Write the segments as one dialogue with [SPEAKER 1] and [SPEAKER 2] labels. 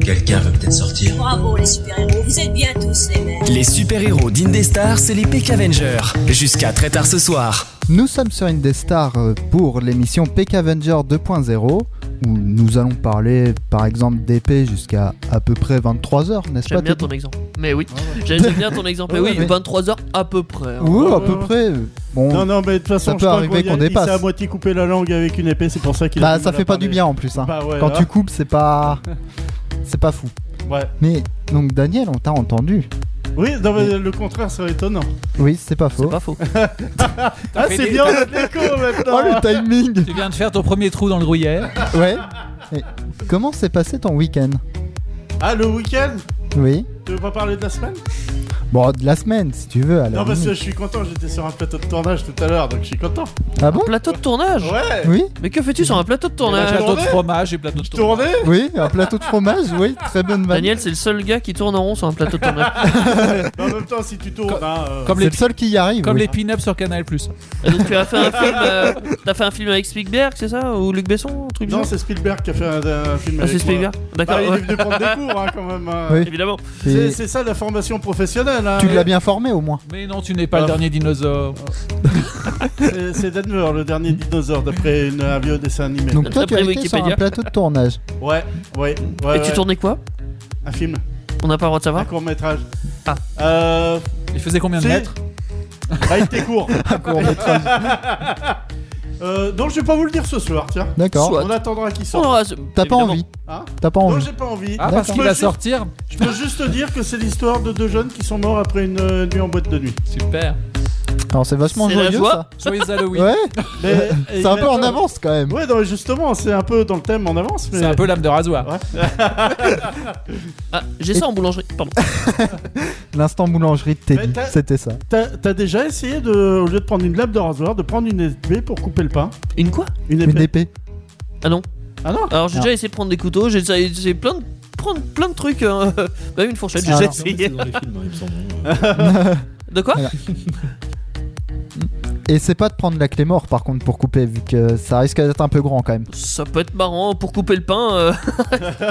[SPEAKER 1] Quelqu'un veut peut-être sortir.
[SPEAKER 2] Bravo les super-héros, vous êtes bien tous les mêmes.
[SPEAKER 3] Les super-héros d'Indestar, c'est les PK Avengers. Jusqu'à très tard ce soir.
[SPEAKER 4] Nous sommes sur Indestar euh, pour l'émission PK Avenger 2.0 où nous allons parler par exemple d'épée jusqu'à à peu près 23h, n'est-ce pas
[SPEAKER 5] J'aime bien
[SPEAKER 4] Teddy
[SPEAKER 5] ton exemple. Mais oui, j'aime bien ton exemple. Mais oui,
[SPEAKER 4] Ouais, mais-
[SPEAKER 5] 23h à peu près. hein.
[SPEAKER 4] Oui, à
[SPEAKER 6] Ouais,
[SPEAKER 4] peu
[SPEAKER 6] ouais.
[SPEAKER 4] près. euh, Bon,
[SPEAKER 6] Non, non, mais de toute façon,
[SPEAKER 4] peut
[SPEAKER 6] je crois
[SPEAKER 4] arriver
[SPEAKER 6] que Royal,
[SPEAKER 4] qu'on
[SPEAKER 6] il s'est
[SPEAKER 4] dépasse.
[SPEAKER 6] à moitié coupé la langue avec une épée, c'est pour ça qu'il a
[SPEAKER 4] bah
[SPEAKER 6] du
[SPEAKER 4] ça
[SPEAKER 6] mal à
[SPEAKER 4] fait pas du
[SPEAKER 6] parler.
[SPEAKER 4] bien en plus. hein.
[SPEAKER 6] Bah ouais,
[SPEAKER 4] Quand
[SPEAKER 6] là.
[SPEAKER 4] tu coupes, c'est pas. c'est pas fou.
[SPEAKER 6] Ouais.
[SPEAKER 4] Mais donc, Daniel, on t'a entendu.
[SPEAKER 6] Oui, non, mais le contraire serait étonnant.
[SPEAKER 4] Oui, c'est pas faux.
[SPEAKER 5] C'est pas faux.
[SPEAKER 6] Ah,
[SPEAKER 7] fait
[SPEAKER 6] c'est
[SPEAKER 7] des-
[SPEAKER 6] bien notre déco
[SPEAKER 4] Oh
[SPEAKER 6] maintenant.
[SPEAKER 4] le timing
[SPEAKER 7] Tu viens de faire ton premier trou dans le gruyère.
[SPEAKER 4] Ouais. Et comment s'est passé ton week-end
[SPEAKER 6] Ah, le week-end
[SPEAKER 4] Oui.
[SPEAKER 6] Tu veux pas parler de la semaine
[SPEAKER 4] Bon, de la semaine, si tu veux. à la
[SPEAKER 6] Non, parce que
[SPEAKER 4] limite.
[SPEAKER 6] je suis content, j'étais sur un plateau de tournage tout à l'heure, donc je suis content.
[SPEAKER 4] Ah bon
[SPEAKER 5] Plateau de tournage
[SPEAKER 6] Ouais
[SPEAKER 4] Oui
[SPEAKER 5] Mais que fais-tu sur un plateau de tournage
[SPEAKER 7] Plateau de
[SPEAKER 6] tourné
[SPEAKER 7] fromage et plateau de tournage.
[SPEAKER 6] Tourné
[SPEAKER 4] Oui, un plateau de fromage, oui, très bonne vanne.
[SPEAKER 5] Daniel, c'est le seul gars qui tourne en rond sur un plateau de tournage.
[SPEAKER 6] En même temps, si tu tournes, hein, euh,
[SPEAKER 7] Comme
[SPEAKER 4] C'est
[SPEAKER 7] les,
[SPEAKER 4] le seul qui y arrive.
[SPEAKER 7] comme
[SPEAKER 4] oui.
[SPEAKER 7] les pin-ups sur Canal+.
[SPEAKER 5] Et donc tu as fait un film, euh, t'as fait un film avec Spielberg, c'est ça Ou Luc Besson, un truc du
[SPEAKER 6] Non,
[SPEAKER 5] genre
[SPEAKER 6] c'est Spielberg qui a fait un, un film
[SPEAKER 5] Ah,
[SPEAKER 6] avec
[SPEAKER 5] c'est Spielberg.
[SPEAKER 6] moi. Bah,
[SPEAKER 5] D'accord.
[SPEAKER 6] il est
[SPEAKER 5] ouais.
[SPEAKER 6] venu prendre des cours, hein, quand même. hein.
[SPEAKER 4] Oui.
[SPEAKER 5] Évidemment.
[SPEAKER 4] Et
[SPEAKER 6] C'est c'est ça la formation professionnelle. hein.
[SPEAKER 4] Tu l'as bien formé au moins.
[SPEAKER 7] Mais non, tu n'es pas le
[SPEAKER 6] Ah.
[SPEAKER 7] dernier dinosaure.
[SPEAKER 6] C'est- C'est Denver, le dernier dinosaure, d'après une- un vieux dessin animé.
[SPEAKER 4] Donc toi, tu as
[SPEAKER 5] D'après
[SPEAKER 4] été sur un
[SPEAKER 5] Wikipédia.
[SPEAKER 4] plateau de tournage.
[SPEAKER 6] Ouais, ouais, ouais.
[SPEAKER 5] Et tu
[SPEAKER 6] ouais.
[SPEAKER 5] tournais quoi
[SPEAKER 6] Un film,
[SPEAKER 5] On n'a pas le droit de
[SPEAKER 6] un
[SPEAKER 5] savoir.
[SPEAKER 6] court-métrage.
[SPEAKER 5] Ah.
[SPEAKER 6] Euh.
[SPEAKER 7] Il faisait combien de
[SPEAKER 6] si.
[SPEAKER 7] mètres
[SPEAKER 6] Ah, il était court.
[SPEAKER 4] Un court-métrage.
[SPEAKER 6] Euh, non, je vais pas vous le dire ce soir, tiens.
[SPEAKER 4] D'accord.
[SPEAKER 5] Soit.
[SPEAKER 6] On attendra qu'il
[SPEAKER 5] On
[SPEAKER 6] sorte.
[SPEAKER 5] aura-
[SPEAKER 4] T'as pas
[SPEAKER 5] évidemment.
[SPEAKER 4] envie.
[SPEAKER 6] Hein
[SPEAKER 4] T'as pas
[SPEAKER 6] non,
[SPEAKER 4] envie.
[SPEAKER 6] j'ai pas envie.
[SPEAKER 7] Ah,
[SPEAKER 4] D'accord.
[SPEAKER 7] parce qu'il va
[SPEAKER 6] Juste-
[SPEAKER 7] sortir
[SPEAKER 6] Je peux juste te dire que c'est l'histoire de deux jeunes qui sont morts après une euh, nuit en boîte de nuit.
[SPEAKER 7] Super.
[SPEAKER 4] Alors c'est vachement
[SPEAKER 5] C'est la
[SPEAKER 4] joyeux
[SPEAKER 5] joie.
[SPEAKER 4] ça.
[SPEAKER 7] Joyeux Halloween.
[SPEAKER 4] Ouais.
[SPEAKER 6] Mais-
[SPEAKER 4] C'est un peu en avance quand même.
[SPEAKER 6] Ouais, non, mais justement, c'est un peu dans le thème en avance. Mais...
[SPEAKER 7] C'est un peu l'âme de rasoir.
[SPEAKER 6] Ouais.
[SPEAKER 5] Ah, j'ai ça en boulangerie. Pardon.
[SPEAKER 4] L'instant boulangerie de
[SPEAKER 6] Mais
[SPEAKER 4] Teddy,
[SPEAKER 6] t'as-
[SPEAKER 4] c'était ça.
[SPEAKER 6] T'as t'as déjà essayé, de, au lieu de prendre une lame de rasoir, de prendre une épée pour couper le pain
[SPEAKER 5] Une quoi
[SPEAKER 6] Une épée.
[SPEAKER 4] Une épée.
[SPEAKER 5] Ah non.
[SPEAKER 6] Ah non
[SPEAKER 5] Alors j'ai
[SPEAKER 4] Non.
[SPEAKER 5] déjà essayé de prendre des couteaux, j'ai déjà essayé plein de prendre plein de trucs, hein. même une fourchette. J'ai
[SPEAKER 4] Ah
[SPEAKER 5] déjà
[SPEAKER 4] non.
[SPEAKER 5] essayé.
[SPEAKER 8] dans les films, hein, il me semble. hein.
[SPEAKER 5] De quoi
[SPEAKER 4] Et c'est pas de prendre la clé mort par contre pour couper vu que ça risque d'être un peu grand quand même.
[SPEAKER 5] Ça peut être marrant pour couper le pain. euh.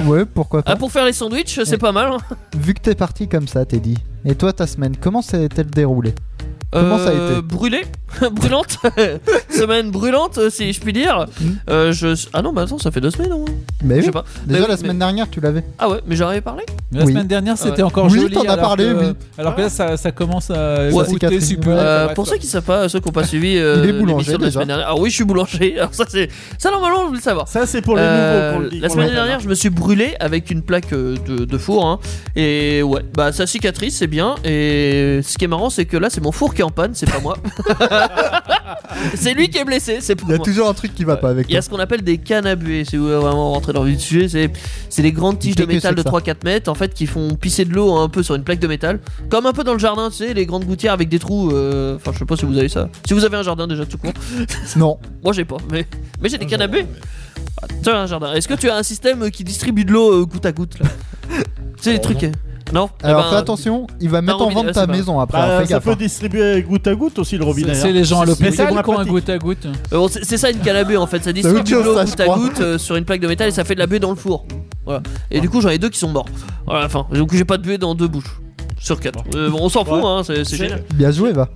[SPEAKER 4] Ouais, pourquoi
[SPEAKER 5] Ah
[SPEAKER 4] pas.
[SPEAKER 5] pour faire les sandwichs, c'est
[SPEAKER 4] Ouais.
[SPEAKER 5] pas mal. hein.
[SPEAKER 4] Vu que t'es parti comme ça, Teddy. Et toi ta semaine, comment s'est-elle déroulée Comment ça a été
[SPEAKER 5] Brûlée, Euh, brûlante, semaine brûlante euh, si je puis dire.
[SPEAKER 4] Mhm.
[SPEAKER 5] Euh, je... Ah non, bah attends, ça fait deux semaines. hein.
[SPEAKER 4] Mais
[SPEAKER 5] Je
[SPEAKER 4] oui,
[SPEAKER 5] sais pas.
[SPEAKER 4] déjà
[SPEAKER 5] Mais oui,
[SPEAKER 4] la semaine dernière tu l'avais.
[SPEAKER 5] Ah ouais, mais j'arrivais à parler.
[SPEAKER 7] Mais la
[SPEAKER 4] Oui.
[SPEAKER 7] semaine dernière, c'était encore
[SPEAKER 4] Oui,
[SPEAKER 7] joli.
[SPEAKER 4] t'en as
[SPEAKER 7] alors
[SPEAKER 4] parlé,
[SPEAKER 7] que-
[SPEAKER 4] oui.
[SPEAKER 7] Alors que là, ça, ça commence à
[SPEAKER 4] Ouais.
[SPEAKER 7] goûter
[SPEAKER 4] Cicatrice,
[SPEAKER 7] super.
[SPEAKER 4] ouais.
[SPEAKER 5] Euh,
[SPEAKER 7] Bref.
[SPEAKER 5] pour ceux qui savent pas, ceux qui ont pas suivi. euh,
[SPEAKER 4] Il est boulanger,
[SPEAKER 5] l'émission de la
[SPEAKER 4] déjà.
[SPEAKER 5] semaine dernière. Ah oui, je suis boulanger. Alors ça c'est ça normalement on veut le savoir.
[SPEAKER 6] Ça, c'est pour les
[SPEAKER 5] Euh,
[SPEAKER 6] nouveaux qu'on le dit.
[SPEAKER 5] la
[SPEAKER 6] qu'on
[SPEAKER 5] semaine
[SPEAKER 6] l'appelle,
[SPEAKER 5] dernière, je me suis brûlé avec une plaque euh, de, de four. hein. Et ouais, bah ça cicatrise, c'est bien. Et ce qui est marrant, c'est que là, c'est mon four qui est en panne, c'est pas moi. c'est lui qui est blessé, c'est pas
[SPEAKER 4] Il y a
[SPEAKER 5] moi.
[SPEAKER 4] toujours un truc qui va pas avec
[SPEAKER 5] Il y
[SPEAKER 4] toi.
[SPEAKER 5] a ce qu'on appelle des cannes à buée, si vous voulez vraiment rentrer dans le vif du sujet. C'est, c'est des grandes tiges de
[SPEAKER 4] Qu'est-ce que
[SPEAKER 5] métal
[SPEAKER 4] c'est
[SPEAKER 5] de
[SPEAKER 4] que ça
[SPEAKER 5] 3-4 mètres en fait qui font pisser de l'eau hein, un peu sur une plaque de métal. Comme un peu dans le jardin, tu sais, les grandes gouttières avec des trous. euh, Enfin, je sais pas si vous avez ça. Si vous avez un jardin déjà tout court,
[SPEAKER 4] Non,
[SPEAKER 5] moi j'ai pas, mais, mais j'ai des cannes à buée. Ah, tu as un jardin. Est-ce que tu as un système euh, qui distribue de l'eau euh, goutte à goutte là Tu sais, les
[SPEAKER 8] Alors,
[SPEAKER 5] trucs.
[SPEAKER 8] non.
[SPEAKER 5] euh, Non Eh
[SPEAKER 4] alors
[SPEAKER 5] ben,
[SPEAKER 4] fais attention, il va mettre
[SPEAKER 5] non,
[SPEAKER 4] en
[SPEAKER 5] mais-
[SPEAKER 4] vente
[SPEAKER 5] ouais,
[SPEAKER 4] ta
[SPEAKER 5] c'est pas-
[SPEAKER 4] maison après,
[SPEAKER 6] Bah,
[SPEAKER 4] fais hein.
[SPEAKER 6] ça
[SPEAKER 4] goutte
[SPEAKER 6] peut distribuer goutte à goutte aussi le robinet.
[SPEAKER 7] C'est
[SPEAKER 6] hein.
[SPEAKER 7] c'est les gens à
[SPEAKER 6] Mais c'est
[SPEAKER 7] l'hôpital
[SPEAKER 6] moins
[SPEAKER 7] qui ont un
[SPEAKER 6] pratique.
[SPEAKER 7] goutte à goutte.
[SPEAKER 5] euh, on- c'est c'est ça une canne à buée en fait, ça distribue
[SPEAKER 4] autre chose,
[SPEAKER 5] de l'eau
[SPEAKER 4] ça, je
[SPEAKER 5] goutte à
[SPEAKER 4] crois.
[SPEAKER 5] goutte euh, sur une plaque de métal et ça fait de la buée dans le four. Voilà. Et du coup, j'en ai deux qui sont morts. Voilà, enfin, donc j'ai pas de buée dans deux bouches. Sur quatre. Euh, bon, on s'en fout,
[SPEAKER 6] Ouais.
[SPEAKER 5] hein, c'est c'est
[SPEAKER 6] J'ai-
[SPEAKER 5] génial.
[SPEAKER 4] Bien joué va.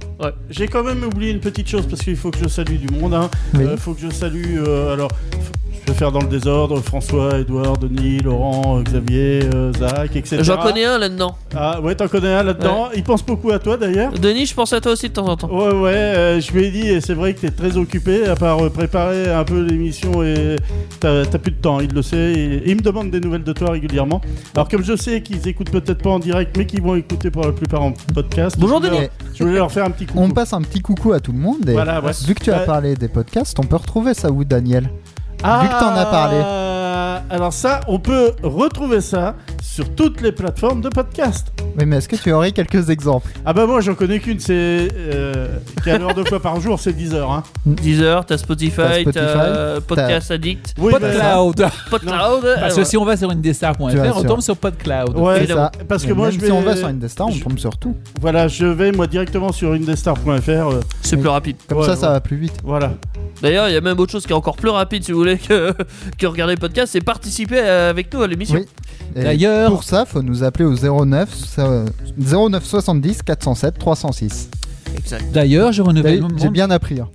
[SPEAKER 6] J'ai quand même oublié une petite chose parce qu'il faut que je salue du monde. hein.
[SPEAKER 4] Oui.
[SPEAKER 6] Euh, faut que je salue. euh, alors, f- je vais faire dans le désordre François, Edouard, Denis, Laurent, euh, Xavier, euh, Zach, etc.
[SPEAKER 5] J'en connais un là-dedans.
[SPEAKER 6] Ah ouais, t'en connais un là-dedans. Il pense beaucoup à toi d'ailleurs.
[SPEAKER 5] Denis, je pense à toi aussi de temps en temps.
[SPEAKER 6] Ouais, ouais, euh, je lui ai dit, et c'est vrai que t'es très occupé, à part euh, préparer un peu l'émission, et t'as t'as plus de temps, il le sait, et, et il me demande des nouvelles de toi régulièrement. Alors, comme je sais qu'ils écoutent peut-être pas en direct, mais qu'ils vont écouter pour la plupart en podcast,
[SPEAKER 5] Bonjour,
[SPEAKER 6] je voulais,
[SPEAKER 4] Denis.
[SPEAKER 6] leur- je voulais leur faire un petit coup.
[SPEAKER 4] On passe un petit coucou à tout le monde et
[SPEAKER 6] Voilà, ouais.
[SPEAKER 4] vu que tu as
[SPEAKER 6] Euh,
[SPEAKER 4] parlé des podcasts, on peut retrouver ça où Daniel vu que t'en as parlé.
[SPEAKER 6] Ah, Alors, ça, on peut retrouver ça sur toutes les plateformes de podcast.
[SPEAKER 4] Oui mais est-ce que tu aurais quelques exemples
[SPEAKER 6] Ah, bah, moi, j'en connais qu'une, c'est. Euh, qui a l'heure deux fois par jour, c'est 10 heures. Hein.
[SPEAKER 5] Deezer, t'as
[SPEAKER 4] T'as
[SPEAKER 5] Spotify,
[SPEAKER 4] Spotify,
[SPEAKER 5] t'as euh, Podcast Addict,
[SPEAKER 6] Oui,
[SPEAKER 7] Podcloud.
[SPEAKER 6] bah,
[SPEAKER 5] PodCloud.
[SPEAKER 7] Parce
[SPEAKER 5] euh,
[SPEAKER 7] que si on va sur
[SPEAKER 4] Tu vas
[SPEAKER 7] indestar.fr, on
[SPEAKER 4] sur-
[SPEAKER 7] tombe sur PodCloud.
[SPEAKER 6] Ouais,
[SPEAKER 4] C'est ça.
[SPEAKER 6] parce que
[SPEAKER 4] Mais
[SPEAKER 6] moi,
[SPEAKER 4] même
[SPEAKER 6] je vais.
[SPEAKER 4] si on va sur Indestar, on
[SPEAKER 6] je-
[SPEAKER 4] tombe sur tout.
[SPEAKER 6] Voilà, je vais moi directement sur indestar.fr. euh,
[SPEAKER 5] C'est plus rapide.
[SPEAKER 4] Comme
[SPEAKER 6] Ouais,
[SPEAKER 4] ça, ça
[SPEAKER 6] ouais.
[SPEAKER 4] va plus vite.
[SPEAKER 6] voilà.
[SPEAKER 5] D'ailleurs, il y a même autre chose qui est encore plus rapide si vous voulez que, que regarder le podcast, c'est participer euh, avec nous à l'émission.
[SPEAKER 4] Oui. Et
[SPEAKER 7] D'ailleurs-
[SPEAKER 4] Pour ça, faut nous appeler au 09, euh, 09 70 407 306.
[SPEAKER 5] Exact.
[SPEAKER 7] D'ailleurs, je renouvelle,
[SPEAKER 4] D'ailleurs,
[SPEAKER 7] mon-
[SPEAKER 4] J'ai bien appris. hein.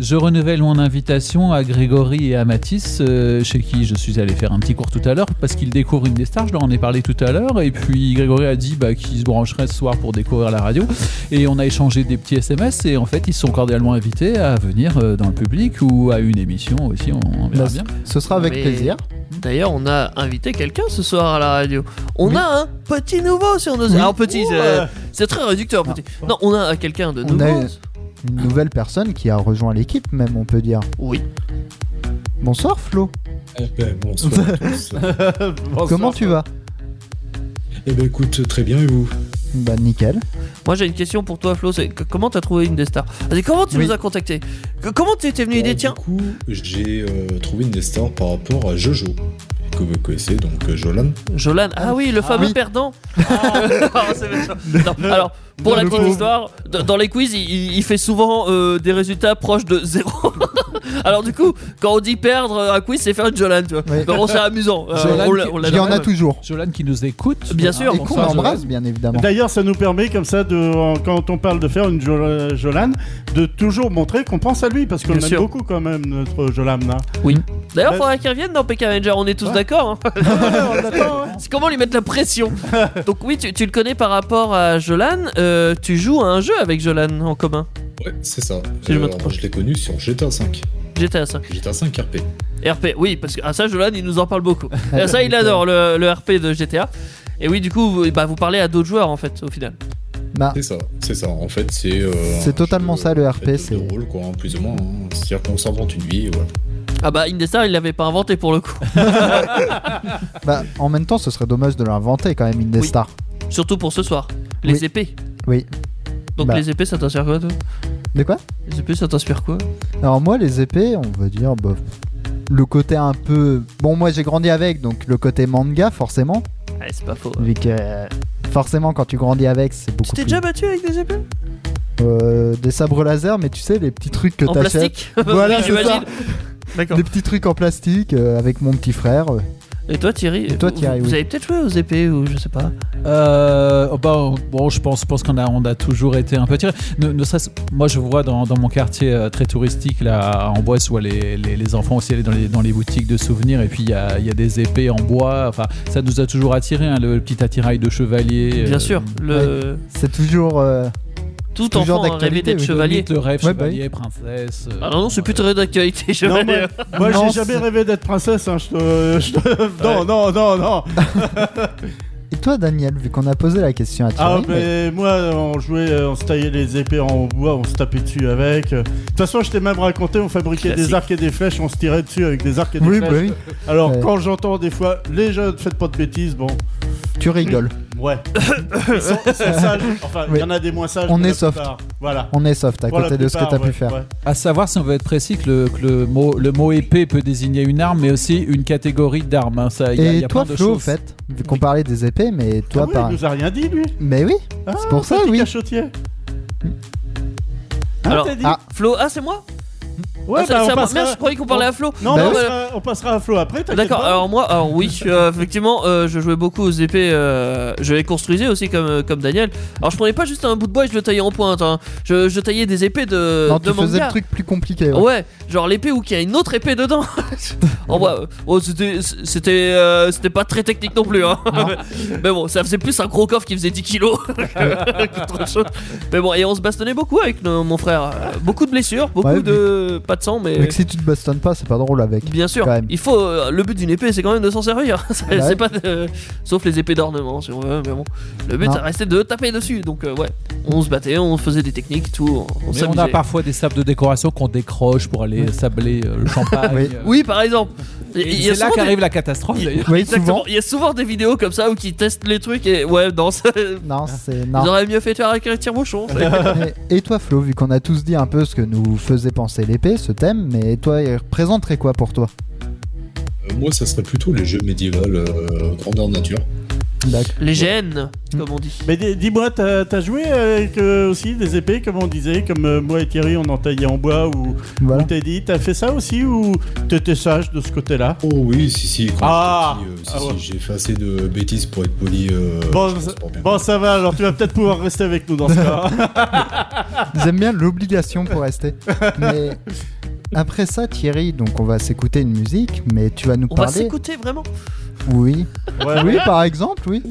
[SPEAKER 7] je renouvelle mon invitation à Grégory et à Mathis, euh, chez qui je suis allé faire un petit cours tout à l'heure, parce qu'ils découvrent une des stars, je leur en ai parlé tout à l'heure, et puis Grégory a dit bah, qu'il se brancherait ce soir pour découvrir la radio, et on a échangé des petits SMS, et en fait, ils sont cordialement invités à venir euh, dans le public ou à une émission aussi, on, on verra
[SPEAKER 4] Bah,
[SPEAKER 7] bien.
[SPEAKER 4] Ce sera avec
[SPEAKER 5] Mais-
[SPEAKER 4] plaisir.
[SPEAKER 5] D'ailleurs, on a invité quelqu'un ce soir à la radio. On a un petit nouveau sur nos.
[SPEAKER 4] Oui. Ah.
[SPEAKER 5] Alors, petit, c'est-
[SPEAKER 6] Ouais.
[SPEAKER 5] c'est très réducteur. Petit. Non, on a quelqu'un de
[SPEAKER 4] On
[SPEAKER 5] nouveau.
[SPEAKER 4] a eu- Une nouvelle personne qui a rejoint l'équipe, même, on peut dire.
[SPEAKER 5] Oui.
[SPEAKER 4] Bonsoir Flo,
[SPEAKER 1] Eh ben, bonsoir à tous.
[SPEAKER 6] Bonsoir.
[SPEAKER 4] comment tu vas
[SPEAKER 1] Eh ben, écoute, très bien, et vous
[SPEAKER 4] Bah nickel.
[SPEAKER 5] Moi, j'ai une question pour toi, Flo. C'est que- comment t'as trouvé une des stars Vas-y, Comment tu
[SPEAKER 4] Oui. Eh
[SPEAKER 5] nous as contacté Que- Comment tu étais venu
[SPEAKER 1] Alors,
[SPEAKER 5] idée
[SPEAKER 1] du
[SPEAKER 5] Tiens,
[SPEAKER 1] coup, j'ai euh, trouvé une des stars par rapport à Jojo, que vous connaissez, donc euh, Jolan.
[SPEAKER 5] Jolan. Ah oui, le fameux
[SPEAKER 4] oui.
[SPEAKER 5] perdant. Ah, c'est méchant. Non, alors, pour la
[SPEAKER 6] le
[SPEAKER 5] petite
[SPEAKER 6] pauvre.
[SPEAKER 5] histoire, d- dans les quiz, il- il, il fait souvent euh, des résultats proches de zéro. alors, du coup, quand on dit perdre euh, un quiz, c'est faire une Jolan, tu vois.
[SPEAKER 4] Oui.
[SPEAKER 5] Donc, c'est amusant. Euh,
[SPEAKER 7] Jolan
[SPEAKER 5] on l'a-
[SPEAKER 7] qui-
[SPEAKER 5] on l'a-
[SPEAKER 4] Il y en a toujours.
[SPEAKER 7] Jolan qui nous écoute.
[SPEAKER 5] Bien
[SPEAKER 7] Ah,
[SPEAKER 5] sûr.
[SPEAKER 4] Et qu'on
[SPEAKER 7] bonsoir, Jolan.
[SPEAKER 4] embrasse, bien évidemment.
[SPEAKER 6] D'ailleurs, ça nous permet, comme ça, de, en- quand on parle de faire une Jol- Jolane, de toujours montrer qu'on pense à lui, parce qu'on
[SPEAKER 5] Bien
[SPEAKER 6] l'aime
[SPEAKER 5] sûr.
[SPEAKER 6] beaucoup quand même, notre Jolane. Là.
[SPEAKER 5] D'ailleurs, faudrait qu'il revienne dans PK Avenger, on est tous
[SPEAKER 6] Ouais.
[SPEAKER 5] d'accord. hein.
[SPEAKER 6] on l'attend, hein.
[SPEAKER 5] C'est comment lui mettre la pression Donc, oui, tu, tu le connais par rapport à Jolan. euh, tu joues à un jeu avec Jolan en commun,
[SPEAKER 1] Ouais, c'est ça.
[SPEAKER 5] Si je me
[SPEAKER 1] Euh,
[SPEAKER 5] trompe.
[SPEAKER 1] alors, je l'ai connu sur GTA V.
[SPEAKER 5] GTA 5.
[SPEAKER 1] GTA V RP.
[SPEAKER 5] RP, oui, parce que ah, ça, Jolan, il nous en parle beaucoup. Et ça, il adore le, le RP de GTA. Et oui, du coup, vous, bah, vous parlez à d'autres joueurs en fait, au final.
[SPEAKER 4] Bah,
[SPEAKER 1] C'est ça, c'est ça. En fait, c'est. euh,
[SPEAKER 4] C'est
[SPEAKER 1] un
[SPEAKER 4] totalement
[SPEAKER 1] jeu,
[SPEAKER 4] ça, le
[SPEAKER 1] en
[SPEAKER 4] RP,
[SPEAKER 1] fait,
[SPEAKER 4] c'est-
[SPEAKER 1] De rôle, quoi, hein, plus ou moins. hein. C'est-à-dire qu'on s'invente une vie, et voilà.
[SPEAKER 5] Ah bah, Indestar, il l'avait pas inventé pour le coup.
[SPEAKER 4] bah, en même temps, ce serait dommage de l'inventer quand même, Indestar.
[SPEAKER 5] Surtout pour ce soir. Les
[SPEAKER 4] Oui.
[SPEAKER 5] épées.
[SPEAKER 4] Oui.
[SPEAKER 5] Donc,
[SPEAKER 4] Bah.
[SPEAKER 5] les épées, ça t'inspire quoi, toi
[SPEAKER 4] De quoi
[SPEAKER 5] Les épées, ça t'inspire quoi
[SPEAKER 4] Alors moi, les épées, on va dire, bah, le côté un peu... Bon, moi j'ai grandi avec, donc le côté manga, forcément.
[SPEAKER 5] Ouais, Ah, c'est pas faux.
[SPEAKER 4] Vu que euh, forcément, quand tu grandis avec, c'est
[SPEAKER 5] Tu
[SPEAKER 4] beaucoup
[SPEAKER 5] t'es
[SPEAKER 4] plus...
[SPEAKER 5] déjà battu avec des épées
[SPEAKER 4] Euh, des sabres laser, mais tu sais, les petits trucs que
[SPEAKER 5] En
[SPEAKER 4] t'achètes.
[SPEAKER 5] plastique Bah
[SPEAKER 4] Voilà, c'est ça.
[SPEAKER 5] j'imagine. D'accord.
[SPEAKER 4] Des petits trucs en plastique euh, avec mon petit frère. euh.
[SPEAKER 5] Et toi, Thierry,
[SPEAKER 4] Et toi,
[SPEAKER 5] vous-
[SPEAKER 4] Thierry,
[SPEAKER 5] vous,
[SPEAKER 4] oui.
[SPEAKER 5] avez peut-être joué aux épées ou je sais pas.
[SPEAKER 7] Euh, oh bah, on- bon, je pense, je pense qu'on a, on a toujours été un peu tiré. Ne, ne serait-ce- moi, je vois dans, dans mon quartier euh, très touristique, là, en bois, où les, les, les enfants aussi allaient dans les, dans les boutiques de souvenirs, et puis il y a, il y a des épées en bois. Enfin, ça nous a toujours attiré, hein, le, petit attirail de chevalier.
[SPEAKER 5] Bien
[SPEAKER 7] euh,
[SPEAKER 5] sûr, le
[SPEAKER 4] C'est toujours... euh,
[SPEAKER 5] tout
[SPEAKER 4] c'est toujours
[SPEAKER 5] enfant a rêvé
[SPEAKER 4] d'actualité,
[SPEAKER 5] d'être
[SPEAKER 4] oui.
[SPEAKER 5] chevalier.
[SPEAKER 7] limite, Le rêve,
[SPEAKER 4] Ouais, bah
[SPEAKER 7] chevalier, princesse. euh,
[SPEAKER 5] Ah non, non, c'est plus très d'actualité,
[SPEAKER 6] Non,
[SPEAKER 5] chevalier.
[SPEAKER 6] moi, moi,
[SPEAKER 4] Non,
[SPEAKER 6] j'ai jamais rêvé d'être princesse. Hein, je te- je te- Non, non, non, non.
[SPEAKER 4] Et toi, Daniel, vu qu'on a posé la question à
[SPEAKER 6] Ah,
[SPEAKER 4] Thierry, mais-
[SPEAKER 6] mais moi, on jouait, euh, on se taillait les épées en bois, on se tapait dessus avec. Euh, De toute façon, je t'ai même raconté, on fabriquait
[SPEAKER 5] Classique.
[SPEAKER 6] des arcs et des flèches, on se tirait dessus avec des arcs et des
[SPEAKER 4] Oui, bah
[SPEAKER 6] flèches.
[SPEAKER 4] oui,
[SPEAKER 6] Alors,
[SPEAKER 4] Ouais.
[SPEAKER 6] quand j'entends des fois, les jeunes, faites pas de bêtises, bon,
[SPEAKER 4] tu rigoles.
[SPEAKER 6] ouais. Ils sont, ils sont sages. Enfin, il
[SPEAKER 4] Oui.
[SPEAKER 6] y en a des moins sages.
[SPEAKER 4] On
[SPEAKER 6] mais
[SPEAKER 4] est
[SPEAKER 6] la
[SPEAKER 4] soft.
[SPEAKER 6] plupart, Voilà.
[SPEAKER 4] On est soft à
[SPEAKER 6] Pour la
[SPEAKER 4] côté de ce que
[SPEAKER 6] plupart,
[SPEAKER 4] t'as pu
[SPEAKER 6] ouais,
[SPEAKER 4] faire.
[SPEAKER 6] ouais.
[SPEAKER 7] À savoir, si on veut être précis, que le, que le, mot, le mot épée peut désigner une arme, mais aussi une catégorie d'armes. hein. Ça, il y a- il y
[SPEAKER 4] Et
[SPEAKER 7] a
[SPEAKER 4] toi,
[SPEAKER 7] plein de
[SPEAKER 4] Flo, au
[SPEAKER 7] choses.
[SPEAKER 4] fait, vu qu'on parlait des épées, mais toi,
[SPEAKER 6] Ah ouais,
[SPEAKER 4] par-
[SPEAKER 6] il nous a rien dit, lui.
[SPEAKER 4] Mais oui,
[SPEAKER 6] Ah,
[SPEAKER 4] c'est pour ça,
[SPEAKER 6] petit
[SPEAKER 4] oui.
[SPEAKER 6] cachotier. Hein,
[SPEAKER 5] Alors-
[SPEAKER 6] t'as dit
[SPEAKER 4] Ah.
[SPEAKER 5] Flo, ah c'est moi
[SPEAKER 6] Ouais,
[SPEAKER 5] Ah, ça-
[SPEAKER 6] bah, on
[SPEAKER 5] ça-
[SPEAKER 6] passera-
[SPEAKER 5] Merde, je croyais qu'on parlait à Flo.
[SPEAKER 6] Non,
[SPEAKER 4] Bah
[SPEAKER 6] mais on,
[SPEAKER 4] oui.
[SPEAKER 6] passera, on passera à Flo après, t'inquiète
[SPEAKER 5] D'accord,
[SPEAKER 6] pas.
[SPEAKER 5] alors moi, alors oui, euh, effectivement, euh, je jouais beaucoup aux épées, euh, je les construisais aussi comme, euh, comme Daniel. Alors je prenais pas juste un bout de bois et je le taillais en pointe, hein. je, je taillais des épées de,
[SPEAKER 7] Euh,
[SPEAKER 4] non, tu
[SPEAKER 5] de
[SPEAKER 4] faisais
[SPEAKER 5] manga.
[SPEAKER 4] le truc plus compliqué. ouais.
[SPEAKER 7] Ah
[SPEAKER 5] Ouais, genre l'épée où qu'il y a une autre épée dedans. en bois. Oh, c'était c'était euh, c'était pas très technique non plus. Hein. Mais bon, ça faisait plus un gros coffre qui faisait 10 kilos. qu'autre chose. Mais bon, et on se bastonnait beaucoup avec nos- mon frère. Euh, Beaucoup de blessures, beaucoup
[SPEAKER 4] Ouais, mais-
[SPEAKER 5] de pas de sang, mais.
[SPEAKER 7] euh,
[SPEAKER 4] Mais que si tu te bastonnes pas, c'est pas drôle avec.
[SPEAKER 5] Bien sûr,
[SPEAKER 4] Quand même.
[SPEAKER 5] il faut. euh, le but d'une épée, c'est quand même de s'en servir. C'est
[SPEAKER 4] Bah
[SPEAKER 5] c'est
[SPEAKER 4] ouais.
[SPEAKER 5] pas. de- sauf les épées d'ornement, si on veut, mais bon. Le but,
[SPEAKER 4] Non.
[SPEAKER 5] ça restait de taper dessus. Donc, euh, ouais, on se battait, on faisait des techniques, tout. On, on
[SPEAKER 7] Mais on a
[SPEAKER 5] s'amusait.
[SPEAKER 7] parfois des sables de décoration qu'on décroche pour aller sabler euh, le champagne.
[SPEAKER 4] Oui.
[SPEAKER 7] Euh,
[SPEAKER 5] Oui, par exemple. Il- il y a
[SPEAKER 7] C'est là
[SPEAKER 5] souvent
[SPEAKER 7] qu'arrive
[SPEAKER 5] des-
[SPEAKER 7] la catastrophe
[SPEAKER 5] il-
[SPEAKER 7] d'ailleurs.
[SPEAKER 4] Oui,
[SPEAKER 5] Exactement.
[SPEAKER 4] souvent.
[SPEAKER 5] Il y a souvent des vidéos comme ça où qui testent les trucs et ouais, non, ça...
[SPEAKER 7] Ah.
[SPEAKER 4] Non, c'est
[SPEAKER 5] ils
[SPEAKER 4] non.
[SPEAKER 5] auraient mieux fait de faire avec un tire-bouchon. ça.
[SPEAKER 4] Et, et toi, Flo, vu qu'on a tous dit un peu ce que nous faisait penser l'épée, ce thème, mais toi, il représenterait quoi pour toi
[SPEAKER 1] Euh, moi, ça serait plutôt les jeux médiévaux, euh, grandeur nature.
[SPEAKER 4] D'accord.
[SPEAKER 5] Les gènes, comme on dit.
[SPEAKER 6] Mais dis- dis-moi, t'as t'as joué avec euh, aussi des épées, comme on disait, comme euh, moi et Thierry, on en taillait en bois ou
[SPEAKER 4] Voilà.
[SPEAKER 6] ou t'as dit, t'as fait ça aussi ou t'étais sage de ce côté-là
[SPEAKER 1] Oh oui, si, si, quand
[SPEAKER 6] Ah.
[SPEAKER 1] j'étais petit, euh, si,
[SPEAKER 6] Ah
[SPEAKER 1] si,
[SPEAKER 6] ouais.
[SPEAKER 1] j'ai fait assez de bêtises pour être poli. euh,
[SPEAKER 6] Bon,
[SPEAKER 1] je pense
[SPEAKER 6] ça-
[SPEAKER 1] pas bien.
[SPEAKER 6] bon, ça va, alors tu vas peut-être pouvoir rester avec nous dans ce cas.
[SPEAKER 4] J'aime bien l'obligation pour rester. Mais après ça, Thierry, donc on va s'écouter une musique, mais tu vas nous
[SPEAKER 5] On va
[SPEAKER 4] parler.
[SPEAKER 5] s'écouter vraiment.
[SPEAKER 4] Oui.
[SPEAKER 6] Ouais,
[SPEAKER 4] Oui, par exemple, oui.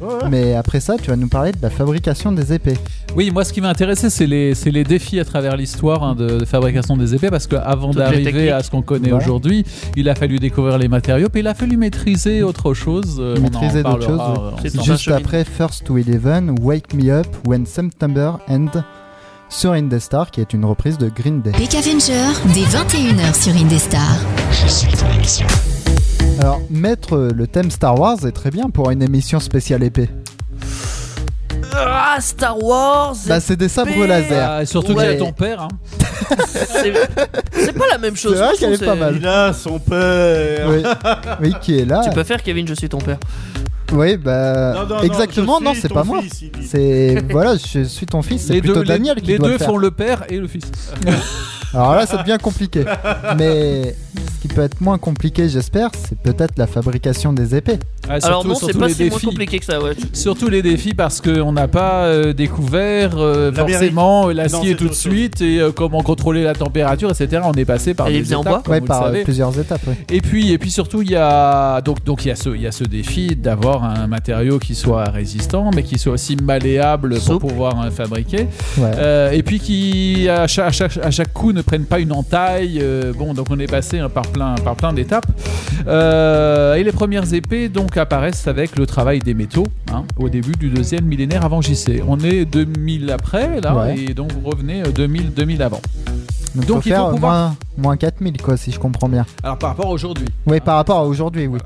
[SPEAKER 6] ouais.
[SPEAKER 4] Mais après ça, tu vas nous parler de la fabrication des épées.
[SPEAKER 7] Oui, moi ce qui m'a intéressé, c'est les, c'est les défis à travers l'histoire hein, de, de fabrication des épées, parce qu'avant
[SPEAKER 5] Toutes les
[SPEAKER 7] d'arriver
[SPEAKER 5] techniques.
[SPEAKER 7] à ce qu'on connaît
[SPEAKER 4] Voilà.
[SPEAKER 7] aujourd'hui, il a fallu découvrir les matériaux, puis il a fallu maîtriser autre chose. euh, on en
[SPEAKER 4] Maîtriser d'autres
[SPEAKER 7] parlera,
[SPEAKER 4] choses,
[SPEAKER 7] euh,
[SPEAKER 5] C'est
[SPEAKER 7] ensemble.
[SPEAKER 5] dans un
[SPEAKER 4] Juste
[SPEAKER 5] chemin.
[SPEAKER 4] après First to Eleven, Wake Me Up When September End sur Indestar, qui est une reprise de Green Day.
[SPEAKER 8] Peck Avenger, dès 21h sur Indestar.
[SPEAKER 4] Alors, mettre euh, le thème Star Wars est très bien pour une émission spéciale épée.
[SPEAKER 5] Ah, Star Wars
[SPEAKER 4] Bah, c'est des sabres
[SPEAKER 5] Épée
[SPEAKER 4] laser.
[SPEAKER 7] Ah, et surtout
[SPEAKER 4] Ouais.
[SPEAKER 7] que j'ai ton père. hein.
[SPEAKER 5] c'est c'est pas la même chose.
[SPEAKER 4] C'est vrai
[SPEAKER 5] Franchement,
[SPEAKER 4] qu'elle est pas
[SPEAKER 5] c'est-
[SPEAKER 4] mal.
[SPEAKER 6] Il a son père.
[SPEAKER 4] Oui. oui, qui est là.
[SPEAKER 5] Tu peux faire Kevin, je suis ton père.
[SPEAKER 4] Oui, bah.
[SPEAKER 6] Non, non, non,
[SPEAKER 4] exactement,
[SPEAKER 6] je
[SPEAKER 4] non,
[SPEAKER 6] suis
[SPEAKER 4] c'est
[SPEAKER 6] ton
[SPEAKER 4] pas moi.
[SPEAKER 6] fils, il dit.
[SPEAKER 4] C'est. Voilà, je suis ton fils, c'est
[SPEAKER 7] les
[SPEAKER 4] plutôt
[SPEAKER 7] deux, les-
[SPEAKER 4] Daniel qui
[SPEAKER 7] les
[SPEAKER 4] doit
[SPEAKER 7] deux
[SPEAKER 4] le faire.
[SPEAKER 7] font le père et le fils.
[SPEAKER 4] Alors là, ça devient compliqué. Mais ce qui peut être moins compliqué, j'espère, c'est peut-être la fabrication des épées.
[SPEAKER 7] Ah,
[SPEAKER 5] Alors
[SPEAKER 7] surtout-
[SPEAKER 5] non, c'est
[SPEAKER 7] surtout
[SPEAKER 5] pas
[SPEAKER 7] les
[SPEAKER 5] si moins
[SPEAKER 7] défis.
[SPEAKER 5] compliqué que ça, ouais.
[SPEAKER 7] Surtout les défis parce qu'on n'a pas euh, découvert euh,
[SPEAKER 6] L'Amérique. Non,
[SPEAKER 7] forcément euh,
[SPEAKER 6] c'est
[SPEAKER 7] l'acier tout de
[SPEAKER 6] autre chose.
[SPEAKER 7] suite et euh, comment contrôler la température, etc. On est passé par
[SPEAKER 5] Elle
[SPEAKER 7] des
[SPEAKER 5] les faisait en
[SPEAKER 7] étapes,
[SPEAKER 5] bois
[SPEAKER 7] comme
[SPEAKER 4] ouais,
[SPEAKER 7] vous le
[SPEAKER 4] par euh,
[SPEAKER 7] savez.
[SPEAKER 4] plusieurs étapes. ouais.
[SPEAKER 7] Et puis, et puis surtout, il y a donc donc il y a ce il y a ce défi d'avoir un matériau qui soit résistant, mais qui soit aussi malléable
[SPEAKER 5] Souple.
[SPEAKER 7] pour pouvoir euh, fabriquer.
[SPEAKER 4] Ouais.
[SPEAKER 7] Euh, et puis qui à chaque, à chaque- à chaque coup ne prennent pas une entaille. Euh, bon, donc on est passé hein, par plein par plein d'étapes. Euh, et les premières épées donc apparaissent avec le travail des métaux hein, au début du deuxième millénaire avant JC. On est 2000 après là,
[SPEAKER 4] Ouais.
[SPEAKER 7] et donc vous revenez euh, 2000 2000 avant.
[SPEAKER 4] Donc,
[SPEAKER 7] Donc,
[SPEAKER 4] faut
[SPEAKER 7] il faut
[SPEAKER 4] faire euh,
[SPEAKER 7] pouvoir-
[SPEAKER 4] moins, moins 4000, quoi, si je comprends bien.
[SPEAKER 7] Alors par rapport à aujourd'hui.
[SPEAKER 4] Oui, par rapport à aujourd'hui, oui.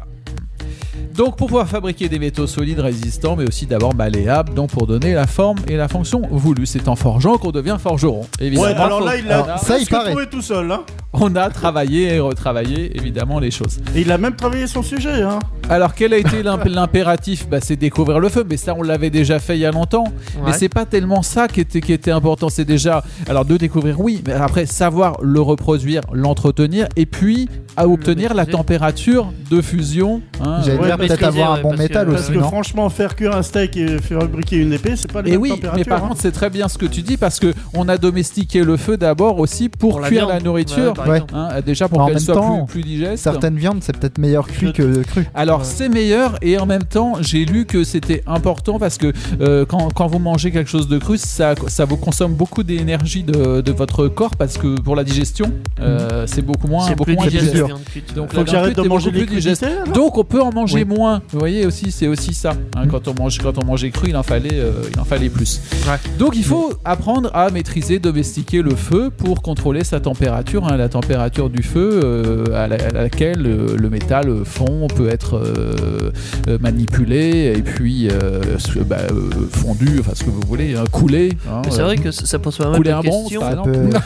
[SPEAKER 7] Donc pour pouvoir fabriquer des métaux solides, résistants, mais aussi d'abord malléables, donc pour donner la forme et la fonction voulue. C'est en forgeant qu'on devient forgeron.
[SPEAKER 6] Ouais,
[SPEAKER 7] Évidemment,
[SPEAKER 6] alors là, il
[SPEAKER 4] Alors,
[SPEAKER 6] l'a
[SPEAKER 4] ça, il
[SPEAKER 6] presque
[SPEAKER 4] paraît.
[SPEAKER 6] trouvé tout seul. hein.
[SPEAKER 7] on a travaillé et retravaillé évidemment les choses.
[SPEAKER 6] Et il a même travaillé son sujet. Hein.
[SPEAKER 7] Alors quel a été l'imp- l'impératif bah, C'est découvrir le feu, mais ça on l'avait déjà fait il y a longtemps. Mais
[SPEAKER 5] Ouais.
[SPEAKER 7] c'est pas tellement ça qui était, qui était important. C'est déjà, alors de découvrir, oui, mais après savoir le reproduire, l'entretenir, et puis à obtenir la
[SPEAKER 5] maîtriser.
[SPEAKER 7] température de fusion. hein,
[SPEAKER 4] J'allais
[SPEAKER 6] ouais,
[SPEAKER 4] dire peut-être
[SPEAKER 5] maîtriser,
[SPEAKER 4] avoir un
[SPEAKER 5] ouais,
[SPEAKER 4] bon
[SPEAKER 5] parce que-
[SPEAKER 4] métal
[SPEAKER 6] Parce
[SPEAKER 4] aussi,
[SPEAKER 6] que
[SPEAKER 4] non
[SPEAKER 6] franchement, faire cuire un steak et faire fabriquer une épée, c'est pas les
[SPEAKER 7] Et
[SPEAKER 6] mêmes
[SPEAKER 7] Eh oui, mais
[SPEAKER 6] températures.
[SPEAKER 7] par
[SPEAKER 6] hein.
[SPEAKER 7] contre, c'est très bien ce que tu dis parce que on a domestiqué le feu d'abord aussi pour,
[SPEAKER 5] Pour la
[SPEAKER 7] cuire
[SPEAKER 5] viande.
[SPEAKER 7] la, nourriture,
[SPEAKER 5] Ouais, par
[SPEAKER 4] Ouais.
[SPEAKER 5] exemple.
[SPEAKER 7] hein, déjà pour
[SPEAKER 4] En
[SPEAKER 7] qu'elle
[SPEAKER 4] même
[SPEAKER 7] soit
[SPEAKER 4] temps,
[SPEAKER 7] plus, plus digeste.
[SPEAKER 4] Certaines viandes, c'est peut-être meilleur cuit
[SPEAKER 6] Je-
[SPEAKER 4] que cru.
[SPEAKER 7] Alors
[SPEAKER 5] Ouais.
[SPEAKER 7] c'est meilleur et en même temps j'ai lu que c'était important parce que euh, quand, quand vous mangez quelque chose de cru ça, ça vous consomme beaucoup d'énergie de, de votre corps parce que pour la digestion euh, c'est beaucoup moins
[SPEAKER 5] Mm. C'est
[SPEAKER 7] beaucoup
[SPEAKER 5] plus
[SPEAKER 7] moins
[SPEAKER 5] digeste,
[SPEAKER 7] digeste.
[SPEAKER 5] la viande cuite.
[SPEAKER 7] Donc
[SPEAKER 6] Faut
[SPEAKER 7] la
[SPEAKER 6] que j'arrête
[SPEAKER 7] viande
[SPEAKER 6] de
[SPEAKER 7] est
[SPEAKER 6] manger
[SPEAKER 7] beaucoup
[SPEAKER 6] les
[SPEAKER 7] plus digeste.
[SPEAKER 6] crudités. là.
[SPEAKER 7] Donc on peut en
[SPEAKER 4] Oui.
[SPEAKER 7] manger moins. Vous voyez aussi, c'est aussi ça. hein, quand on mange, quand on mangeait cru, il en fallait, euh, il en fallait plus.
[SPEAKER 5] Ouais.
[SPEAKER 7] Donc il faut apprendre à maîtriser, domestiquer le feu pour contrôler sa température, hein, la température du feu euh, à, la- à laquelle euh, le métal euh, fond peut être euh, euh, manipulé et puis euh, ce- bah, euh, fondu, enfin ce que vous voulez, hein, coulé. hein,
[SPEAKER 5] Mais c'est
[SPEAKER 7] euh,
[SPEAKER 5] vrai que ça ça pose pas mal
[SPEAKER 7] couler un
[SPEAKER 5] de
[SPEAKER 7] bronze,
[SPEAKER 5] questions.
[SPEAKER 7] par exemple.
[SPEAKER 4] Peu-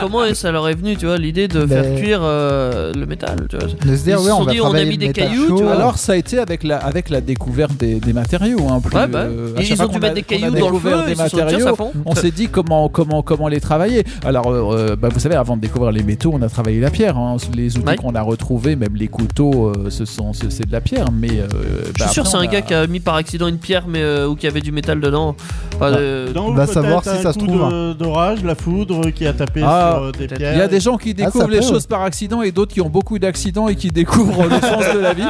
[SPEAKER 5] Comment est-ce que ça leur est venu, tu vois, l'idée de faire
[SPEAKER 4] Mais-
[SPEAKER 5] cuire euh, le métal, tu vois
[SPEAKER 4] De se dire,
[SPEAKER 5] Ils se
[SPEAKER 4] ouais,
[SPEAKER 5] sont
[SPEAKER 4] on va
[SPEAKER 5] dit, on a
[SPEAKER 4] travailler
[SPEAKER 5] mis
[SPEAKER 4] le
[SPEAKER 5] des
[SPEAKER 4] métal
[SPEAKER 5] cailloux,
[SPEAKER 4] chaud.
[SPEAKER 5] tu vois.
[SPEAKER 7] Alors ça a été avec la avec la découverte des, des matériaux. Hein, plus,
[SPEAKER 5] Ouais, bah,
[SPEAKER 7] euh, à chaque
[SPEAKER 5] ils
[SPEAKER 7] fois
[SPEAKER 5] ont dû
[SPEAKER 7] qu'on a-
[SPEAKER 5] mettre des
[SPEAKER 7] qu'on a
[SPEAKER 5] cailloux dans le
[SPEAKER 7] découvert
[SPEAKER 5] feu,
[SPEAKER 7] des
[SPEAKER 5] ils se sont dit, tiens,
[SPEAKER 7] matériaux,
[SPEAKER 5] ça fond.
[SPEAKER 7] on s'est dit comment comment comment les travailler. Alors euh, euh, bah, vous savez, avant de découvrir les métaux, on a travaillé la pierre. hein. Les outils
[SPEAKER 5] Ouais.
[SPEAKER 7] qu'on a retrouvés, même les couteaux, euh, ce sont ce- c'est de la pierre. Mais euh,
[SPEAKER 5] Je
[SPEAKER 7] bah,
[SPEAKER 5] suis sûr
[SPEAKER 7] après,
[SPEAKER 5] c'est
[SPEAKER 7] on
[SPEAKER 5] un
[SPEAKER 7] a-
[SPEAKER 5] gars qui a mis par accident une pierre mais euh, ou qui avait du métal dedans. Enfin,
[SPEAKER 7] Ouais.
[SPEAKER 5] euh,
[SPEAKER 6] Dans,
[SPEAKER 4] Va
[SPEAKER 6] peut-être
[SPEAKER 4] savoir si
[SPEAKER 6] un
[SPEAKER 4] ça se
[SPEAKER 6] coup
[SPEAKER 4] trouve,
[SPEAKER 6] de- D'orage, la foudre qui a tapé
[SPEAKER 7] Ah,
[SPEAKER 6] sur euh, des
[SPEAKER 5] peut-être.
[SPEAKER 6] pierres.
[SPEAKER 7] Il y a des gens qui
[SPEAKER 5] Ah,
[SPEAKER 7] découvrent
[SPEAKER 4] ça
[SPEAKER 7] les
[SPEAKER 4] peut.
[SPEAKER 7] choses par accident et d'autres qui ont beaucoup d'accidents et qui découvrent le sens de la vie.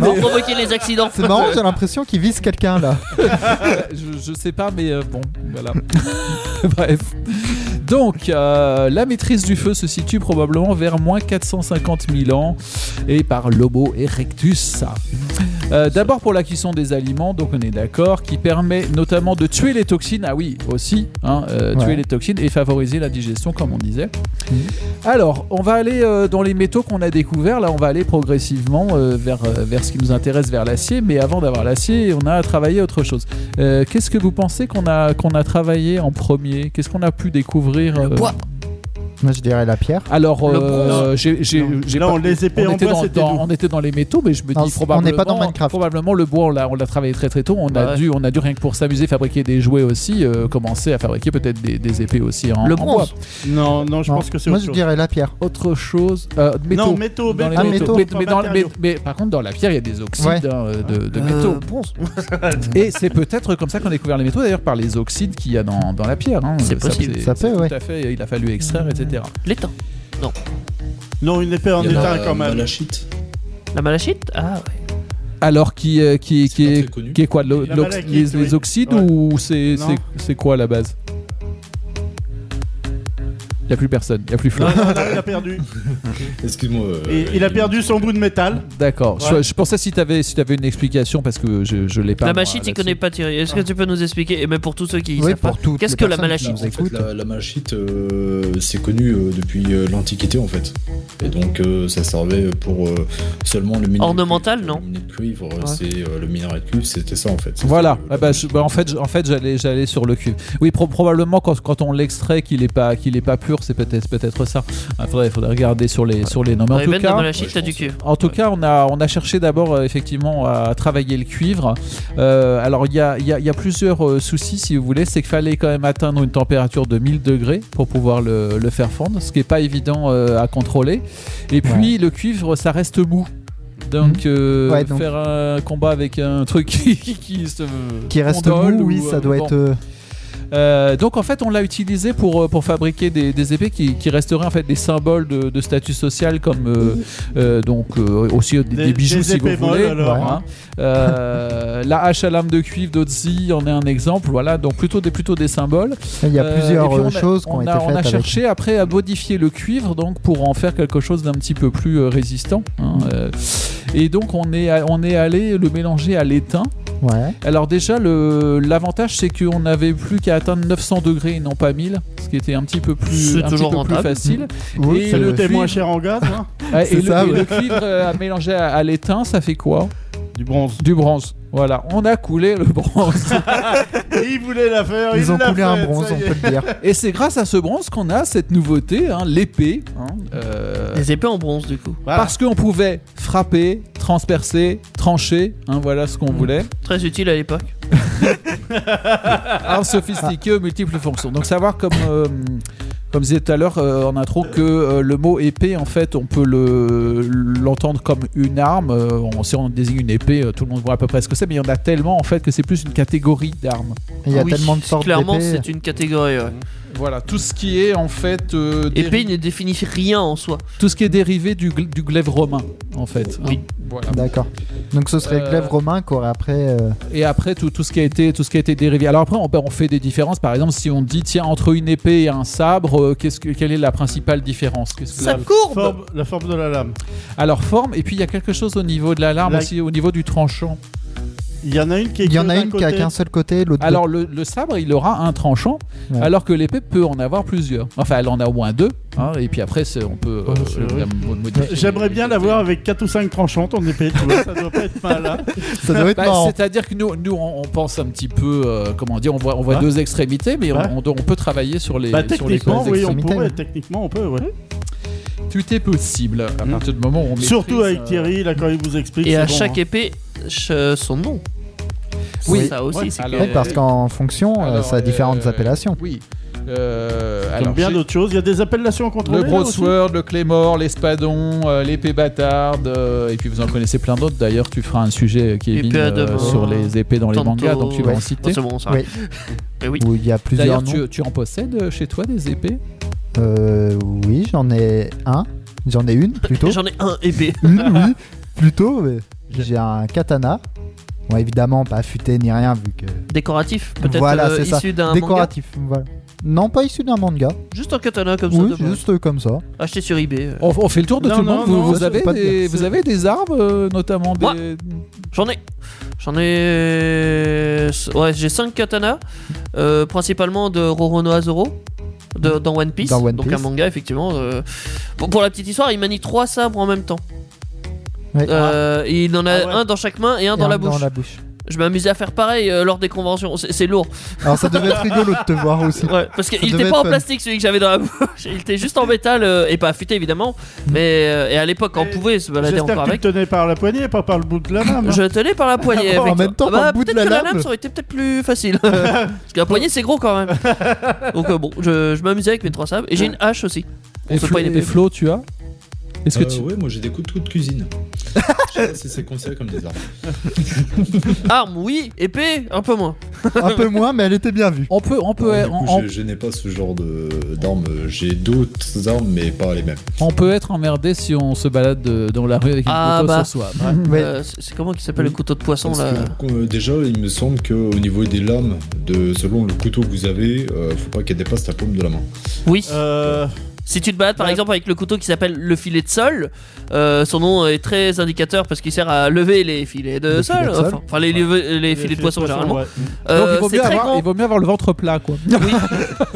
[SPEAKER 5] Pour provoquer les accidents.
[SPEAKER 4] C'est marrant, j'ai l'impression qu'il vise quelqu'un là.
[SPEAKER 7] je, je sais pas, mais euh, bon, voilà. Bref. Donc, euh, la maîtrise du feu se situe probablement vers moins 450 000 ans et par Lobo Erectus. Euh, D'abord pour la cuisson des aliments, donc on est d'accord, qui permet notamment de tuer les toxines, ah oui, aussi, hein, euh,
[SPEAKER 4] Ouais.
[SPEAKER 7] tuer les toxines et favoriser la digestion, comme on disait.
[SPEAKER 4] Mhm.
[SPEAKER 7] Alors, on va aller euh, dans les métaux qu'on a découverts, là on va aller progressivement euh, vers, euh, vers ce qui nous intéresse, vers l'acier, mais avant d'avoir l'acier, on a travaillé autre chose. Euh, Qu'est-ce que vous pensez qu'on a, qu'on a travaillé en premier Qu'est-ce qu'on a pu découvrir euh,
[SPEAKER 5] bois.
[SPEAKER 4] Moi, je dirais la pierre.
[SPEAKER 7] Alors,
[SPEAKER 5] Le
[SPEAKER 7] euh, j'ai, j'ai-
[SPEAKER 6] Non.
[SPEAKER 7] j'ai
[SPEAKER 6] Là,
[SPEAKER 7] pas-
[SPEAKER 6] on les épées en
[SPEAKER 7] était
[SPEAKER 6] bois,
[SPEAKER 7] dans,
[SPEAKER 6] c'était
[SPEAKER 7] dans-
[SPEAKER 6] nous.
[SPEAKER 7] on était dans les métaux, mais je me
[SPEAKER 4] Non,
[SPEAKER 7] dis
[SPEAKER 4] c'est- on
[SPEAKER 7] probablement.
[SPEAKER 4] n'est pas dans Minecraft.
[SPEAKER 7] Probablement le bois, on l'a, on l'a travaillé très très tôt. On
[SPEAKER 5] Bah
[SPEAKER 7] a
[SPEAKER 5] ouais.
[SPEAKER 7] dû, on a dû rien que pour s'amuser fabriquer des jouets aussi, euh, commencer à fabriquer peut-être des, des épées aussi en,
[SPEAKER 5] Le
[SPEAKER 7] en bois.
[SPEAKER 5] bronze.
[SPEAKER 6] Non, non, je
[SPEAKER 4] Non.
[SPEAKER 6] pense que
[SPEAKER 4] Ah,
[SPEAKER 6] c'est
[SPEAKER 4] Moi,
[SPEAKER 6] autre
[SPEAKER 4] je
[SPEAKER 6] chose.
[SPEAKER 4] dirais la pierre.
[SPEAKER 7] Autre chose, euh, métaux.
[SPEAKER 6] Non, métaux,
[SPEAKER 7] Dans les
[SPEAKER 4] Ah,
[SPEAKER 6] métaux,
[SPEAKER 7] métaux.
[SPEAKER 4] métaux.
[SPEAKER 7] Mais, mais dans- mais-
[SPEAKER 6] matériaux.
[SPEAKER 7] mais par contre, dans la pierre, il y a des oxydes
[SPEAKER 4] Ouais.
[SPEAKER 7] hein, euh, de, de
[SPEAKER 5] Euh,
[SPEAKER 7] métaux.
[SPEAKER 5] bronze.
[SPEAKER 7] Et c'est peut-être comme ça qu'on a découvert les métaux, d'ailleurs, par les oxydes qu'il y a dans, dans la pierre. hein.
[SPEAKER 5] C'est possible.
[SPEAKER 4] Ça peut, ouais.
[SPEAKER 7] Tout à fait, il a fallu extraire,
[SPEAKER 6] Mmh.
[SPEAKER 7] etc.
[SPEAKER 5] L'étain.
[SPEAKER 6] Non, une épée en
[SPEAKER 1] Il y en a,
[SPEAKER 6] étain
[SPEAKER 1] euh,
[SPEAKER 6] quand même.
[SPEAKER 1] Malachite.
[SPEAKER 5] La malachite Ah ouais.
[SPEAKER 7] Alors, qui, euh, qui,
[SPEAKER 1] C'est
[SPEAKER 7] qui,
[SPEAKER 1] pas
[SPEAKER 7] est,
[SPEAKER 1] très connu.
[SPEAKER 7] qui est quoi l'o-
[SPEAKER 6] La
[SPEAKER 7] l'ox-
[SPEAKER 6] malachite,
[SPEAKER 7] les, les
[SPEAKER 6] oui.
[SPEAKER 7] oxydes
[SPEAKER 6] Ouais.
[SPEAKER 7] ou c'est
[SPEAKER 6] Non.
[SPEAKER 7] c'est- c'est quoi la base Il n'y a plus personne, il n'y a plus Flo.
[SPEAKER 6] Non, non, non, Ah, il a perdu.
[SPEAKER 1] Excuse-moi. euh,
[SPEAKER 6] Et il a perdu son bout de
[SPEAKER 7] Euh,
[SPEAKER 6] métal.
[SPEAKER 7] D'accord. Je-
[SPEAKER 6] Ouais.
[SPEAKER 7] Je, pensais si tu avais, si avais une explication parce que je ne l'ai pas.
[SPEAKER 5] la
[SPEAKER 7] moi,
[SPEAKER 5] malachite, il
[SPEAKER 7] là-dessus.
[SPEAKER 5] connaît pas Thierry. Est-ce que tu peux nous expliquer Et même pour tous ceux qui
[SPEAKER 4] Oui,
[SPEAKER 5] savent pas,
[SPEAKER 4] pour toutes
[SPEAKER 5] qu'est-ce
[SPEAKER 4] les
[SPEAKER 5] que la
[SPEAKER 4] personnes
[SPEAKER 1] En
[SPEAKER 4] qui
[SPEAKER 5] malachite
[SPEAKER 4] nous
[SPEAKER 1] fait,
[SPEAKER 4] écoutent.
[SPEAKER 1] la, la malachite, euh, c'est connu euh, depuis euh, l'Antiquité en fait. Et donc euh, ça servait pour euh, seulement le minerai. de
[SPEAKER 5] Ornemental,
[SPEAKER 1] cuivre.
[SPEAKER 5] non
[SPEAKER 1] Le minerai de cuivre, euh, c'est euh, le minerai de cuivre, c'était ça en fait. C'était,
[SPEAKER 7] Voilà.
[SPEAKER 1] euh,
[SPEAKER 7] Ah bah, je- bah, en fait, je- en fait, j'allais, j'allais sur le cuivre. Oui, pro- probablement quand, quand on l'extrait, qu'il est pas, qu'il est pas pur, c'est peut-être, peut-être ça. Il faudrait, faudrait regarder sur les, sur les noms. Mais en
[SPEAKER 5] Ouais,
[SPEAKER 7] tout
[SPEAKER 5] ben, la
[SPEAKER 7] cas.
[SPEAKER 5] malachite,
[SPEAKER 1] Ouais,
[SPEAKER 5] t'as
[SPEAKER 1] je
[SPEAKER 5] du
[SPEAKER 1] pense.
[SPEAKER 5] cuivre.
[SPEAKER 7] En tout cas, on a, on a cherché d'abord euh, effectivement à travailler le cuivre. Euh, alors, il y a, il y a- il y a plusieurs euh, soucis, si vous voulez. C'est qu'il fallait quand même atteindre une température de 1000 degrés pour pouvoir le, le faire fondre, ce qui n'est pas évident euh, à contrôler. Et puis, le cuivre, ça reste mou. Donc, euh,
[SPEAKER 4] Mhm. Ouais, donc-
[SPEAKER 7] faire un combat avec un truc qui, qui se.
[SPEAKER 4] Qui reste
[SPEAKER 7] condole
[SPEAKER 4] mou, oui,
[SPEAKER 7] ou,
[SPEAKER 4] ça
[SPEAKER 7] euh,
[SPEAKER 4] doit
[SPEAKER 7] bon.
[SPEAKER 4] être. euh,
[SPEAKER 7] Euh, donc en fait, on l'a utilisé pour, euh, pour fabriquer des, des épées qui, qui resteraient en fait des symboles de, de statut social comme euh, euh, donc euh, aussi des,
[SPEAKER 6] Des-
[SPEAKER 7] des bijoux
[SPEAKER 6] des
[SPEAKER 7] si vous
[SPEAKER 6] épées
[SPEAKER 7] voulez.
[SPEAKER 6] molles, alors,
[SPEAKER 4] hein.
[SPEAKER 7] Euh, la hache à lame de cuivre d'Otzi en est un exemple. Voilà, donc plutôt des plutôt des symboles.
[SPEAKER 4] Il y a
[SPEAKER 7] Euh,
[SPEAKER 4] plusieurs
[SPEAKER 7] et puis on
[SPEAKER 4] euh,
[SPEAKER 7] a-
[SPEAKER 4] choses qui ont
[SPEAKER 7] on
[SPEAKER 4] été
[SPEAKER 7] a-
[SPEAKER 4] faites
[SPEAKER 7] On a
[SPEAKER 4] avec.
[SPEAKER 7] cherché après à modifier le cuivre donc pour en faire quelque chose d'un petit peu plus euh, résistant. hein, euh. et donc on est à- on est allé le mélanger à l'étain.
[SPEAKER 4] Ouais.
[SPEAKER 7] Alors déjà, le- l'avantage, c'est qu'on n'avait plus qu'à atteindre 900 degrés et non pas 1000, ce qui était un petit peu plus,
[SPEAKER 5] C'est
[SPEAKER 7] un petit
[SPEAKER 5] toujours
[SPEAKER 7] peu plus
[SPEAKER 5] rentable.
[SPEAKER 7] facile.
[SPEAKER 4] Oui,
[SPEAKER 7] Et
[SPEAKER 4] c'est
[SPEAKER 6] Ça
[SPEAKER 7] le
[SPEAKER 6] coûtait
[SPEAKER 7] cuivre.
[SPEAKER 6] moins cher en gaz, hein
[SPEAKER 7] Ah,
[SPEAKER 4] C'est
[SPEAKER 7] et, le,
[SPEAKER 4] ça,
[SPEAKER 7] et
[SPEAKER 4] ouais.
[SPEAKER 7] le cuivre euh, mélangé à, à l'étain, ça fait quoi
[SPEAKER 6] Du bronze.
[SPEAKER 7] Du bronze. Voilà, on a coulé le bronze.
[SPEAKER 6] Il voulait la faire, il
[SPEAKER 4] Ils ont
[SPEAKER 6] l'a
[SPEAKER 4] coulé
[SPEAKER 6] faite,
[SPEAKER 4] un
[SPEAKER 6] ça
[SPEAKER 4] bronze,
[SPEAKER 6] y
[SPEAKER 4] on
[SPEAKER 6] est.
[SPEAKER 4] peut le dire.
[SPEAKER 7] et c'est grâce à ce bronze qu'on a cette nouveauté, hein, l'épée. hein, euh,
[SPEAKER 5] Des épées en bronze, du coup.
[SPEAKER 6] Voilà.
[SPEAKER 7] Parce qu'on pouvait frapper, transpercer, trancher, hein, voilà ce qu'on voulait.
[SPEAKER 5] Très utile à l'époque.
[SPEAKER 7] un sophistiqué aux multiples fonctions. Donc savoir comme euh, comme je disais tout à l'heure euh, en intro que euh, le mot épée en fait on peut le l'entendre comme une arme. Euh, on, si on désigne une épée, euh, tout le monde voit à peu près ce que c'est, mais il y en a tellement en fait que c'est plus une catégorie d'armes.
[SPEAKER 4] Il y a
[SPEAKER 5] Oui,
[SPEAKER 4] tellement de sortes
[SPEAKER 5] Clairement,
[SPEAKER 4] d'épées.
[SPEAKER 5] c'est une catégorie. ouais.
[SPEAKER 7] Voilà, tout ce qui est en fait euh, déri-
[SPEAKER 5] Épée ne définit rien en soi.
[SPEAKER 7] tout ce qui est dérivé du, gl- du glaive romain en fait. hein.
[SPEAKER 5] Oui.
[SPEAKER 7] Voilà.
[SPEAKER 4] D'accord. Donc ce serait le
[SPEAKER 7] Euh,
[SPEAKER 4] glaive romain qui aurait après. euh,
[SPEAKER 7] et après tout, tout ce qui a été tout ce qui a été dérivé. Alors après on, ben, on fait des différences. Par exemple, si on dit tiens entre une épée et un sabre, euh, qu'est-ce que quelle est la principale différence Qu'est-ce que
[SPEAKER 5] Ça
[SPEAKER 6] La
[SPEAKER 5] courbe
[SPEAKER 6] forme- La forme de la lame.
[SPEAKER 7] Alors forme, et puis il y a quelque chose au niveau de la larme
[SPEAKER 6] La-
[SPEAKER 7] aussi, au niveau du tranchant.
[SPEAKER 6] Il y en a une qui est
[SPEAKER 4] Il y
[SPEAKER 6] que
[SPEAKER 4] en a
[SPEAKER 6] d'un
[SPEAKER 4] une qui
[SPEAKER 6] côté.
[SPEAKER 4] a qu'un seul côté, l'autre. de-
[SPEAKER 7] Alors le, le sabre, il aura un tranchant,
[SPEAKER 4] Ouais.
[SPEAKER 7] alors que l'épée peut en avoir plusieurs. Enfin, elle en a au moins deux, hein, et puis après, c'est- on peut euh,
[SPEAKER 6] Oh, c'est vrai. Euh,
[SPEAKER 7] mo- modifier.
[SPEAKER 6] J'aimerais bien l'avoir avec 4 ou 5 tranchants, ton épée, tu vois, ça doit pas être mal, hein.
[SPEAKER 4] Ça doit être
[SPEAKER 7] Bah,
[SPEAKER 4] marrant.
[SPEAKER 7] C'est-à-dire que nous, nous on, on pense un petit peu, euh, comment dire, on voit, on voit
[SPEAKER 6] Ouais.
[SPEAKER 7] deux extrémités, mais on-
[SPEAKER 6] Ouais.
[SPEAKER 7] on, doit- on peut travailler sur les,
[SPEAKER 6] Bah,
[SPEAKER 7] sur les
[SPEAKER 6] techniquement,
[SPEAKER 7] deux
[SPEAKER 6] oui, on
[SPEAKER 4] extrémités,
[SPEAKER 6] pourrait.
[SPEAKER 4] ouais.
[SPEAKER 6] Techniquement, on peut, ouais.
[SPEAKER 7] extré- Tout est possible à partir du moment où on maîtrise,
[SPEAKER 6] Mmh. Surtout
[SPEAKER 7] euh,
[SPEAKER 6] avec Thierry, là, quand il vous explique.
[SPEAKER 5] Et
[SPEAKER 6] c'est
[SPEAKER 5] à
[SPEAKER 6] bon,
[SPEAKER 5] chaque
[SPEAKER 6] hein.
[SPEAKER 5] épée, ch- euh, son nom.
[SPEAKER 7] Oui.
[SPEAKER 5] ça aussi.
[SPEAKER 6] Ouais.
[SPEAKER 5] c'est
[SPEAKER 7] Alors,
[SPEAKER 5] que-
[SPEAKER 4] Oui, parce qu'en fonction, euh,
[SPEAKER 7] alors,
[SPEAKER 4] ça a différentes
[SPEAKER 7] euh,
[SPEAKER 4] appellations.
[SPEAKER 7] Oui. Euh,
[SPEAKER 6] Comme
[SPEAKER 7] alors,
[SPEAKER 6] bien
[SPEAKER 7] j'ai-
[SPEAKER 6] d'autres choses. Il y a des appellations contrôlées.
[SPEAKER 7] Le
[SPEAKER 6] là, aussi.
[SPEAKER 7] broadsword, le claymore, l'espadon, euh, l'épée bâtarde, euh, et puis vous en connaissez plein d'autres. D'ailleurs, tu feras un sujet, Kevin,
[SPEAKER 5] Épée à
[SPEAKER 7] euh,
[SPEAKER 5] deux mains.
[SPEAKER 7] sur les épées dans les
[SPEAKER 5] Tantôt,
[SPEAKER 7] mangas, donc tu vas
[SPEAKER 5] ouais.
[SPEAKER 7] en
[SPEAKER 5] Oh,
[SPEAKER 7] citer.
[SPEAKER 5] c'est bon, ça.
[SPEAKER 4] Oui.
[SPEAKER 5] Et oui.
[SPEAKER 4] Où il y a plusieurs
[SPEAKER 7] D'ailleurs,
[SPEAKER 4] noms.
[SPEAKER 7] tu, tu en possèdes euh, chez toi des épées
[SPEAKER 4] Euh, oui, j'en ai un. J'en ai une plutôt.
[SPEAKER 5] J'en ai un épée.
[SPEAKER 4] une, oui, plutôt. mais J'ai un katana. Bon, évidemment, pas affûté ni rien, vu que.
[SPEAKER 5] Décoratif, peut-être
[SPEAKER 4] Voilà,
[SPEAKER 5] euh,
[SPEAKER 4] c'est ça.
[SPEAKER 5] issu d'un manga.
[SPEAKER 4] Décoratif, voilà. Non, pas issu d'un manga.
[SPEAKER 5] Juste un katana comme
[SPEAKER 4] Oui,
[SPEAKER 5] ça. de-
[SPEAKER 4] juste comme ça.
[SPEAKER 5] Acheté sur eBay. euh.
[SPEAKER 7] on, on fait le tour de
[SPEAKER 6] Non,
[SPEAKER 7] tout le
[SPEAKER 6] non,
[SPEAKER 7] monde. Vous-
[SPEAKER 6] non,
[SPEAKER 7] vous,
[SPEAKER 4] ça,
[SPEAKER 7] avez
[SPEAKER 4] c'est pas
[SPEAKER 7] des,
[SPEAKER 4] bien.
[SPEAKER 7] vous avez des arbres, euh, notamment des.
[SPEAKER 5] Moi. J'en ai. J'en ai. Ouais, j'ai 5 katanas. euh, principalement de Roronoa Azoro. de- dans One Piece.
[SPEAKER 4] Dans One
[SPEAKER 5] donc
[SPEAKER 4] Piece.
[SPEAKER 5] un manga, effectivement. euh. Bon, pour la petite histoire, il manie 3 sabres en même temps.
[SPEAKER 4] Ouais.
[SPEAKER 5] Euh, Il en a
[SPEAKER 6] Ah ouais.
[SPEAKER 5] un dans chaque main et un
[SPEAKER 4] Et
[SPEAKER 5] dans
[SPEAKER 4] un
[SPEAKER 5] la bouche. je m'amusais à faire pareil euh, lors des conventions. C'est c'est lourd.
[SPEAKER 4] Alors ça devait être rigolo de te voir aussi.
[SPEAKER 5] Ouais, parce
[SPEAKER 4] Ça
[SPEAKER 5] qu'il
[SPEAKER 4] devait
[SPEAKER 5] était pas
[SPEAKER 4] être
[SPEAKER 5] en
[SPEAKER 4] fun.
[SPEAKER 5] plastique celui que j'avais dans la bouche. Il était juste en métal euh, et pas affûté évidemment.
[SPEAKER 4] Mm.
[SPEAKER 5] Mais euh, et à l'époque, on
[SPEAKER 6] Et
[SPEAKER 5] pouvait se balader encore
[SPEAKER 6] J'espère que tu
[SPEAKER 5] avec.
[SPEAKER 6] te tenais par la poignée, pas par le bout de la lame. hein.
[SPEAKER 5] Je tenais par la poignée.
[SPEAKER 4] En
[SPEAKER 5] avec-
[SPEAKER 4] même temps,
[SPEAKER 5] Ah bah,
[SPEAKER 4] par le bout de
[SPEAKER 5] peut-être
[SPEAKER 4] la
[SPEAKER 5] que
[SPEAKER 4] lame.
[SPEAKER 5] ça aurait été peut-être plus facile. Parce que la poignée, c'est gros quand même. Donc euh, bon, je, je m'amusais avec mes trois sables. Et j'ai une hache aussi. On
[SPEAKER 7] Et,
[SPEAKER 5] sait
[SPEAKER 7] Flo,
[SPEAKER 5] pas, il est
[SPEAKER 7] et
[SPEAKER 5] pas-
[SPEAKER 7] Flo, tu as Est-ce que
[SPEAKER 1] Euh,
[SPEAKER 7] tu.
[SPEAKER 1] Ouais, moi j'ai des coups de, coups de cuisine. Je sais pas si c'est considéré comme des armes.
[SPEAKER 5] Arme, oui. Épée, un peu moins.
[SPEAKER 4] Un peu moins, mais elle était bien vue.
[SPEAKER 7] On peut. On peut,
[SPEAKER 1] Ouais, du
[SPEAKER 7] on-
[SPEAKER 1] coup,
[SPEAKER 7] on-
[SPEAKER 1] je, je n'ai pas ce genre de- d'armes. J'ai d'autres armes, mais pas les mêmes.
[SPEAKER 7] on peut être emmerdé si on se balade euh, dans la rue avec un
[SPEAKER 5] Ah,
[SPEAKER 7] couteau
[SPEAKER 5] bah.
[SPEAKER 7] sur soi.
[SPEAKER 4] Ouais.
[SPEAKER 5] Euh, c'est c'est comment qui s'appelle le couteau de poisson
[SPEAKER 1] Parce
[SPEAKER 5] là
[SPEAKER 1] que, euh, déjà, il me semble qu'au niveau des lames, de, selon le couteau que vous avez, euh, faut pas qu'elle dépasse la paume de la main.
[SPEAKER 5] Oui.
[SPEAKER 6] Euh,
[SPEAKER 5] Si tu te balades par
[SPEAKER 6] Ouais.
[SPEAKER 5] exemple avec le couteau qui s'appelle le filet de sol, euh, son nom est très indicateur parce qu'il sert à lever les filets de
[SPEAKER 4] Les
[SPEAKER 5] sol,
[SPEAKER 4] filets de sol.
[SPEAKER 5] enfin, enfin, les, les- les filets de poisson généralement.
[SPEAKER 6] ouais.
[SPEAKER 7] Donc
[SPEAKER 5] Euh,
[SPEAKER 7] il vaut,
[SPEAKER 5] c'est
[SPEAKER 7] mieux
[SPEAKER 5] très
[SPEAKER 7] avoir,
[SPEAKER 5] grand.
[SPEAKER 7] il vaut mieux avoir le ventre plat, quoi.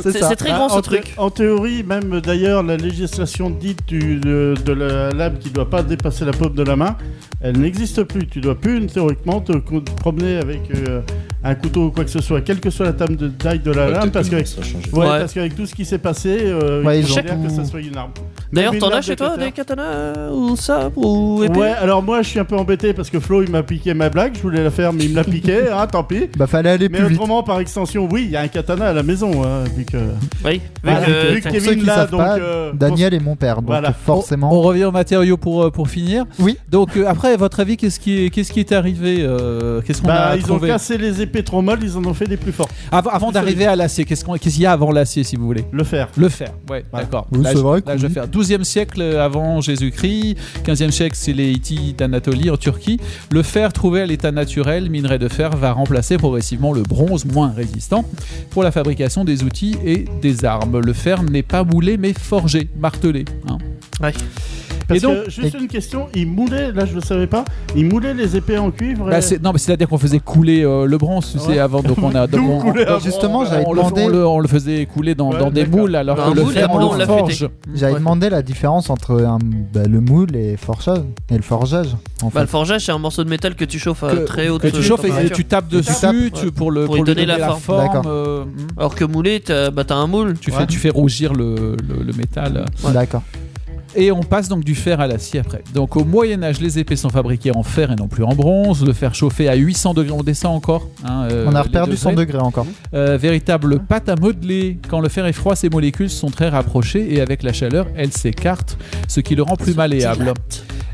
[SPEAKER 5] C'est
[SPEAKER 4] ça.
[SPEAKER 5] c'est très
[SPEAKER 6] Ah,
[SPEAKER 5] grand ce
[SPEAKER 6] en
[SPEAKER 5] truc.
[SPEAKER 6] thé- En théorie, même d'ailleurs, la législation dite du- de, de la lame qui ne doit pas dépasser la paume de la main, elle n'existe plus. Tu dois plus théoriquement te cou- te promener avec euh, un couteau ou quoi que ce soit, quelle que soit la table de taille de la
[SPEAKER 1] Ouais,
[SPEAKER 6] lame,
[SPEAKER 1] peut-être
[SPEAKER 6] parce
[SPEAKER 1] que
[SPEAKER 6] qu'avec
[SPEAKER 1] ça a changé.
[SPEAKER 6] ouais,
[SPEAKER 5] Ouais.
[SPEAKER 6] parce qu'avec tout ce qui s'est passé, euh,
[SPEAKER 4] Ouais,
[SPEAKER 6] il
[SPEAKER 4] ils ont
[SPEAKER 6] considère que
[SPEAKER 4] tout-
[SPEAKER 6] ça soit une arme.
[SPEAKER 5] D'ailleurs,
[SPEAKER 6] Même
[SPEAKER 5] t'en
[SPEAKER 6] une
[SPEAKER 5] as
[SPEAKER 6] lame
[SPEAKER 5] chez
[SPEAKER 6] de
[SPEAKER 5] toi
[SPEAKER 6] cutter.
[SPEAKER 5] des katanas ou ça ou épée
[SPEAKER 6] Ouais, alors moi je suis un peu embêté parce que Flo il m'a piqué ma blague, je voulais la faire mais il me l'a piqué, hein, tant pis.
[SPEAKER 4] Bah fallait aller
[SPEAKER 6] Mais
[SPEAKER 4] plus vite.
[SPEAKER 6] autrement, par extension, oui, il y a un katana à la maison, hein, vu que,
[SPEAKER 5] Oui.
[SPEAKER 6] Voilà,
[SPEAKER 5] Avec, euh,
[SPEAKER 6] vu que
[SPEAKER 5] tiens.
[SPEAKER 4] Pour ceux
[SPEAKER 6] Kevin
[SPEAKER 4] qui
[SPEAKER 6] là,
[SPEAKER 4] savent
[SPEAKER 6] donc
[SPEAKER 4] pas,
[SPEAKER 6] euh,
[SPEAKER 4] Daniel est mon père, donc
[SPEAKER 6] Voilà.
[SPEAKER 7] On
[SPEAKER 4] forcément.
[SPEAKER 7] revient aux matériaux pour, euh, pour finir.
[SPEAKER 4] Oui.
[SPEAKER 7] Donc euh, après, à votre avis, qu'est-ce qui est, qu'est-ce qui est arrivé euh, Qu'est-ce qu'on
[SPEAKER 6] Bah,
[SPEAKER 7] a
[SPEAKER 6] ils
[SPEAKER 7] trouvé
[SPEAKER 6] ont cassé les épées trop molles, ils en ont fait des plus fortes.
[SPEAKER 7] Avant, avant d'arriver à l'acier, qu'est-ce qu'on- qu'est-ce qu'il y a avant l'acier, si vous voulez
[SPEAKER 6] Le fer.
[SPEAKER 7] Le fer, ouais, d'accord.
[SPEAKER 4] Bah, Oui,
[SPEAKER 7] là,
[SPEAKER 4] c'est
[SPEAKER 7] je-
[SPEAKER 4] vrai
[SPEAKER 7] là,
[SPEAKER 4] qu'on
[SPEAKER 7] je vais
[SPEAKER 4] dit.
[SPEAKER 7] faire 12e siècle euh, avant Jésus-Christ, 15e siècle, c'est les Hittites d'Anatolie, en Turquie. Le fer trouvé à l'état naturel, minerai de fer, va remplacer progressivement le bronze, moins résistant, pour la fabrication des outils et des armes. Le fer n'est pas moulé, mais forgé, martelé. hein.
[SPEAKER 6] Parce
[SPEAKER 7] Et donc-
[SPEAKER 6] que, juste une question, ils moulaient, là je le savais pas, ils moulaient les épées en cuivre.
[SPEAKER 7] Bah,
[SPEAKER 6] et-
[SPEAKER 7] c'est- non, mais c'est-à-dire qu'on faisait couler euh, le bronze, tu sais,
[SPEAKER 6] Ouais.
[SPEAKER 7] avant, donc on a... donc
[SPEAKER 6] Nous,
[SPEAKER 7] on-
[SPEAKER 6] couler
[SPEAKER 4] Alors
[SPEAKER 6] avant,
[SPEAKER 4] justement,
[SPEAKER 6] voilà.
[SPEAKER 4] j'avais
[SPEAKER 7] on le, on
[SPEAKER 4] demandé,
[SPEAKER 7] le- on le faisait couler dans,
[SPEAKER 6] Ouais,
[SPEAKER 7] dans des
[SPEAKER 6] d'accord.
[SPEAKER 7] moules, alors
[SPEAKER 5] Dans
[SPEAKER 7] que
[SPEAKER 5] un
[SPEAKER 7] le
[SPEAKER 5] moule,
[SPEAKER 7] fer,
[SPEAKER 5] après,
[SPEAKER 7] on
[SPEAKER 5] on
[SPEAKER 7] le
[SPEAKER 5] l'a
[SPEAKER 7] forge.
[SPEAKER 4] j'avais
[SPEAKER 5] Ouais.
[SPEAKER 4] demandé la différence entre un- bah, le moule et, le forgeage, et le forgeage. En
[SPEAKER 5] Bah, le
[SPEAKER 4] fait.
[SPEAKER 5] forgeage, c'est un morceau de métal que tu chauffes à
[SPEAKER 7] Que-
[SPEAKER 5] très haute euh,
[SPEAKER 7] Que tu chauffes et- et
[SPEAKER 5] température.
[SPEAKER 7] tu tapes dessus
[SPEAKER 5] tapes, ouais.
[SPEAKER 7] tu- pour, le,
[SPEAKER 5] Pour lui
[SPEAKER 7] lui
[SPEAKER 5] donner la
[SPEAKER 4] forme. D'accord.
[SPEAKER 7] euh, hmm.
[SPEAKER 5] Alors que moulé, t'as bah, t'as un moule.
[SPEAKER 7] tu, fais, tu fais rougir le, le- le métal.
[SPEAKER 5] ouais.
[SPEAKER 4] D'accord.
[SPEAKER 7] Et on passe donc du fer à l'acier après. Donc au Moyen-Âge, les épées sont fabriquées en fer et non plus en bronze. Le fer chauffé à 800 degrés, on descend encore. hein, euh,
[SPEAKER 4] On a
[SPEAKER 7] les
[SPEAKER 4] reperdu 100
[SPEAKER 7] degrés.
[SPEAKER 4] degrés encore.
[SPEAKER 7] Euh, véritable pâte à modeler. Quand le fer est froid, ses molécules sont très rapprochées et avec la chaleur, elles s'écartent, ce qui le rend plus malléable.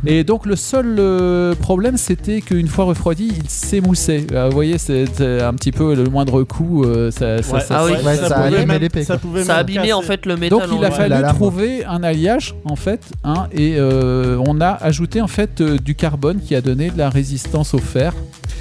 [SPEAKER 7] Et donc le seul euh, problème, c'était qu'une fois refroidi, il s'émoussait. Euh, vous voyez, c'est euh, un petit peu le moindre coup. euh, ça, ça-
[SPEAKER 6] Ouais,
[SPEAKER 7] ça-
[SPEAKER 5] ah oui.
[SPEAKER 4] Ouais, ça a
[SPEAKER 6] pouvait
[SPEAKER 4] abîmé
[SPEAKER 6] même-
[SPEAKER 4] l'épée,
[SPEAKER 6] Ça
[SPEAKER 4] quoi.
[SPEAKER 6] pouvait
[SPEAKER 5] Ça
[SPEAKER 6] même
[SPEAKER 5] a abîmé
[SPEAKER 6] casser.
[SPEAKER 5] en fait le métal.
[SPEAKER 7] Donc il
[SPEAKER 5] en-
[SPEAKER 7] a
[SPEAKER 4] Ouais,
[SPEAKER 7] fallu
[SPEAKER 4] la lame,
[SPEAKER 7] trouver un alliage en fait, hein, et euh, on a ajouté en fait euh, du carbone qui a donné de la résistance au fer.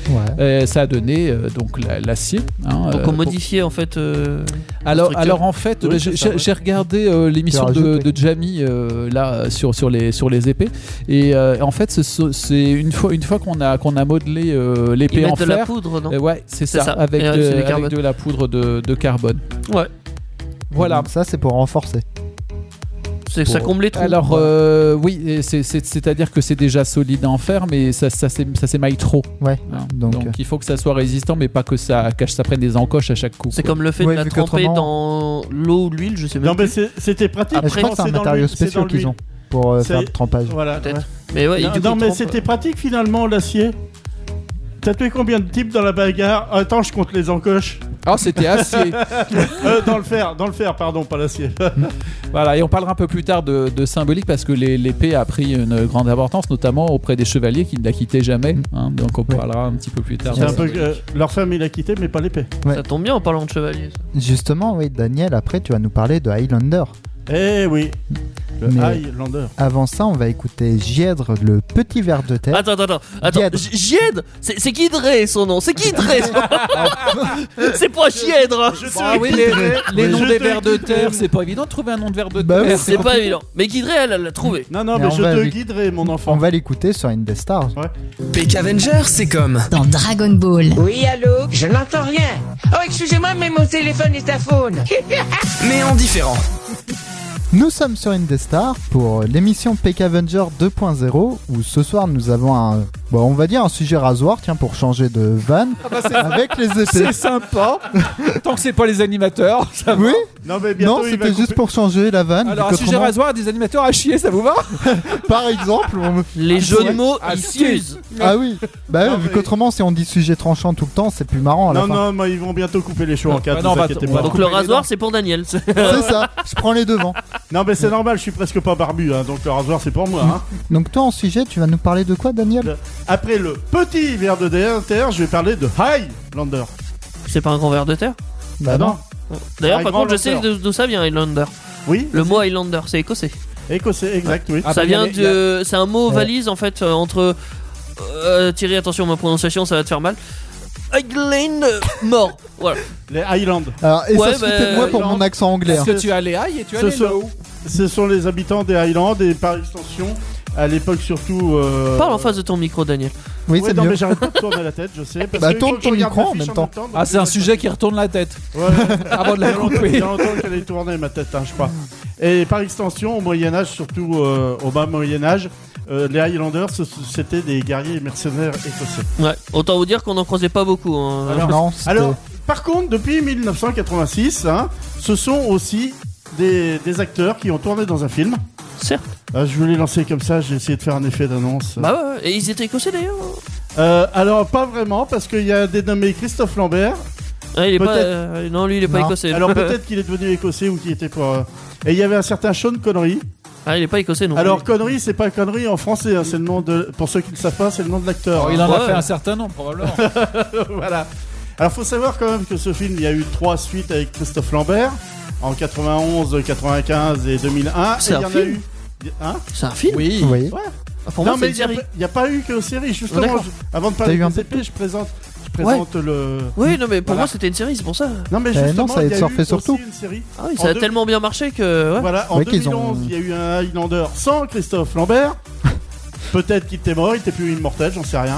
[SPEAKER 4] Ouais.
[SPEAKER 7] Euh, ça a donné euh, donc la- l'acier. hein, euh,
[SPEAKER 5] Donc on
[SPEAKER 7] pour-
[SPEAKER 5] modifiait en fait. euh,
[SPEAKER 7] Alors,
[SPEAKER 5] structure.
[SPEAKER 7] alors en fait,
[SPEAKER 6] Oui,
[SPEAKER 7] bah,
[SPEAKER 6] c'est
[SPEAKER 7] j'ai
[SPEAKER 6] ça, ouais.
[SPEAKER 7] j'ai regardé euh, l'émission
[SPEAKER 4] Tu as
[SPEAKER 7] de,
[SPEAKER 4] rajouté.
[SPEAKER 7] de Jamie euh, là euh, sur sur les sur les épées et euh, en fait ce- ce- c'est une fois une fois qu'on a qu'on a modelé euh,
[SPEAKER 5] Ils
[SPEAKER 7] l'épée en
[SPEAKER 5] mettent de la
[SPEAKER 7] fer.
[SPEAKER 5] poudre, non
[SPEAKER 7] euh, ouais, c'est
[SPEAKER 5] C'est
[SPEAKER 7] ça,
[SPEAKER 5] ça.
[SPEAKER 7] Avec,
[SPEAKER 5] Et, euh,
[SPEAKER 7] de,
[SPEAKER 5] c'est du
[SPEAKER 7] avec
[SPEAKER 5] carbone.
[SPEAKER 7] de la poudre de, de carbone.
[SPEAKER 5] Ouais.
[SPEAKER 7] Voilà.
[SPEAKER 4] Donc ça, c'est pour renforcer.
[SPEAKER 5] C'est ça
[SPEAKER 7] Bon.
[SPEAKER 5] comble les trous.
[SPEAKER 7] Alors euh, oui, et c'est- c'est- c'est-à-dire que c'est déjà solide en fer, mais ça, ça, s'é- ça s'émaille trop.
[SPEAKER 4] Ouais.
[SPEAKER 7] hein.
[SPEAKER 4] Donc,
[SPEAKER 7] Donc,
[SPEAKER 4] euh,
[SPEAKER 7] il faut que ça soit résistant, mais pas que ça, que ça prenne des encoches à chaque coup.
[SPEAKER 5] C'est
[SPEAKER 7] quoi.
[SPEAKER 5] comme le fait
[SPEAKER 4] Ouais,
[SPEAKER 5] de la
[SPEAKER 4] vu que
[SPEAKER 5] tremper dans
[SPEAKER 4] autrement-
[SPEAKER 5] l'eau ou l'huile, je sais même
[SPEAKER 6] Non, mais
[SPEAKER 5] plus.
[SPEAKER 6] c'est- c'était pratique.
[SPEAKER 4] Mais je crois que c'est un
[SPEAKER 6] dans
[SPEAKER 4] matériau
[SPEAKER 6] l'huile, c'est
[SPEAKER 4] spécial
[SPEAKER 6] dans
[SPEAKER 4] qu'ils
[SPEAKER 6] l'huile.
[SPEAKER 4] ont pour euh,
[SPEAKER 6] C'est-
[SPEAKER 4] faire le trempage.
[SPEAKER 6] Voilà.
[SPEAKER 5] Peut-être.
[SPEAKER 6] ouais.
[SPEAKER 5] Mais ouais,
[SPEAKER 6] Non,
[SPEAKER 5] du coup,
[SPEAKER 6] non,
[SPEAKER 5] il
[SPEAKER 6] mais
[SPEAKER 5] trempe,
[SPEAKER 6] c'était pratique finalement l'acier. T'as tué combien de types dans la bagarre Attends, je compte les encoches.
[SPEAKER 7] Ah, c'était acier.
[SPEAKER 6] Euh, dans le fer, dans le fer, pardon, pas l'acier.
[SPEAKER 7] Voilà, et on parlera un peu plus tard de, de symbolique parce que les- l'épée a pris une grande importance, notamment auprès des chevaliers qui ne la quittaient jamais. hein, donc on parlera un petit peu plus tard.
[SPEAKER 6] Mm. C'est un peu
[SPEAKER 5] symbolique.
[SPEAKER 6] euh, leur femme il a quitté, mais pas l'épée.
[SPEAKER 4] ouais.
[SPEAKER 5] Ça tombe bien en parlant de chevalier. ça.
[SPEAKER 4] Justement, oui, Daniel, après, tu vas nous parler de Highlander.
[SPEAKER 6] Eh oui, le
[SPEAKER 4] Mais-
[SPEAKER 6] Highlander.
[SPEAKER 4] Avant ça, on va écouter Gièdre, le petit verre de terre.
[SPEAKER 5] Attends, attends, attends.
[SPEAKER 4] Gièdre.
[SPEAKER 5] attends. J- Gièdre C'est c'est Guidré son nom. C'est Guidré son nom. C'est pas Gièdre. hein.
[SPEAKER 6] Bah
[SPEAKER 7] Ah oui, les, les noms
[SPEAKER 6] Je
[SPEAKER 7] des
[SPEAKER 6] te
[SPEAKER 7] vers de terre,
[SPEAKER 6] guiderai.
[SPEAKER 7] c'est pas évident de trouver un nom de vers de
[SPEAKER 4] Bah
[SPEAKER 7] terre.
[SPEAKER 4] oui.
[SPEAKER 5] C'est pas évident. Mais Guidré, elle elle l'a trouvé.
[SPEAKER 6] Non, non,
[SPEAKER 4] Mais
[SPEAKER 6] mais,
[SPEAKER 4] on
[SPEAKER 6] je
[SPEAKER 4] va
[SPEAKER 6] te
[SPEAKER 4] avec-
[SPEAKER 6] guiderai, mon
[SPEAKER 4] On
[SPEAKER 6] enfant.
[SPEAKER 4] va l'écouter sur Indestar.
[SPEAKER 3] Peck Avenger, c'est comme
[SPEAKER 8] dans Dragon Ball,
[SPEAKER 9] Oui, allô Je n'entends rien. Oh, excusez-moi, mais mon téléphone est à faune.
[SPEAKER 3] mais en différent.
[SPEAKER 4] Nous sommes sur Indestar pour l'émission Peck Avenger 2.0 où ce soir nous avons un Bon, on va dire un sujet rasoir, tiens, pour changer de vanne, avec les épées.
[SPEAKER 7] C'est sympa, tant que c'est pas les animateurs. Ça va.
[SPEAKER 4] Oui
[SPEAKER 6] Non, mais
[SPEAKER 4] Non,
[SPEAKER 6] bientôt il va
[SPEAKER 4] c'était juste
[SPEAKER 6] couper-
[SPEAKER 4] pour changer la vanne.
[SPEAKER 7] Alors,
[SPEAKER 4] vu
[SPEAKER 7] un sujet
[SPEAKER 4] qu'autrement,
[SPEAKER 7] rasoir, des animateurs à chier, ça vous va
[SPEAKER 4] Par exemple, on me-
[SPEAKER 5] Les jeux de mots,
[SPEAKER 7] Ah,
[SPEAKER 5] ils
[SPEAKER 7] si.
[SPEAKER 5] s'usent.
[SPEAKER 4] ah oui, bah
[SPEAKER 6] Non,
[SPEAKER 4] oui, vu
[SPEAKER 6] mais-
[SPEAKER 4] qu'autrement, si on dit sujet tranchant tout le temps, c'est plus marrant à la
[SPEAKER 6] Non,
[SPEAKER 4] fin.
[SPEAKER 6] non, mais ils vont bientôt couper les shows en
[SPEAKER 7] bah
[SPEAKER 6] quatre,
[SPEAKER 7] non,
[SPEAKER 6] ne
[SPEAKER 7] on
[SPEAKER 6] vous
[SPEAKER 7] va-
[SPEAKER 6] inquiétez
[SPEAKER 7] on va
[SPEAKER 6] pas.
[SPEAKER 5] Donc
[SPEAKER 7] couper
[SPEAKER 5] le
[SPEAKER 7] les
[SPEAKER 5] rasoir,
[SPEAKER 7] dents.
[SPEAKER 5] c'est pour Daniel.
[SPEAKER 4] C'est ça, je prends les devants.
[SPEAKER 6] Non, mais c'est normal, je suis presque pas barbu, hein, donc le rasoir c'est pour moi. hein.
[SPEAKER 4] Donc toi, en sujet, tu vas nous parler de quoi, Daniel
[SPEAKER 6] Après le petit verre de DNTR, je vais parler de Highlander.
[SPEAKER 5] C'est pas un grand verre de terre
[SPEAKER 4] Bah non.
[SPEAKER 5] D'ailleurs,
[SPEAKER 6] Ah, Un hein.
[SPEAKER 5] par
[SPEAKER 6] grand
[SPEAKER 5] contre, je sais
[SPEAKER 6] lanceur.
[SPEAKER 5] d'o- d'où ça vient, Highlander.
[SPEAKER 6] Oui,
[SPEAKER 5] Le mot Highlander, c'est écossais.
[SPEAKER 6] écossais, exact, oui.
[SPEAKER 7] Ah,
[SPEAKER 5] ça
[SPEAKER 7] bah, y a
[SPEAKER 5] vient
[SPEAKER 7] les- y a-
[SPEAKER 5] de. C'est un mot
[SPEAKER 4] Ouais.
[SPEAKER 5] valise en fait euh, entre. Euh, Thierry, attention, ma prononciation, ça va te faire mal. Highlander mort. Voilà.
[SPEAKER 6] Les Highlands.
[SPEAKER 4] Alors, et
[SPEAKER 5] Ouais,
[SPEAKER 4] ça se foutait de
[SPEAKER 5] bah,
[SPEAKER 4] moi pour
[SPEAKER 6] non.
[SPEAKER 4] mon accent anglais.
[SPEAKER 7] Parce
[SPEAKER 4] hein.
[SPEAKER 7] que tu as les high et tu as
[SPEAKER 6] Ce
[SPEAKER 7] les
[SPEAKER 6] soir-
[SPEAKER 7] low.
[SPEAKER 6] Ce sont les habitants des Highlands et par extension, à l'époque surtout. euh,
[SPEAKER 5] Parle en face de ton micro, Daniel.
[SPEAKER 4] Oui,
[SPEAKER 6] Ouais,
[SPEAKER 4] c'est
[SPEAKER 6] non,
[SPEAKER 4] mieux.
[SPEAKER 6] mais j'arrête pas de tourner la tête, je sais. Parce
[SPEAKER 4] Bah,
[SPEAKER 6] que il faut
[SPEAKER 4] tourne
[SPEAKER 6] que
[SPEAKER 4] ton
[SPEAKER 6] je regarde
[SPEAKER 4] micro
[SPEAKER 6] la
[SPEAKER 4] en
[SPEAKER 6] fiche
[SPEAKER 4] même temps.
[SPEAKER 6] donc
[SPEAKER 7] Ah, c'est
[SPEAKER 6] je-
[SPEAKER 7] un sujet qui retourne la tête
[SPEAKER 6] Ouais, ouais.
[SPEAKER 7] avant de
[SPEAKER 6] Il y
[SPEAKER 7] la
[SPEAKER 6] a longtemps- Il
[SPEAKER 7] couper.
[SPEAKER 6] y a longtemps qu'elle est tournée ma tête, hein, je crois. Et par extension, au Moyen Âge, surtout euh, au bas Moyen Âge, euh, les Highlanders, ce- c'était des guerriers mercenaires écossais.
[SPEAKER 5] Ouais. Autant vous dire qu'on n'en croisait pas beaucoup. hein.
[SPEAKER 6] Alors-
[SPEAKER 4] Non, c'était-
[SPEAKER 6] Alors, par contre, depuis 1986, hein, ce sont aussi des, des acteurs qui ont tourné dans un film.
[SPEAKER 5] Certes.
[SPEAKER 6] Ah, je voulais lancer comme ça, j'ai essayé de faire un effet d'annonce.
[SPEAKER 5] Bah ouais, ouais. Et ils étaient écossais d'ailleurs.
[SPEAKER 6] Euh, alors, pas vraiment, parce qu'il y a un dénommé Christophe Lambert.
[SPEAKER 5] Ah, il est pas.
[SPEAKER 6] Peut-être.
[SPEAKER 5] euh, non, lui, il est pas
[SPEAKER 4] Non.
[SPEAKER 5] écossais. Ah,
[SPEAKER 6] Alors, peut-être qu'il est devenu écossais ou qu'il était pas. euh, Et il y avait un certain Sean Connery.
[SPEAKER 5] ah, il est pas écossais non.
[SPEAKER 6] Alors
[SPEAKER 5] plus.
[SPEAKER 6] Connery, c'est pas Connery en français, hein, c'est le nom de. Pour ceux qui ne savent pas, c'est le nom de l'acteur.
[SPEAKER 7] Oh, Il en
[SPEAKER 5] Ouais.
[SPEAKER 7] a fait un certain nombre, probablement.
[SPEAKER 6] voilà. Alors faut savoir quand même que ce film, il y a eu trois suites avec Christophe Lambert en 91, 95 et 2001.
[SPEAKER 5] C'est
[SPEAKER 6] et
[SPEAKER 5] un
[SPEAKER 6] il y en a
[SPEAKER 5] film
[SPEAKER 6] eu. Hein
[SPEAKER 5] C'est un film
[SPEAKER 7] Oui.
[SPEAKER 4] Oui,
[SPEAKER 5] Ah, Pour
[SPEAKER 6] non
[SPEAKER 5] moi,
[SPEAKER 6] mais
[SPEAKER 5] c'est une
[SPEAKER 6] il y a
[SPEAKER 5] série.
[SPEAKER 6] pas- il n'y a, pas eu que série.
[SPEAKER 5] Oh,
[SPEAKER 6] Justement,
[SPEAKER 5] d'accord.
[SPEAKER 6] je- avant de
[SPEAKER 4] T'as
[SPEAKER 6] parler
[SPEAKER 4] eu un
[SPEAKER 6] des épées, je présente, je
[SPEAKER 5] Ouais.
[SPEAKER 6] présente le.
[SPEAKER 5] Oui, non, mais pour
[SPEAKER 6] Voilà.
[SPEAKER 5] moi, c'était une série, c'est pour ça.
[SPEAKER 6] Non mais
[SPEAKER 4] Eh non,
[SPEAKER 6] justement,
[SPEAKER 4] ça va
[SPEAKER 6] il
[SPEAKER 4] être
[SPEAKER 6] y a
[SPEAKER 4] surfé
[SPEAKER 6] eu
[SPEAKER 4] surtout.
[SPEAKER 6] aussi une série.
[SPEAKER 5] Ah oui,
[SPEAKER 6] En
[SPEAKER 5] ça a
[SPEAKER 6] deux-
[SPEAKER 5] tellement bien marché que. Ouais.
[SPEAKER 6] Voilà, en
[SPEAKER 4] Ouais, qu'ils
[SPEAKER 6] 2011,
[SPEAKER 4] ont-
[SPEAKER 6] il y a eu un Highlander sans Christophe Lambert. Peut-être qu'il était mort, il était plus immortel, j'en sais rien.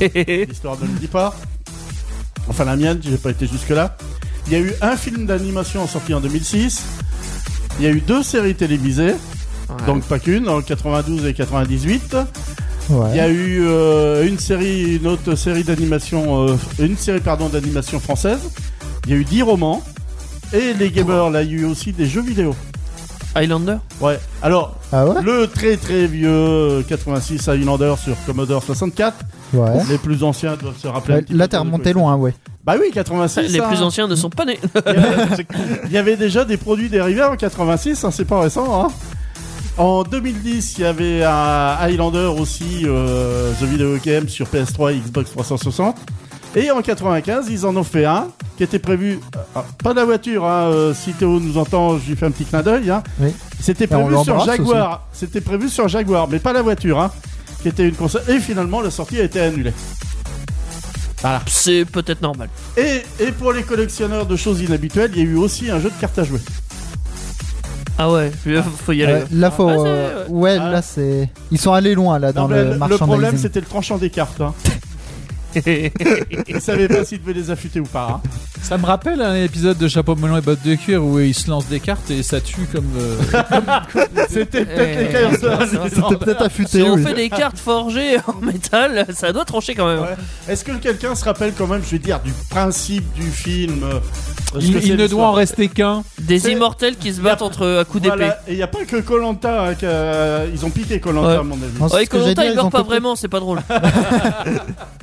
[SPEAKER 6] euh, L'histoire ne le dit pas. Enfin, la mienne, j'ai pas été jusque-là. Il y a eu un film d'animation sorti en 2006. Il y a eu deux séries télévisées, donc pas qu'une, en 92 et 98. Il y
[SPEAKER 4] ouais.
[SPEAKER 6] a eu euh, une série, une autre série d'animation, euh, une série pardon d'animation française. Il y a eu 10 romans. Et les gamers, là, il y a eu aussi des jeux vidéo.
[SPEAKER 5] Highlander
[SPEAKER 6] Ouais. Alors,
[SPEAKER 4] Ah ouais
[SPEAKER 6] le très très vieux 86 Highlander sur Commodore 64.
[SPEAKER 4] Ouais.
[SPEAKER 6] Les plus anciens doivent se rappeler. un
[SPEAKER 4] Ouais,
[SPEAKER 6] petit
[SPEAKER 4] Là,
[SPEAKER 6] peu
[SPEAKER 4] t'es
[SPEAKER 6] de quoi
[SPEAKER 4] remonté
[SPEAKER 6] il
[SPEAKER 4] loin, ouais.
[SPEAKER 6] bah oui, 86.
[SPEAKER 5] Les
[SPEAKER 6] hein.
[SPEAKER 5] plus anciens ne sont pas nés.
[SPEAKER 6] Il y, avait, il y avait déjà des produits dérivés en 86, hein, c'est pas récent. hein. En 2010, il y avait un Highlander aussi, euh, The Video Game sur PS3 et Xbox 360. Et en 95, ils en ont fait un qui était prévu. ah, pas de la voiture, hein, euh, si Théo nous entend, je lui fais un petit clin d'œil. hein.
[SPEAKER 4] Oui.
[SPEAKER 6] C'était
[SPEAKER 4] on
[SPEAKER 6] prévu sur
[SPEAKER 4] l'embrasse
[SPEAKER 6] Jaguar. C'était prévu sur Jaguar, mais pas la voiture. hein, qui était une console. Et finalement, la sortie a été annulée.
[SPEAKER 5] C'est peut-être normal.
[SPEAKER 6] Et, et pour les collectionneurs de choses inhabituelles, il y a eu aussi un jeu de cartes à jouer.
[SPEAKER 5] Ah ouais, faut y aller.
[SPEAKER 4] Ouais, Là, faut.
[SPEAKER 5] Ah, c'est-
[SPEAKER 4] euh, Ouais,
[SPEAKER 6] Ah.
[SPEAKER 4] là, c'est. Ils sont allés loin, là, dans
[SPEAKER 6] Non, mais
[SPEAKER 4] le
[SPEAKER 6] le, le problème,
[SPEAKER 4] merchandising.
[SPEAKER 6] c'était le tranchant des cartes. Hein. Ils savaient pas s'ils devaient les affûter ou pas. hein.
[SPEAKER 7] Ça me rappelle un épisode de Chapeau melon et bottes de cuir où ils se lancent des cartes et ça tue comme. euh,
[SPEAKER 6] C'était peut-être
[SPEAKER 5] Eh,
[SPEAKER 6] les cartes.
[SPEAKER 4] C'était peut-être affûté,
[SPEAKER 5] Si on
[SPEAKER 4] oui.
[SPEAKER 5] fait des cartes forgées en métal, ça doit trancher quand même.
[SPEAKER 6] Ouais. Est-ce que quelqu'un se rappelle quand même, je vais dire, du principe du film euh, ce
[SPEAKER 7] il
[SPEAKER 6] que c'est
[SPEAKER 7] il ne doit en
[SPEAKER 6] l'histoire
[SPEAKER 7] rester qu'un.
[SPEAKER 5] Des immortels qui se battent entre à coups d'épée.
[SPEAKER 6] Voilà, et il n'y a pas que Colanta. hein, euh, ils ont piqué Colanta,
[SPEAKER 5] Ouais.
[SPEAKER 6] à mon avis.
[SPEAKER 4] Non, c'est
[SPEAKER 5] Ouais,
[SPEAKER 4] ce que j'ai
[SPEAKER 5] Koh-Lanta,
[SPEAKER 4] dit,
[SPEAKER 5] il
[SPEAKER 4] ils
[SPEAKER 5] meurt
[SPEAKER 4] ont
[SPEAKER 5] pas
[SPEAKER 4] compris.
[SPEAKER 5] vraiment, c'est pas drôle.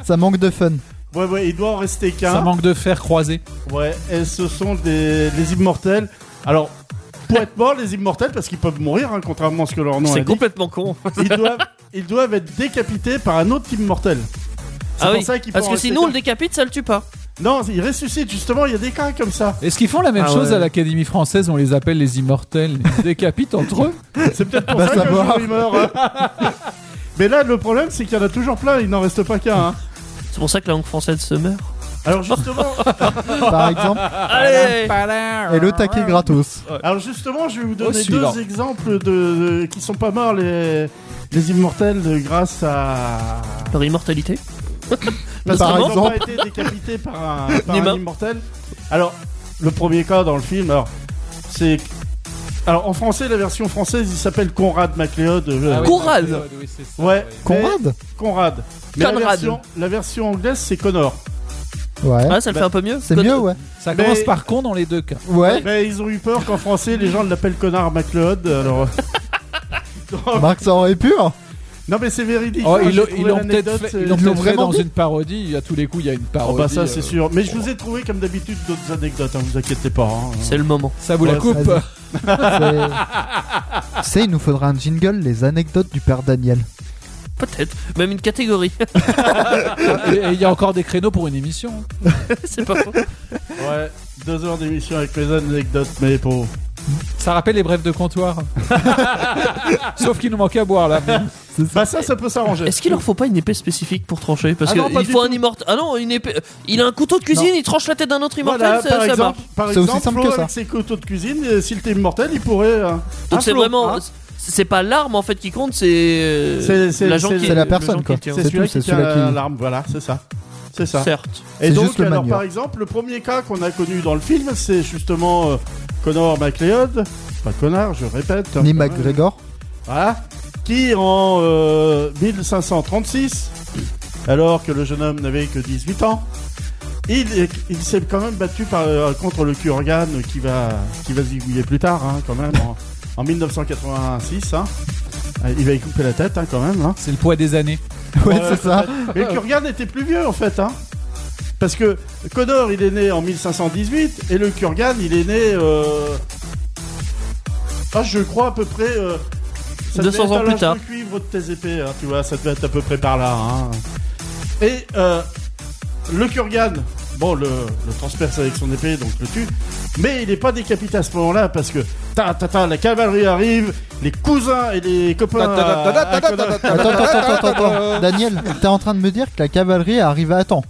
[SPEAKER 4] Ça manque de fun.
[SPEAKER 6] Ouais, ouais, il doit en rester
[SPEAKER 7] Ça
[SPEAKER 6] qu'un.
[SPEAKER 7] manque de fer croisé.
[SPEAKER 6] Ouais, et ce sont des, les immortels. Alors, pour être mort, les immortels, parce qu'ils peuvent mourir, hein, contrairement à ce que leur nom
[SPEAKER 5] c'est
[SPEAKER 6] indique.
[SPEAKER 5] complètement con.
[SPEAKER 6] ils doivent, ils doivent être décapités par un autre immortel. C'est
[SPEAKER 5] Ah
[SPEAKER 6] pour
[SPEAKER 5] oui,
[SPEAKER 6] ça qu'ils
[SPEAKER 5] Parce
[SPEAKER 6] font
[SPEAKER 5] que
[SPEAKER 6] rester
[SPEAKER 5] sinon, on
[SPEAKER 6] comme-
[SPEAKER 5] le décapite, ça le tue pas.
[SPEAKER 6] Non, ils ressuscitent justement, il y a des cas comme ça.
[SPEAKER 7] Est-ce qu'ils font la même
[SPEAKER 5] Ah
[SPEAKER 7] chose
[SPEAKER 5] ouais.
[SPEAKER 7] à l'Académie française On les appelle les immortels. Ils se décapitent entre eux.
[SPEAKER 6] C'est peut-être pour
[SPEAKER 4] Bah, Va
[SPEAKER 6] ça que
[SPEAKER 4] savoir.
[SPEAKER 6] jour, ils meurent. hein. Mais là, le problème, c'est qu'il y en a toujours plein, il n'en reste pas qu'un. hein.
[SPEAKER 5] C'est pour ça que la langue française se meurt.
[SPEAKER 6] Alors justement,
[SPEAKER 4] Par exemple,
[SPEAKER 5] Allez
[SPEAKER 4] et le taquet
[SPEAKER 6] Ah,
[SPEAKER 4] gratos.
[SPEAKER 6] alors justement, je vais vous donner
[SPEAKER 7] suivant.
[SPEAKER 6] deux exemples de, de- qui sont pas morts les les immortels euh, grâce à
[SPEAKER 5] Leur immortalité.
[SPEAKER 6] parce
[SPEAKER 4] Par
[SPEAKER 6] qu'ils n'ont
[SPEAKER 4] exemple.
[SPEAKER 6] pas été décapités par un, par un
[SPEAKER 5] Humain.
[SPEAKER 6] immortel. Alors le premier cas dans le film, alors c'est Alors en français, la version française, il s'appelle Conrad MacLeod. euh,
[SPEAKER 5] oui. Conrad
[SPEAKER 7] Ah Oui, c'est ça,
[SPEAKER 6] Ouais, mais-
[SPEAKER 4] Conrad
[SPEAKER 6] Conrad. Mais la
[SPEAKER 5] Conrad.
[SPEAKER 6] version, la version anglaise, c'est Connor.
[SPEAKER 4] Ouais.
[SPEAKER 5] Ah, ça le fait un peu mieux
[SPEAKER 4] C'est
[SPEAKER 5] Con-
[SPEAKER 4] mieux, ouais.
[SPEAKER 7] Ça
[SPEAKER 6] Mais-
[SPEAKER 7] commence par con dans les deux cas.
[SPEAKER 4] Ouais.
[SPEAKER 6] Mais ils ont eu peur qu'en français, les gens l'appellent Connard MacLeod. Alors. euh. Donc,
[SPEAKER 4] Marc, ça aurait pu. hein.
[SPEAKER 6] non, mais c'est véridique.
[SPEAKER 7] Oh,
[SPEAKER 6] hein,
[SPEAKER 7] ils
[SPEAKER 6] j'ai
[SPEAKER 7] l'ont-
[SPEAKER 6] trouvé
[SPEAKER 7] ils l'ont peut-être
[SPEAKER 6] l'anecdote,
[SPEAKER 7] fait,
[SPEAKER 6] euh,
[SPEAKER 7] ils l'ont
[SPEAKER 4] ils l'ont
[SPEAKER 7] peut-être fait
[SPEAKER 4] vraiment
[SPEAKER 7] dans
[SPEAKER 4] dit
[SPEAKER 7] une parodie. À tous les coups, il y a une
[SPEAKER 6] Oh,
[SPEAKER 7] parodie.
[SPEAKER 6] bah ça, c'est
[SPEAKER 7] euh,
[SPEAKER 6] sûr. Mais je vous ai trouvé, comme d'habitude, d'autres anecdotes, hein, vous inquiétez pas. hein.
[SPEAKER 5] C'est le moment.
[SPEAKER 7] euh, Ça vous la
[SPEAKER 6] Ouais,
[SPEAKER 7] coupe
[SPEAKER 4] vas-y. C'est- Tu sais, il nous faudra un jingle, les anecdotes du père Daniel.
[SPEAKER 5] Peut-être. Même une catégorie.
[SPEAKER 7] Et et il y a encore des créneaux pour une émission.
[SPEAKER 5] c'est pas faux.
[SPEAKER 6] Ouais, deux heures d'émission avec les anecdotes, mais pour.
[SPEAKER 7] Ça rappelle les brèves de comptoir. Sauf qu'il nous manquait à boire là.
[SPEAKER 6] Bah, ça, ça peut s'arranger.
[SPEAKER 5] Est-ce qu'il leur faut pas une épée spécifique pour trancher Parce
[SPEAKER 6] Ah
[SPEAKER 5] que
[SPEAKER 6] non, pas
[SPEAKER 5] il
[SPEAKER 6] du
[SPEAKER 5] faut
[SPEAKER 6] tout.
[SPEAKER 5] un immortel. Ah non, une épée. Il a un couteau de cuisine, il tranche la tête d'un autre immortel,
[SPEAKER 6] Voilà,
[SPEAKER 5] ça,
[SPEAKER 6] par
[SPEAKER 5] ça marche.
[SPEAKER 6] exemple, par
[SPEAKER 4] C'est aussi
[SPEAKER 6] exemple
[SPEAKER 4] simple que
[SPEAKER 6] Flo,
[SPEAKER 4] ça.
[SPEAKER 6] avec ses couteaux de cuisine, euh, s'il était immortel, il pourrait. euh, un
[SPEAKER 5] Donc c'est
[SPEAKER 6] Flo,
[SPEAKER 5] vraiment.
[SPEAKER 6] hein.
[SPEAKER 5] C'est pas l'arme en fait qui compte, c'est. euh,
[SPEAKER 6] C'est- c'est-
[SPEAKER 5] l'agent
[SPEAKER 6] c'est-
[SPEAKER 5] qui-
[SPEAKER 6] c'est la
[SPEAKER 5] le
[SPEAKER 4] personne,
[SPEAKER 5] gens qui
[SPEAKER 4] quoi.
[SPEAKER 5] le tient.
[SPEAKER 4] C'est
[SPEAKER 6] C'est
[SPEAKER 4] tout,
[SPEAKER 6] celui
[SPEAKER 4] c'est
[SPEAKER 6] qui tient
[SPEAKER 4] celui qui-
[SPEAKER 6] la- l'arme, voilà, c'est ça. C'est ça.
[SPEAKER 5] Certes.
[SPEAKER 6] Et
[SPEAKER 4] C'est
[SPEAKER 6] donc,
[SPEAKER 4] juste le
[SPEAKER 6] alors,
[SPEAKER 4] manuel.
[SPEAKER 6] par exemple, le premier cas qu'on a connu dans le film, c'est justement euh, Connor McLeod, pas Connard, je répète,
[SPEAKER 4] Ni
[SPEAKER 6] hein,
[SPEAKER 4] McGregor.
[SPEAKER 6] voilà, qui en euh, 1536, alors que le jeune homme n'avait que 18 ans, il, il s'est quand même battu par, euh, contre le Kurgan qui va, qui va zigouiller plus tard, hein, quand même, en, en 1986. hein. Euh, Il va y couper la tête, hein, quand même. hein.
[SPEAKER 7] C'est le poids des années.
[SPEAKER 4] Ouais,
[SPEAKER 6] Ouais.
[SPEAKER 4] c'est ça.
[SPEAKER 6] Mais le Kurgan était plus vieux en fait, hein Parce que Connor il est né en 1518 et le Kurgan il est né. euh, Ah, je crois à peu près. euh, ça devait
[SPEAKER 5] 200
[SPEAKER 6] être
[SPEAKER 5] ans
[SPEAKER 6] à
[SPEAKER 5] plus
[SPEAKER 6] l'âge
[SPEAKER 5] tard.
[SPEAKER 6] de cuivre de tes épées, hein, tu vois, ça devait être à peu près par là. hein. Et euh, le Kurgan, bon, le, le transperce avec son épée, donc le tue. Mais il n'est pas décapité à ce moment-là parce que ta ta ta la cavalerie arrive, les cousins et les copains. à- à Connor-
[SPEAKER 4] Attends, attends, attends, attends, attends. Daniel, t'es en train de me dire que la cavalerie arrive à temps.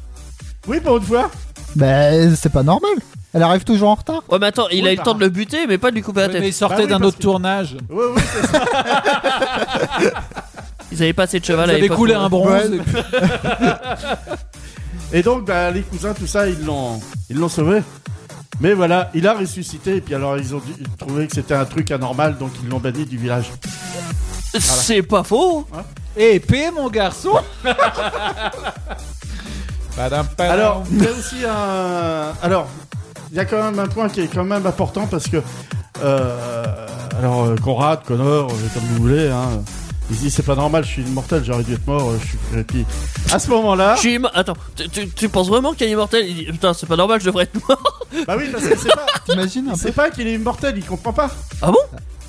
[SPEAKER 6] Oui, pour une fois.
[SPEAKER 4] Mais c'est pas normal. Elle arrive toujours en retard.
[SPEAKER 5] Ouais, mais attends, il
[SPEAKER 6] Oui,
[SPEAKER 5] a eu le
[SPEAKER 6] bah.
[SPEAKER 5] temps de le buter, mais pas de lui couper la
[SPEAKER 7] Mais
[SPEAKER 5] tête.
[SPEAKER 7] il sortait
[SPEAKER 6] Bah oui,
[SPEAKER 7] d'un
[SPEAKER 6] parce
[SPEAKER 7] autre
[SPEAKER 6] que-
[SPEAKER 7] tournage.
[SPEAKER 6] Oui, oui,
[SPEAKER 5] Ils avaient Ah, pas assez de
[SPEAKER 7] Il
[SPEAKER 5] cheval à
[SPEAKER 7] avait
[SPEAKER 5] l'époque. hein.
[SPEAKER 7] coulé un bronze.
[SPEAKER 4] Ouais.
[SPEAKER 7] et puis-
[SPEAKER 6] Et donc, bah, les cousins, tout ça, ils l'ont, ils l'ont sauvé. Mais voilà, il a ressuscité. Et puis alors, ils ont dû- trouvé que c'était un truc anormal, donc ils l'ont banni du village.
[SPEAKER 5] C'est pas faux
[SPEAKER 7] Eh, paix, mon garçon Padam, padam.
[SPEAKER 6] Alors, il y a aussi un. Alors, il y a quand même un point qui est quand même important parce que. euh, alors, euh, Conrad, Connor, euh, comme vous voulez, hein. Il se dit, c'est pas normal, je suis immortel, j'aurais dû être mort, euh, je suis crépi. À ce moment-là.
[SPEAKER 5] Je suis immo- Attends, tu, tu- tu penses vraiment qu'un immortel il dit Putain, c'est pas normal, je devrais être mort
[SPEAKER 6] Bah oui, parce que c'est pas,
[SPEAKER 4] T'imagines un
[SPEAKER 6] il
[SPEAKER 4] peu
[SPEAKER 6] sait pas qu'il est immortel, il comprend pas.
[SPEAKER 5] Ah bon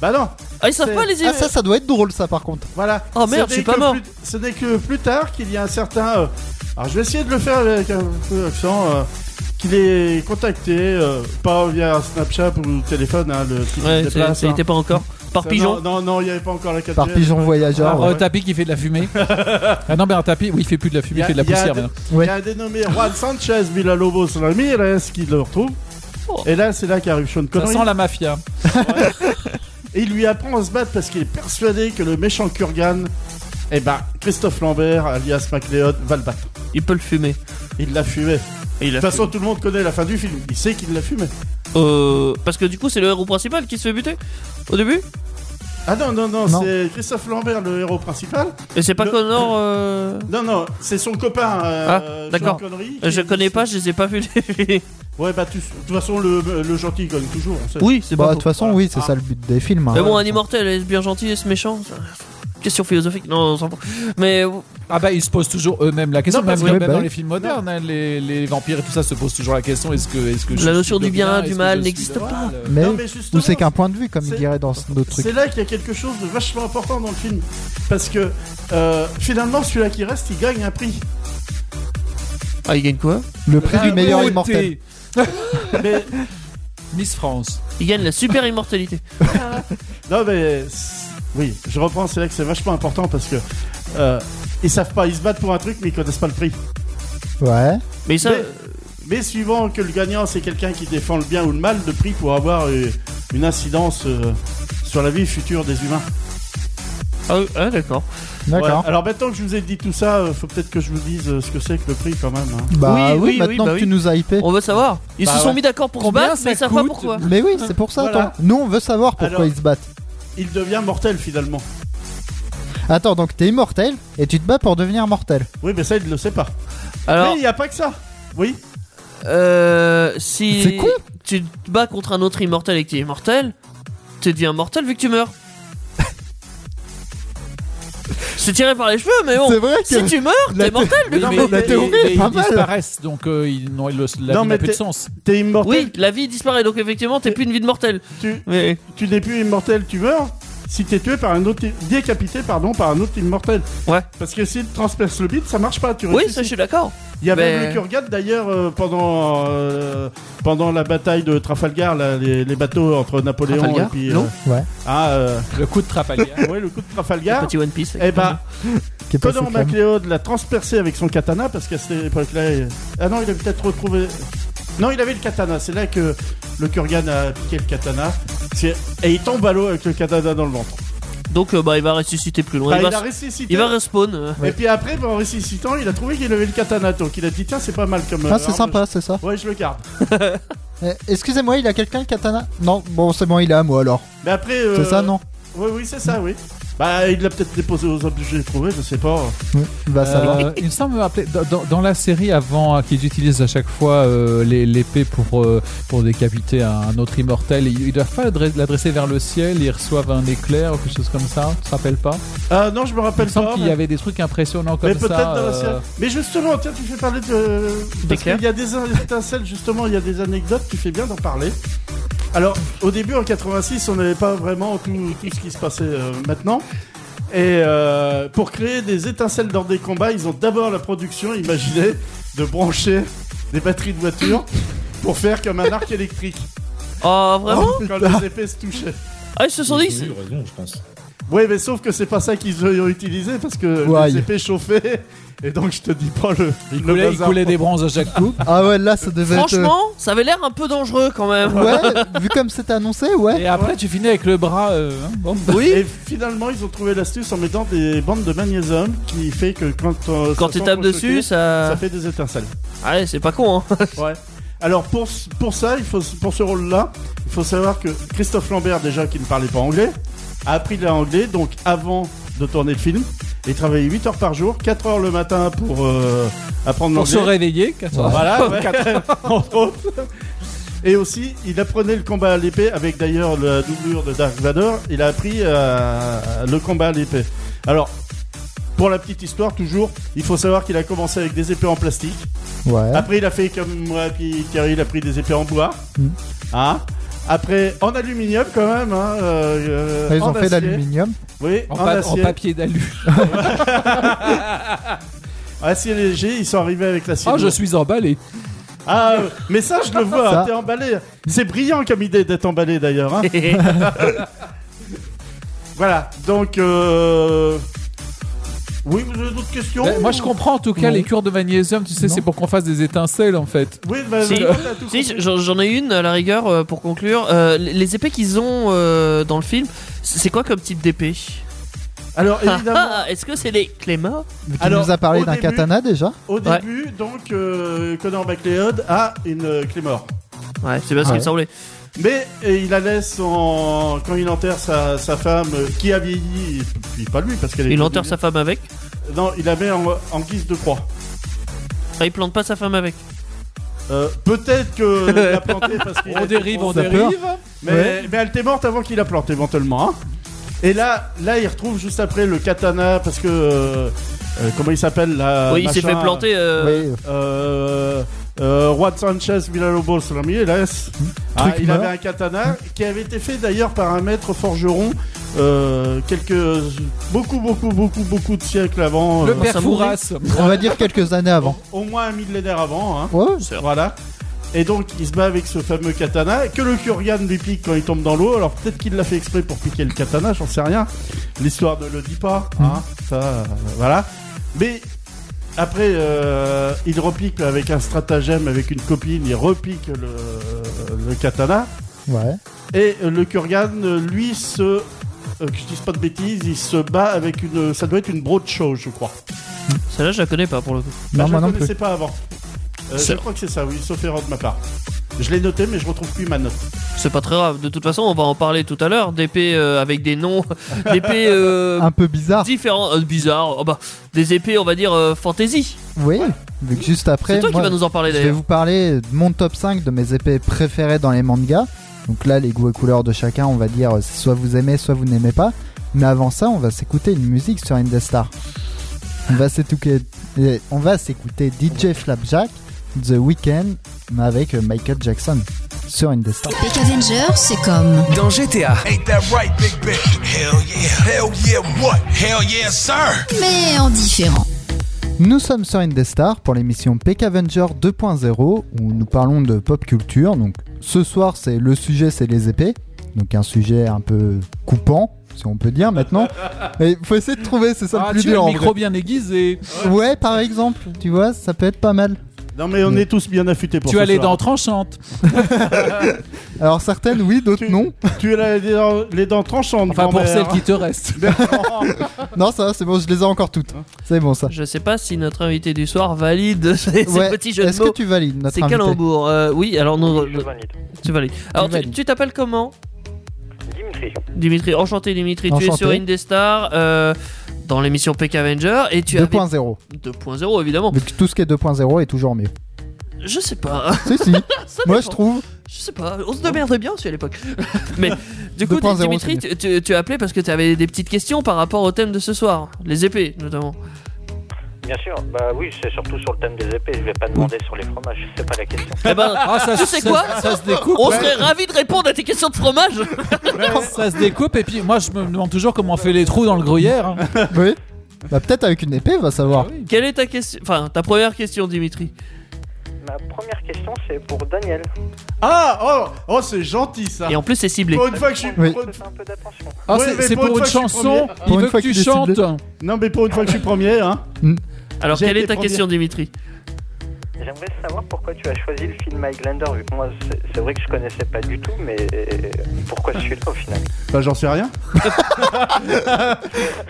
[SPEAKER 6] Bah non.
[SPEAKER 5] Ah, ils savent
[SPEAKER 6] C'est-
[SPEAKER 5] pas les
[SPEAKER 4] Ah, ça, ça doit être drôle, ça, par contre.
[SPEAKER 6] Voilà.
[SPEAKER 5] Oh merde,
[SPEAKER 6] Ce
[SPEAKER 5] je suis
[SPEAKER 6] n'est
[SPEAKER 5] pas
[SPEAKER 6] que
[SPEAKER 5] mort.
[SPEAKER 6] plus- ce n'est que plus tard qu'il y a un certain. euh, alors je vais essayer de le faire avec un peu d'accent. euh, qu'il est contacté, euh, pas via Snapchat ou téléphone, hein, le type
[SPEAKER 5] Ouais,
[SPEAKER 6] qui se
[SPEAKER 5] c'est-
[SPEAKER 6] déplace,
[SPEAKER 5] ça
[SPEAKER 6] hein.
[SPEAKER 5] était pas encore. Par
[SPEAKER 6] Ça,
[SPEAKER 5] pigeon.
[SPEAKER 6] Non, non, non, il n'y avait pas encore la 4
[SPEAKER 4] Par pigeon voyageur. Bah,
[SPEAKER 7] Alors,
[SPEAKER 4] Ah, ouais.
[SPEAKER 7] euh, tapis qui fait de la fumée. ah non, mais un tapis, oui, il fait plus de la fumée, il fait de la poussière maintenant.
[SPEAKER 6] Il y a un dénommé Juan Sanchez Villalobos Ramirez qui le retrouve.
[SPEAKER 5] Oh.
[SPEAKER 6] Et là, c'est là qu'arrive Sean
[SPEAKER 7] Ça
[SPEAKER 6] Connery.
[SPEAKER 7] sent la mafia.
[SPEAKER 6] Et il lui apprend à se battre parce qu'il est persuadé que le méchant Kurgan, eh ben, Christophe Lambert, alias MacLeod, va le battre.
[SPEAKER 5] Il peut le fumer.
[SPEAKER 6] Il l'a fumé.
[SPEAKER 5] Et il
[SPEAKER 6] De
[SPEAKER 5] a
[SPEAKER 6] toute façon, tout le monde connaît la fin du film. Il sait qu'il l'a fumé.
[SPEAKER 5] Euh, parce que du coup, c'est le héros principal qui se fait buter au début
[SPEAKER 6] Ah non, non, non,
[SPEAKER 4] Non.
[SPEAKER 6] c'est Christophe Lambert, le héros principal.
[SPEAKER 5] Et c'est pas
[SPEAKER 6] Le-
[SPEAKER 5] Connor. euh,
[SPEAKER 6] Non, non, c'est son copain. euh,
[SPEAKER 5] Ah, d'accord.
[SPEAKER 6] Sean Connery, qui-
[SPEAKER 5] Je connais pas, je les ai pas vus. les films.
[SPEAKER 6] Ouais, bah, tu- de toute façon, le, le gentil gagne toujours. on sait.
[SPEAKER 5] oui, c'est
[SPEAKER 4] Bah, de
[SPEAKER 5] pas.
[SPEAKER 4] toute
[SPEAKER 5] faux.
[SPEAKER 4] façon,
[SPEAKER 6] Voilà.
[SPEAKER 4] oui, c'est
[SPEAKER 6] Ah.
[SPEAKER 4] ça le but des films. hein.
[SPEAKER 5] Mais bon, un immortel, est-ce bien gentil, est-ce méchant Question philosophique, non, on s'en fout. Mais euh,
[SPEAKER 7] Ah bah, ils se posent toujours eux-mêmes la question,
[SPEAKER 6] Non,
[SPEAKER 7] parce
[SPEAKER 6] parce
[SPEAKER 7] que
[SPEAKER 4] que-
[SPEAKER 7] même
[SPEAKER 4] oui, bah
[SPEAKER 7] dans
[SPEAKER 4] oui.
[SPEAKER 7] les films modernes, hein, les, les vampires et tout ça se posent toujours la question est-ce que, est que je
[SPEAKER 5] La
[SPEAKER 7] suis
[SPEAKER 5] notion
[SPEAKER 7] le
[SPEAKER 5] du bien, du
[SPEAKER 7] est-ce que
[SPEAKER 5] mal
[SPEAKER 7] je suis
[SPEAKER 5] n'existe
[SPEAKER 7] le
[SPEAKER 5] pas.
[SPEAKER 7] mal
[SPEAKER 4] Mais
[SPEAKER 6] Non, mais
[SPEAKER 4] Ou
[SPEAKER 6] justement,
[SPEAKER 4] c'est qu'un point de vue, comme il
[SPEAKER 6] c'est-
[SPEAKER 4] dirait dans d'autres trucs.
[SPEAKER 6] C'est là qu'il y a quelque chose de vachement important dans le film. Parce que euh, finalement, celui-là qui reste, il gagne un prix.
[SPEAKER 5] ah, il gagne quoi
[SPEAKER 4] Le prix du meilleur
[SPEAKER 7] Beauté.
[SPEAKER 4] immortel.
[SPEAKER 6] Mais
[SPEAKER 7] Miss France.
[SPEAKER 5] Il gagne la super immortalité.
[SPEAKER 6] non, mais c'est- oui, je reprends, c'est là que c'est vachement important parce que euh, ils savent pas, ils se battent pour un truc, mais ils connaissent pas le prix.
[SPEAKER 4] Ouais.
[SPEAKER 5] Mais ça,
[SPEAKER 6] Mais- Mais suivant que le gagnant c'est quelqu'un qui défend le bien ou le mal, le prix pour avoir euh, une incidence euh, sur la vie future des humains.
[SPEAKER 5] Ah, oui, ah, d'accord.
[SPEAKER 4] D'accord.
[SPEAKER 6] Ouais, Alors maintenant que je vous ai dit tout ça, euh, faut peut-être que je vous dise euh, ce que c'est que le prix quand même. hein.
[SPEAKER 4] Bah
[SPEAKER 5] Oui,
[SPEAKER 4] oui,
[SPEAKER 5] oui, oui,
[SPEAKER 4] maintenant
[SPEAKER 5] bah
[SPEAKER 4] que
[SPEAKER 5] oui.
[SPEAKER 4] tu nous as hypé.
[SPEAKER 5] On veut savoir. Ils
[SPEAKER 6] Bah
[SPEAKER 5] se sont
[SPEAKER 6] ouais.
[SPEAKER 5] mis d'accord pour
[SPEAKER 7] Combien
[SPEAKER 5] se battre,
[SPEAKER 7] ça
[SPEAKER 5] mais ils savent pas
[SPEAKER 7] coûte
[SPEAKER 5] pourquoi.
[SPEAKER 4] Mais oui, c'est pour ça.
[SPEAKER 6] Voilà.
[SPEAKER 4] attends. Nous, on veut savoir pourquoi
[SPEAKER 6] Alors-
[SPEAKER 4] ils se battent.
[SPEAKER 6] Il devient mortel finalement.
[SPEAKER 4] Attends, donc t'es immortel et tu te bats pour devenir mortel.
[SPEAKER 6] Oui, mais ça, il ne le sait pas.
[SPEAKER 5] Alors,
[SPEAKER 6] Mais il n'y a pas que ça. Oui.
[SPEAKER 5] euh, si
[SPEAKER 4] C'est con.
[SPEAKER 5] tu te bats contre un autre immortel et que t'es immortel, tu deviens mortel vu que tu meurs. C'est tiré par les cheveux, mais bon.
[SPEAKER 4] C'est vrai que
[SPEAKER 5] Si tu meurs,
[SPEAKER 4] la
[SPEAKER 5] t'es
[SPEAKER 4] thé-
[SPEAKER 5] Ah, mortel.
[SPEAKER 7] Mais,
[SPEAKER 6] non,
[SPEAKER 7] mais-
[SPEAKER 6] mais la
[SPEAKER 7] mais-
[SPEAKER 4] théorie
[SPEAKER 7] mais
[SPEAKER 4] est pas
[SPEAKER 7] ils
[SPEAKER 4] mal.
[SPEAKER 7] disparaissent, donc euh, ils, non, ils le- la
[SPEAKER 6] Non,
[SPEAKER 7] vie
[SPEAKER 6] mais
[SPEAKER 7] n'a plus de
[SPEAKER 6] t'es-
[SPEAKER 7] sens.
[SPEAKER 6] T'es immortel.
[SPEAKER 5] Oui, la vie disparaît, donc effectivement, t'es plus une vie de mortel.
[SPEAKER 6] Tu,
[SPEAKER 5] Mais
[SPEAKER 6] tu n'es plus immortel, tu meurs. Si t'es tué par un autre, décapité pardon, par un autre immortel.
[SPEAKER 5] Ouais.
[SPEAKER 6] Parce que s'il te transperce le bide, euh, ça marche pas. Tu
[SPEAKER 5] oui,
[SPEAKER 6] ressuscites.
[SPEAKER 5] ça, je suis d'accord.
[SPEAKER 6] Il y avait
[SPEAKER 5] Mais-
[SPEAKER 6] le Kurgat d'ailleurs euh, pendant euh, pendant la bataille de Trafalgar, là, les, les bateaux entre Napoléon
[SPEAKER 5] Trafalgar
[SPEAKER 6] et puis.
[SPEAKER 5] Non.
[SPEAKER 4] Ouais.
[SPEAKER 6] Ah euh,
[SPEAKER 7] Le coup de Trafalgar.
[SPEAKER 6] ouais, le coup de
[SPEAKER 5] Le
[SPEAKER 6] Trafalgar.
[SPEAKER 5] Petit One Piece.
[SPEAKER 6] Eh ben,
[SPEAKER 4] Qui est passé
[SPEAKER 6] Conan
[SPEAKER 4] quand même.
[SPEAKER 6] MacLeod l'a transpercé avec son katana parce qu'à cette époque-là. il- Ah non, il a peut-être retrouvé. Non, il avait le katana. C'est là que le Kurgan a piqué le katana. C'est- Et il tombe à l'eau avec le katana dans le ventre.
[SPEAKER 5] Donc, euh, bah, il va ressusciter plus loin.
[SPEAKER 6] Ah,
[SPEAKER 5] il,
[SPEAKER 6] il
[SPEAKER 5] va...
[SPEAKER 6] a ressuscité.
[SPEAKER 5] il va respawn. euh.
[SPEAKER 6] Et puis après, bah, en ressuscitant, il a trouvé qu'il avait le katana. Donc il a dit tiens, c'est pas mal comme.
[SPEAKER 4] Ah,
[SPEAKER 6] euh,
[SPEAKER 4] c'est
[SPEAKER 6] arme.
[SPEAKER 4] sympa, c'est ça.
[SPEAKER 6] Ouais, je le garde.
[SPEAKER 4] Eh, Excusez-moi, il a quelqu'un le katana Non, bon, c'est bon, il est à moi alors.
[SPEAKER 6] Mais après. euh,
[SPEAKER 4] C'est ça, non
[SPEAKER 6] Oui, oui, c'est ça, oui. Bah, il l'a peut-être déposé aux objets trouvés, je sais pas.
[SPEAKER 4] Bah, ça va.
[SPEAKER 7] Euh, il me semble me rappeler, dans- dans, dans la série avant euh, qu'ils utilisent à chaque fois euh, les- l'épée pour, euh, pour décapiter un autre immortel, ils, ils doivent pas l'adre- l'adresser vers le ciel, ils reçoivent un éclair ou quelque chose comme ça, tu te rappelles pas
[SPEAKER 6] Ah non, je me
[SPEAKER 7] Il
[SPEAKER 6] rappelle
[SPEAKER 7] me semble
[SPEAKER 6] pas.
[SPEAKER 7] qu'il y avait des trucs impressionnants comme
[SPEAKER 6] Mais
[SPEAKER 7] ça.
[SPEAKER 6] peut-être dans la
[SPEAKER 7] euh,
[SPEAKER 6] série. Mais justement, tiens, tu fais parler de. Parce
[SPEAKER 5] clair.
[SPEAKER 6] qu'il y a des étincelles, justement, il y a des anecdotes, tu fais bien d'en parler. Alors, au début, en 86, on n'avait pas vraiment tout, tout ce qui se passait euh, maintenant. Et euh, pour créer des étincelles dans des combats, ils ont d'abord la production, imaginez, de brancher des batteries de voiture pour faire comme un arc électrique.
[SPEAKER 5] Ah, vraiment
[SPEAKER 6] Quand les épées se touchaient.
[SPEAKER 5] Ah, ils se sont dit.
[SPEAKER 1] Ils ont eu raison, je pense.
[SPEAKER 6] Ouais, mais sauf que c'est pas ça qu'ils ont utilisé parce que
[SPEAKER 4] Ouais.
[SPEAKER 6] les épées chauffaient. Et donc, je te dis pas le.
[SPEAKER 7] Il
[SPEAKER 6] le
[SPEAKER 7] coulait, il
[SPEAKER 6] bazar.
[SPEAKER 7] coulait des bronzes à chaque coup.
[SPEAKER 4] Ah ouais, là, ça devait être.
[SPEAKER 6] euh,
[SPEAKER 5] Franchement, ça avait l'air un peu dangereux quand même.
[SPEAKER 4] Ouais, vu comme c'était annoncé, ouais.
[SPEAKER 7] Et après, tu finis avec le bras. euh, hein, bon.
[SPEAKER 6] Et finalement, ils ont trouvé l'astuce en mettant des bandes de magnésium qui fait que quand, euh,
[SPEAKER 5] Quand
[SPEAKER 6] ça
[SPEAKER 5] tu
[SPEAKER 6] sent
[SPEAKER 5] tapes
[SPEAKER 6] qu'on
[SPEAKER 5] dessus,
[SPEAKER 6] choque,
[SPEAKER 5] ça.
[SPEAKER 6] ça fait des étincelles.
[SPEAKER 5] Ouais, c'est pas con, hein.
[SPEAKER 6] Ouais. Alors pour, ce- pour ça, il faut, pour ce rôle-là, il faut savoir que Christophe Lambert, déjà qui ne parlait pas anglais, a appris l'anglais, donc avant de tourner le film, et travaillait 8 heures par jour, 4 heures le matin pour euh, apprendre
[SPEAKER 7] Pour se
[SPEAKER 6] l'anglais.
[SPEAKER 7] réveiller, quatre heures.
[SPEAKER 4] Oh.
[SPEAKER 6] Voilà, ouais, entre autres. Et aussi, il apprenait le combat à l'épée avec d'ailleurs la doublure de Dark Vador. Il a appris euh, le combat à l'épée. Alors, pour la petite histoire, toujours, il faut savoir qu'il a commencé avec des épées en plastique.
[SPEAKER 4] Ouais.
[SPEAKER 5] Ah,
[SPEAKER 6] Après, il a fait comme moi, puis Thierry, il a pris des épées en bois.
[SPEAKER 4] Mm.
[SPEAKER 6] Hein Après, en aluminium quand même. Hein, euh,
[SPEAKER 4] Bah, Ils
[SPEAKER 6] en
[SPEAKER 4] ont fait
[SPEAKER 6] acier.
[SPEAKER 4] l'aluminium.
[SPEAKER 6] Oui, en,
[SPEAKER 7] En, pa- en
[SPEAKER 6] acier.
[SPEAKER 7] papier d'alu.
[SPEAKER 6] Acier léger, ils sont arrivés avec l'acier.
[SPEAKER 7] Ah, je
[SPEAKER 6] lourd.
[SPEAKER 7] suis emballé.
[SPEAKER 6] Ah, euh, mais ça, je le vois,
[SPEAKER 4] Ça.
[SPEAKER 6] t'es emballé. C'est brillant comme idée d'être emballé d'ailleurs. hein. voilà, donc. euh, Oui, vous avez d'autres questions
[SPEAKER 7] Bah, moi, je comprends en tout cas
[SPEAKER 4] Non.
[SPEAKER 7] les cures de magnésium, tu sais,
[SPEAKER 4] Non.
[SPEAKER 7] c'est pour qu'on fasse des étincelles en fait.
[SPEAKER 6] Oui, bah,
[SPEAKER 5] Si.
[SPEAKER 6] bah, t'as tout
[SPEAKER 5] Si,
[SPEAKER 6] compris.
[SPEAKER 5] j'en j'en ai une à la rigueur euh, pour conclure. Euh, les épées qu'ils ont euh, dans le film, c'est c'est quoi comme type d'épée
[SPEAKER 6] Alors, évidemment,
[SPEAKER 5] Ah, ah, Est-ce que c'est les Cléma
[SPEAKER 4] Tu
[SPEAKER 6] Alors,
[SPEAKER 4] nous as parlé
[SPEAKER 6] au
[SPEAKER 4] d'un
[SPEAKER 6] début-
[SPEAKER 4] katana déjà
[SPEAKER 6] au
[SPEAKER 5] Ouais.
[SPEAKER 6] début, donc, euh, Conan MacLeod a une euh, clé mort.
[SPEAKER 5] Ouais, c'est bien ce
[SPEAKER 4] Ah
[SPEAKER 5] qu'il
[SPEAKER 4] ouais.
[SPEAKER 5] me semblait.
[SPEAKER 6] Mais et il la laisse en... quand il enterre sa, sa femme euh, qui a vieilli, et puis pas lui parce qu'elle est.
[SPEAKER 5] Il enterre sa femme avec.
[SPEAKER 6] Non, il la met en, en guise de croix.
[SPEAKER 5] Ah, il plante pas sa femme avec.
[SPEAKER 6] Euh, Peut-être que il l'a planté parce qu'il
[SPEAKER 7] On
[SPEAKER 6] était
[SPEAKER 7] dérive,
[SPEAKER 6] trop
[SPEAKER 7] on
[SPEAKER 6] sapeur.
[SPEAKER 7] dérive.
[SPEAKER 6] Mais, mais elle était morte avant qu'il la plante éventuellement. hein. Et là, là, il retrouve juste après le katana parce que euh, euh, comment il s'appelle là
[SPEAKER 5] oui, il s'est
[SPEAKER 6] machin,
[SPEAKER 5] fait planter. euh,
[SPEAKER 4] Oui.
[SPEAKER 6] Euh, euh, Juan Sanchez Villalobos Ramirez.
[SPEAKER 5] Mmh.
[SPEAKER 6] Ah,
[SPEAKER 4] Truc
[SPEAKER 6] il
[SPEAKER 4] malin.
[SPEAKER 6] avait un katana qui avait été fait d'ailleurs par un maître forgeron euh, quelques beaucoup beaucoup beaucoup beaucoup de siècles avant.
[SPEAKER 7] Le
[SPEAKER 6] euh,
[SPEAKER 7] père
[SPEAKER 5] Samouraï.
[SPEAKER 7] Fouras.
[SPEAKER 4] On va dire quelques années avant.
[SPEAKER 6] au moins un millénaire avant. Hein.
[SPEAKER 4] Ouais.
[SPEAKER 6] Voilà. Et donc il se bat avec ce fameux katana que le Kurgan lui pique quand il tombe dans l'eau. Alors peut-être qu'il l'a fait exprès pour piquer le katana, j'en sais rien. L'histoire ne le dit pas. hein. Ça, euh, voilà. Mais après, euh, il repique avec un stratagème, avec une copine, il repique le, le katana.
[SPEAKER 4] Ouais.
[SPEAKER 6] Et euh, le Kurgan, euh, lui, se euh, que je dise pas de bêtises, il se bat avec une. Ça doit être une broadshow, je crois.
[SPEAKER 5] Celle-là, je la connais pas pour le coup.
[SPEAKER 6] Bah,
[SPEAKER 4] Non,
[SPEAKER 6] je
[SPEAKER 4] moi
[SPEAKER 6] la
[SPEAKER 4] non plus.
[SPEAKER 6] connaissais pas avant. Euh, je
[SPEAKER 5] C'est-
[SPEAKER 6] crois que c'est ça, oui, sauf erreur de ma part. Je l'ai noté, mais je retrouve plus ma note.
[SPEAKER 5] C'est pas très grave. De toute façon, on va en parler tout à l'heure. D'épées euh, avec des noms, d'épées euh,
[SPEAKER 4] Un peu bizarre.
[SPEAKER 5] différents, euh, bizarres. Oh bah, des épées, on va dire euh, fantasy.
[SPEAKER 4] Oui, vu que juste
[SPEAKER 5] C'est
[SPEAKER 4] après,
[SPEAKER 5] toi
[SPEAKER 4] moi,
[SPEAKER 5] qui vas nous en parler
[SPEAKER 4] je vais
[SPEAKER 5] d'ailleurs.
[SPEAKER 4] vous parler de mon top 5 de mes épées préférées dans les mangas. Donc là, les goûts et couleurs de chacun, on va dire, euh, soit vous aimez, soit vous n'aimez pas. Mais avant ça, on va s'écouter une musique sur Indestar. On va s'écouter, euh, on va s'écouter DJ Flapjack, The Weeknd, avec euh, Michael Jackson sur Indestar.
[SPEAKER 8] Peck Avenger, c'est comme
[SPEAKER 3] Dans GTA,
[SPEAKER 8] mais en différent.
[SPEAKER 4] Nous sommes sur Indestar pour l'émission Peck Avenger 2.0 où nous parlons de pop culture. Donc ce soir, c'est le sujet, c'est les épées. Donc un sujet un peu coupant, si on peut dire maintenant. Mais faut essayer de trouver, c'est ça
[SPEAKER 7] Ah,
[SPEAKER 4] le plus
[SPEAKER 7] tu as
[SPEAKER 4] dur.
[SPEAKER 7] le
[SPEAKER 4] en
[SPEAKER 7] micro bien aiguisé.
[SPEAKER 4] vrai. Ouais, par exemple, tu vois, ça peut être pas mal.
[SPEAKER 6] Non, mais on
[SPEAKER 4] Oui.
[SPEAKER 6] est tous bien affûtés pour
[SPEAKER 7] Tu
[SPEAKER 6] ce
[SPEAKER 7] as les
[SPEAKER 6] soir.
[SPEAKER 7] dents tranchantes.
[SPEAKER 4] Alors certaines oui, d'autres
[SPEAKER 6] Tu-
[SPEAKER 4] non.
[SPEAKER 6] Tu as les dents, les dents tranchantes.
[SPEAKER 7] Enfin, pour
[SPEAKER 6] grand-mère.
[SPEAKER 7] celles qui te restent.
[SPEAKER 4] Non, ça, va, c'est bon, je les ai encore toutes. C'est bon ça.
[SPEAKER 5] Je sais pas si notre invité du soir valide ces, ces
[SPEAKER 4] Ouais,
[SPEAKER 5] petits jeux de
[SPEAKER 4] Est-ce que
[SPEAKER 5] mots.
[SPEAKER 4] tu valides notre
[SPEAKER 5] C'est
[SPEAKER 4] invité
[SPEAKER 5] calembour. Euh, oui, alors nous, tu valides. Alors tu-
[SPEAKER 4] valide.
[SPEAKER 5] tu t'appelles comment Dimitri, enchanté Dimitri, tu es
[SPEAKER 4] Enchanté.
[SPEAKER 5] sur Indestar euh, dans l'émission Peck Avenger et tu as
[SPEAKER 4] 2.0.
[SPEAKER 5] 2.0 évidemment.
[SPEAKER 4] Donc tout ce qui est 2.0 est toujours mieux.
[SPEAKER 5] Je sais pas,
[SPEAKER 4] si si.
[SPEAKER 5] Ça
[SPEAKER 4] Moi je
[SPEAKER 5] dépend.
[SPEAKER 4] trouve.
[SPEAKER 5] je sais pas, on se démerdait bien aussi à l'époque. Mais du coup,
[SPEAKER 4] 2.0,
[SPEAKER 5] Dimitri, tu, tu- tu as appelé parce que tu avais des petites questions par rapport au thème de ce soir, les épées notamment.
[SPEAKER 10] Bien sûr, bah oui, c'est surtout sur le thème des épées. Je vais pas demander sur les fromages, c'est pas la question.
[SPEAKER 5] Eh ben,
[SPEAKER 7] Ah, ça,
[SPEAKER 5] Tu
[SPEAKER 7] se-
[SPEAKER 5] sais quoi
[SPEAKER 7] ça, ça se découpe.
[SPEAKER 5] on serait ravis de répondre à tes questions de fromage.
[SPEAKER 7] Ça se découpe. Et puis, moi, je me demande toujours comment on fait les trous dans le gruyère. hein.
[SPEAKER 4] Oui. Bah peut-être avec une épée, va savoir.
[SPEAKER 5] Quelle est ta question Enfin, ta première question, Dimitri.
[SPEAKER 10] Ma première question, c'est pour Daniel.
[SPEAKER 6] Ah, oh, oh c'est gentil ça.
[SPEAKER 5] Et en plus, c'est ciblé.
[SPEAKER 6] Pour une fois que je suis.
[SPEAKER 4] Oui.
[SPEAKER 6] pour une-
[SPEAKER 10] Fais un peu d'attention.
[SPEAKER 7] Ah,
[SPEAKER 6] Ouais,
[SPEAKER 7] c'est-
[SPEAKER 6] mais
[SPEAKER 7] c'est
[SPEAKER 6] pour
[SPEAKER 7] pour
[SPEAKER 6] une
[SPEAKER 7] une
[SPEAKER 6] fois que je suis
[SPEAKER 7] chanson.
[SPEAKER 6] premier.
[SPEAKER 7] Il
[SPEAKER 4] Pour une
[SPEAKER 7] veut que
[SPEAKER 4] fois que
[SPEAKER 7] tu
[SPEAKER 4] je suis
[SPEAKER 7] chantes.
[SPEAKER 4] ciblé.
[SPEAKER 6] Non, mais pour une fois que je suis premier, hein.
[SPEAKER 5] Alors,
[SPEAKER 6] J'ai
[SPEAKER 5] quelle
[SPEAKER 6] été
[SPEAKER 5] est ta
[SPEAKER 6] premier.
[SPEAKER 5] question, Dimitri
[SPEAKER 10] J'aimerais savoir pourquoi tu as choisi le film Highlander, vu que moi, c'est- c'est vrai que je connaissais pas du tout, mais pourquoi
[SPEAKER 1] Ah.
[SPEAKER 10] celui-là au final
[SPEAKER 6] Bah, j'en sais rien.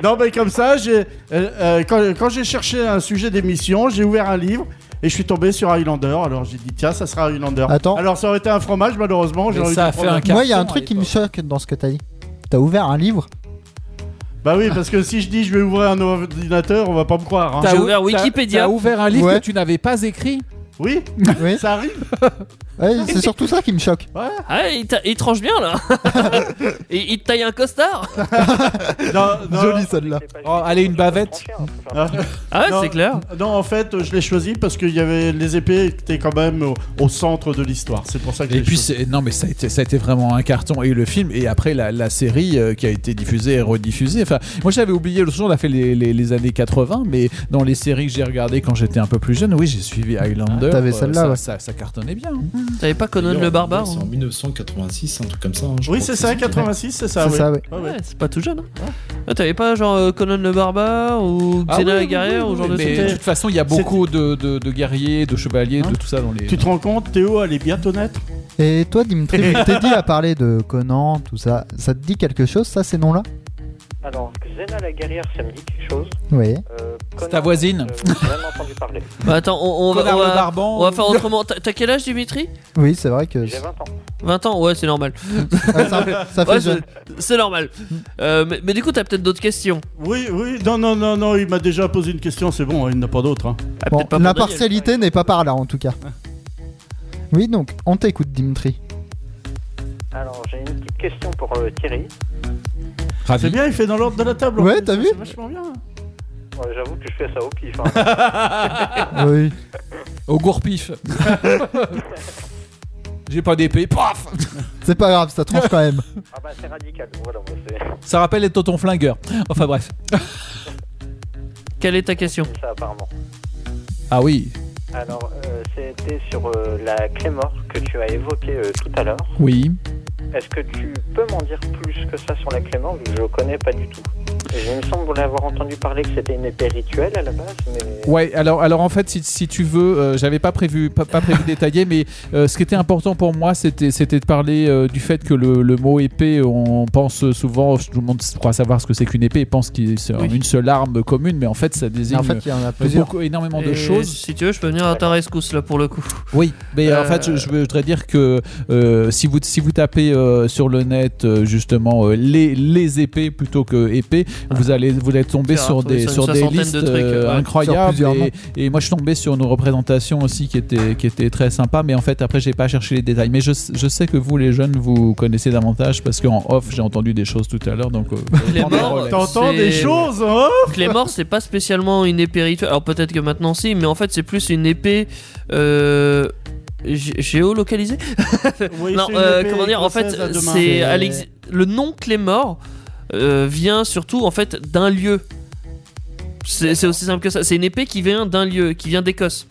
[SPEAKER 6] non, mais comme ça, j'ai euh, euh, quand, quand j'ai cherché un sujet d'émission, j'ai ouvert un livre et je suis tombé sur Highlander. Alors j'ai dit, tiens, ça sera Highlander.
[SPEAKER 4] Attends.
[SPEAKER 6] Alors ça aurait été un fromage, malheureusement.
[SPEAKER 7] Mais
[SPEAKER 6] j'aurais
[SPEAKER 7] ça
[SPEAKER 6] dû
[SPEAKER 7] a fait
[SPEAKER 6] prendre
[SPEAKER 7] un
[SPEAKER 4] Moi, il y a un
[SPEAKER 7] carton,
[SPEAKER 4] truc
[SPEAKER 7] à
[SPEAKER 4] qui me choque dans ce que t'as dit. T'as ouvert un livre
[SPEAKER 6] Bah oui, parce que si je dis je vais ouvrir un ordinateur, on va pas me croire. hein.
[SPEAKER 5] T'as
[SPEAKER 7] ou-
[SPEAKER 5] ouvert Wikipédia.
[SPEAKER 7] T'as ouvert un livre
[SPEAKER 4] Ouais.
[SPEAKER 7] que tu n'avais pas écrit.
[SPEAKER 6] Oui,
[SPEAKER 4] Oui.
[SPEAKER 6] ça arrive.
[SPEAKER 4] Ouais, c'est surtout ça qui me choque.
[SPEAKER 5] Ah, il, t'a- il tranche bien là il, il te taille un costard
[SPEAKER 6] Non, non,
[SPEAKER 4] Jolie celle-là.
[SPEAKER 10] C'est pas
[SPEAKER 7] Oh, allez, une bavette.
[SPEAKER 10] juste un transfert,
[SPEAKER 6] Ah.
[SPEAKER 5] Ah,
[SPEAKER 6] Non,
[SPEAKER 5] ouais, c'est clair.
[SPEAKER 6] Non, en fait, je l'ai choisi parce qu'il y avait les épées qui étaient quand même au, au centre de l'histoire. C'est pour ça que je
[SPEAKER 7] Et
[SPEAKER 6] l'ai
[SPEAKER 7] puis,
[SPEAKER 6] choisi.
[SPEAKER 7] c'est- non, mais ça a, été, ça a été vraiment un carton. Et le film, et après la, la série euh, qui a été diffusée et rediffusée. Enfin, moi j'avais oublié, le jour, on a fait les, les- les années 80, mais dans les séries que j'ai regardées quand j'étais un peu plus jeune, oui, j'ai suivi Highlander.
[SPEAKER 4] T'avais
[SPEAKER 7] euh,
[SPEAKER 4] celle-là,
[SPEAKER 7] ça,
[SPEAKER 4] ouais.
[SPEAKER 7] ça- ça cartonnait bien.
[SPEAKER 5] T'avais pas Conan
[SPEAKER 1] D'ailleurs,
[SPEAKER 5] le barbare
[SPEAKER 1] C'est en
[SPEAKER 5] hein
[SPEAKER 1] 1986, un truc comme ça. hein, je
[SPEAKER 6] Oui,
[SPEAKER 1] crois
[SPEAKER 6] c'est
[SPEAKER 1] que
[SPEAKER 6] ça, 86, c'est ça.
[SPEAKER 4] C'est
[SPEAKER 6] oui.
[SPEAKER 4] ça, oui.
[SPEAKER 6] Ah ouais.
[SPEAKER 5] Ouais, c'est pas tout jeune. hein. Ah, T'avais pas genre euh, Conan le barbare ou
[SPEAKER 7] Ah
[SPEAKER 5] Xena
[SPEAKER 7] oui,
[SPEAKER 5] la
[SPEAKER 7] oui,
[SPEAKER 5] guerrière
[SPEAKER 7] oui,
[SPEAKER 5] ou genre
[SPEAKER 7] oui,
[SPEAKER 5] de
[SPEAKER 7] mais
[SPEAKER 5] truc
[SPEAKER 7] de toute façon, il y a beaucoup de, de- de guerriers, de chevaliers,
[SPEAKER 6] Hein
[SPEAKER 7] de tout ça dans les.
[SPEAKER 6] Tu te rends compte, Théo allait bientôt naître
[SPEAKER 4] Et toi, Dimitri, je t'ai dit à parler de Conan, tout ça. Ça te dit quelque chose, ça, ces noms-là
[SPEAKER 10] enfin. Alors, Xena la guerrière, ça me dit quelque chose.
[SPEAKER 4] Oui.
[SPEAKER 10] Euh,
[SPEAKER 7] C'est ta
[SPEAKER 10] Conan,
[SPEAKER 7] voisine.
[SPEAKER 10] euh, J'ai jamais entendu parler.
[SPEAKER 5] Bah, Attends, on, on va,
[SPEAKER 7] Connard
[SPEAKER 5] on
[SPEAKER 7] le
[SPEAKER 5] va-
[SPEAKER 7] Barbant.
[SPEAKER 5] on va faire autrement. T'as t'as quel âge, Dimitri
[SPEAKER 4] Oui, c'est vrai que
[SPEAKER 10] J'ai 20 ans.
[SPEAKER 5] 20 ans Ouais, c'est normal.
[SPEAKER 4] Ah, ça, ça fait
[SPEAKER 5] Ouais,
[SPEAKER 4] jeune.
[SPEAKER 5] c'est- c'est normal. Euh, mais, mais du coup, t'as peut-être d'autres questions.
[SPEAKER 6] Oui, oui, non, non, non, non, il m'a déjà posé une question, c'est bon, il n'a pas d'autre. hein.
[SPEAKER 5] Ah,
[SPEAKER 4] Bon,
[SPEAKER 5] peut-être pas pour Daniel.
[SPEAKER 4] l'impartialité n'est pas par là, en tout cas. Oui, donc, on t'écoute, Dimitri.
[SPEAKER 10] Alors, j'ai une petite question pour euh, Thierry.
[SPEAKER 5] Mm.
[SPEAKER 7] Ravi.
[SPEAKER 6] C'est bien, il fait dans l'ordre de la table. en
[SPEAKER 4] Ouais,
[SPEAKER 6] plus,
[SPEAKER 4] t'as
[SPEAKER 6] ça,
[SPEAKER 4] vu
[SPEAKER 6] C'est vachement bien.
[SPEAKER 10] Ouais, Euh, J'avoue que je fais ça au pif. hein.
[SPEAKER 5] Ah.
[SPEAKER 4] Oui.
[SPEAKER 7] Au gourpif. J'ai pas d'épée. Paf
[SPEAKER 4] C'est pas grave, ça tranche quand même.
[SPEAKER 10] Ah bah c'est radical, voilà, moi, c'est
[SPEAKER 7] Ça rappelle les tontons flingueurs. Enfin bref.
[SPEAKER 5] Quelle est ta question
[SPEAKER 10] c'est ça apparemment.
[SPEAKER 7] Ah oui,
[SPEAKER 10] Alors euh, c'était sur euh, la Clémor que tu as évoquée euh, tout à l'heure.
[SPEAKER 7] oui.
[SPEAKER 10] Est-ce que tu peux m'en dire plus que ça sur la Clémor vu que je connais pas du tout Il me semble l'avoir entendu parler que c'était une épée rituelle à la base, mais.
[SPEAKER 7] Ouais, alors, alors en fait, si, si tu veux, euh, j'avais pas prévu, pas, pas prévu de détailler, mais euh, ce qui était important pour moi, c'était, c'était de parler euh, du fait que le, le mot épée, on pense souvent, tout le monde croit savoir ce que c'est qu'une épée, et pense qu'il c'est
[SPEAKER 5] Oui.
[SPEAKER 7] une seule arme commune, mais en fait, ça désigne
[SPEAKER 4] En fait, il y en a
[SPEAKER 7] euh,
[SPEAKER 4] plusieurs.
[SPEAKER 7] beaucoup, énormément de
[SPEAKER 5] Et
[SPEAKER 7] choses.
[SPEAKER 5] Si tu veux, je peux venir à ta rescousse là pour le coup.
[SPEAKER 7] Oui, mais
[SPEAKER 5] Euh,
[SPEAKER 7] en fait, je, je voudrais dire que euh, si vous si vous tapez euh, sur le net euh, justement euh, les les épées plutôt que épées, vous allez vous allez tomber
[SPEAKER 5] Tu vas
[SPEAKER 7] sur
[SPEAKER 5] retrouver
[SPEAKER 7] des
[SPEAKER 5] Ah. sur une
[SPEAKER 7] sur des
[SPEAKER 5] soixantaine de
[SPEAKER 7] listes
[SPEAKER 5] trucs,
[SPEAKER 7] euh,
[SPEAKER 5] ouais.
[SPEAKER 4] Sur
[SPEAKER 7] incroyables.
[SPEAKER 4] plusieurs noms.
[SPEAKER 7] Et, et moi, je suis tombé sur une représentation aussi qui était qui était très sympa, mais en fait après j'ai pas cherché les détails. Mais je, je sais que vous les jeunes vous connaissez davantage parce qu'en off j'ai entendu des choses tout à l'heure, donc euh, je vais
[SPEAKER 5] Les
[SPEAKER 7] prendre la
[SPEAKER 5] morts,
[SPEAKER 7] relève.
[SPEAKER 6] T'entends
[SPEAKER 5] C'est-
[SPEAKER 6] des choses, hein
[SPEAKER 5] Donc les morts, c'est pas spécialement une épée rituelle. Alors peut-être que maintenant si, mais en fait c'est plus une épée euh, gé- géolocalisée.
[SPEAKER 6] Oui,
[SPEAKER 5] non,
[SPEAKER 6] c'est une
[SPEAKER 5] euh,
[SPEAKER 6] épée
[SPEAKER 5] comment dire En fait,
[SPEAKER 6] écossaise à euh, deux mains.
[SPEAKER 5] c'est à l'exi- le nom que les morts euh, vient surtout en fait d'un lieu. C'est c'est aussi simple que ça. C'est une épée qui vient d'un lieu, qui vient d'Écosse.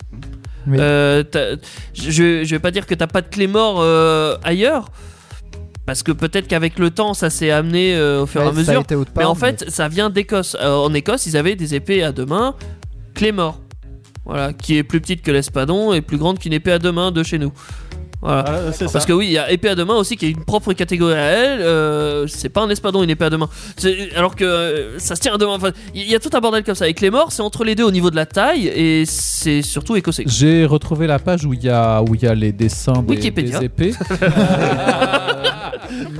[SPEAKER 4] Oui.
[SPEAKER 5] Euh, t'as- je, je vais pas dire que t'as pas de clé mort euh, ailleurs, parce que peut-être qu'avec le temps ça s'est amené euh, au fur et à
[SPEAKER 4] Ouais, ça a
[SPEAKER 5] mesure.
[SPEAKER 4] été autre
[SPEAKER 5] Mais
[SPEAKER 4] part,
[SPEAKER 5] en fait, ça vient d'Écosse. Euh, en Écosse, ils avaient des épées à deux mains, clé mort. Voilà, qui est plus petite que l'espadon et plus grande qu'une épée à deux mains de chez nous. Voilà.
[SPEAKER 6] Ah, c'est ça.
[SPEAKER 5] Parce que oui, il y a épée à deux mains aussi qui est une propre catégorie à elle. euh, c'est pas un espadon, une épée à deux mains. C'est- Alors que euh, ça se tient à deux mains. Enfin, il y a tout un bordel comme ça. Avec les morts, c'est entre les deux au niveau de la taille et c'est surtout écossais.
[SPEAKER 7] J'ai retrouvé la page où il y a où il y a les dessins des,
[SPEAKER 5] Wikipédia.
[SPEAKER 7] des épées. Euh,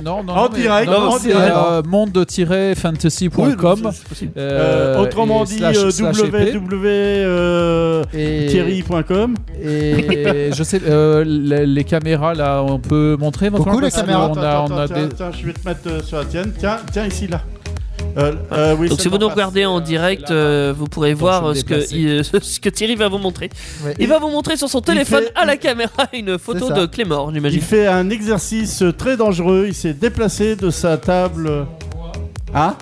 [SPEAKER 7] non, non,
[SPEAKER 6] En
[SPEAKER 7] non, mais-
[SPEAKER 6] direct,
[SPEAKER 7] non,
[SPEAKER 6] en
[SPEAKER 7] c'est,
[SPEAKER 6] direct.
[SPEAKER 7] euh, monde-fantasy.com.
[SPEAKER 6] Oui, c'est- c'est possible. Euh,
[SPEAKER 7] euh,
[SPEAKER 6] autrement
[SPEAKER 7] et
[SPEAKER 6] dit, euh,
[SPEAKER 7] slash- slash épée.
[SPEAKER 6] www.thierry.com.
[SPEAKER 7] Et- Et je sais, euh, les, les caméras là, on peut montrer éventuellement,
[SPEAKER 4] Beaucoup, les
[SPEAKER 7] parce que
[SPEAKER 4] caméras.
[SPEAKER 7] On a, on a
[SPEAKER 6] tiens,
[SPEAKER 7] des-
[SPEAKER 6] tiens, je vais te mettre euh, sur la tienne. Tiens, tiens ici, là. Euh, euh, oui,
[SPEAKER 5] Ah, Donc
[SPEAKER 6] ça
[SPEAKER 5] si vous
[SPEAKER 6] t'en
[SPEAKER 5] nous
[SPEAKER 6] passe.
[SPEAKER 5] regardez en direct, euh, vous pourrez
[SPEAKER 7] Attends,
[SPEAKER 5] voir
[SPEAKER 7] je vais
[SPEAKER 5] euh,
[SPEAKER 7] me
[SPEAKER 5] ce que, il- ce que Thierry va vous montrer.
[SPEAKER 4] Ouais.
[SPEAKER 5] Il va vous montrer sur son
[SPEAKER 6] Il
[SPEAKER 5] téléphone
[SPEAKER 6] fait-
[SPEAKER 5] à la caméra une photo
[SPEAKER 4] ça.
[SPEAKER 5] de Clémor,
[SPEAKER 6] Il
[SPEAKER 5] j'imagine.
[SPEAKER 6] fait un exercice euh, très dangereux. Il s'est déplacé de sa table. Hein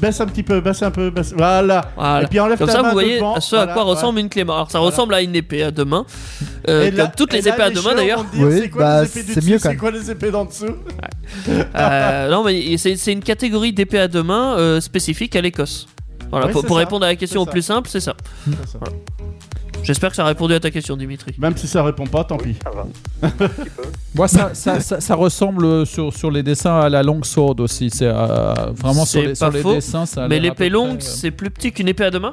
[SPEAKER 6] Baisse un petit peu, baisse un peu, baisse. Voilà.
[SPEAKER 5] Voilà.
[SPEAKER 6] Et puis enlève
[SPEAKER 5] Comme
[SPEAKER 6] ta
[SPEAKER 5] ça,
[SPEAKER 6] main
[SPEAKER 5] vous voyez
[SPEAKER 6] devant.
[SPEAKER 5] à ce à
[SPEAKER 6] Voilà,
[SPEAKER 5] quoi
[SPEAKER 6] voilà.
[SPEAKER 5] ressemble une Clémor. Alors ça
[SPEAKER 6] Voilà.
[SPEAKER 5] ressemble à une épée à deux mains. Euh,
[SPEAKER 6] Et
[SPEAKER 5] comme
[SPEAKER 6] là-
[SPEAKER 5] toutes
[SPEAKER 6] et
[SPEAKER 5] les
[SPEAKER 6] là,
[SPEAKER 5] épées à deux mains
[SPEAKER 6] cheveux
[SPEAKER 5] d'ailleurs.
[SPEAKER 6] vont dire,
[SPEAKER 4] Oui,
[SPEAKER 6] c'est quoi
[SPEAKER 4] bah,
[SPEAKER 6] les épées du
[SPEAKER 4] c'est
[SPEAKER 6] dessus,
[SPEAKER 4] mieux, quand
[SPEAKER 6] C'est
[SPEAKER 4] même.
[SPEAKER 6] quoi les épées d'en dessous
[SPEAKER 5] Euh, non, mais c'est c'est une catégorie d'épée à deux mains euh, spécifique à l'Écosse. Voilà,
[SPEAKER 6] Oui,
[SPEAKER 5] pour,
[SPEAKER 6] c'est
[SPEAKER 5] pour
[SPEAKER 6] ça,
[SPEAKER 5] répondre à la question
[SPEAKER 6] c'est
[SPEAKER 5] au
[SPEAKER 6] ça.
[SPEAKER 5] plus simple, c'est ça. J'espère que ça a répondu à ta question, Dimitri.
[SPEAKER 6] Même si ça répond pas, tant pis.
[SPEAKER 10] Ça va.
[SPEAKER 7] Moi, ça, ça, ça, ça ressemble sur, sur les dessins à la longue sword aussi. C'est euh, vraiment sur
[SPEAKER 5] C'est
[SPEAKER 7] les, sur
[SPEAKER 5] pas
[SPEAKER 7] les
[SPEAKER 5] faux,
[SPEAKER 7] dessins. Ça a
[SPEAKER 5] Mais
[SPEAKER 7] l'air
[SPEAKER 5] l'épée
[SPEAKER 7] à peu près,
[SPEAKER 5] longue,
[SPEAKER 7] euh,
[SPEAKER 5] c'est plus petit qu'une épée à deux mains.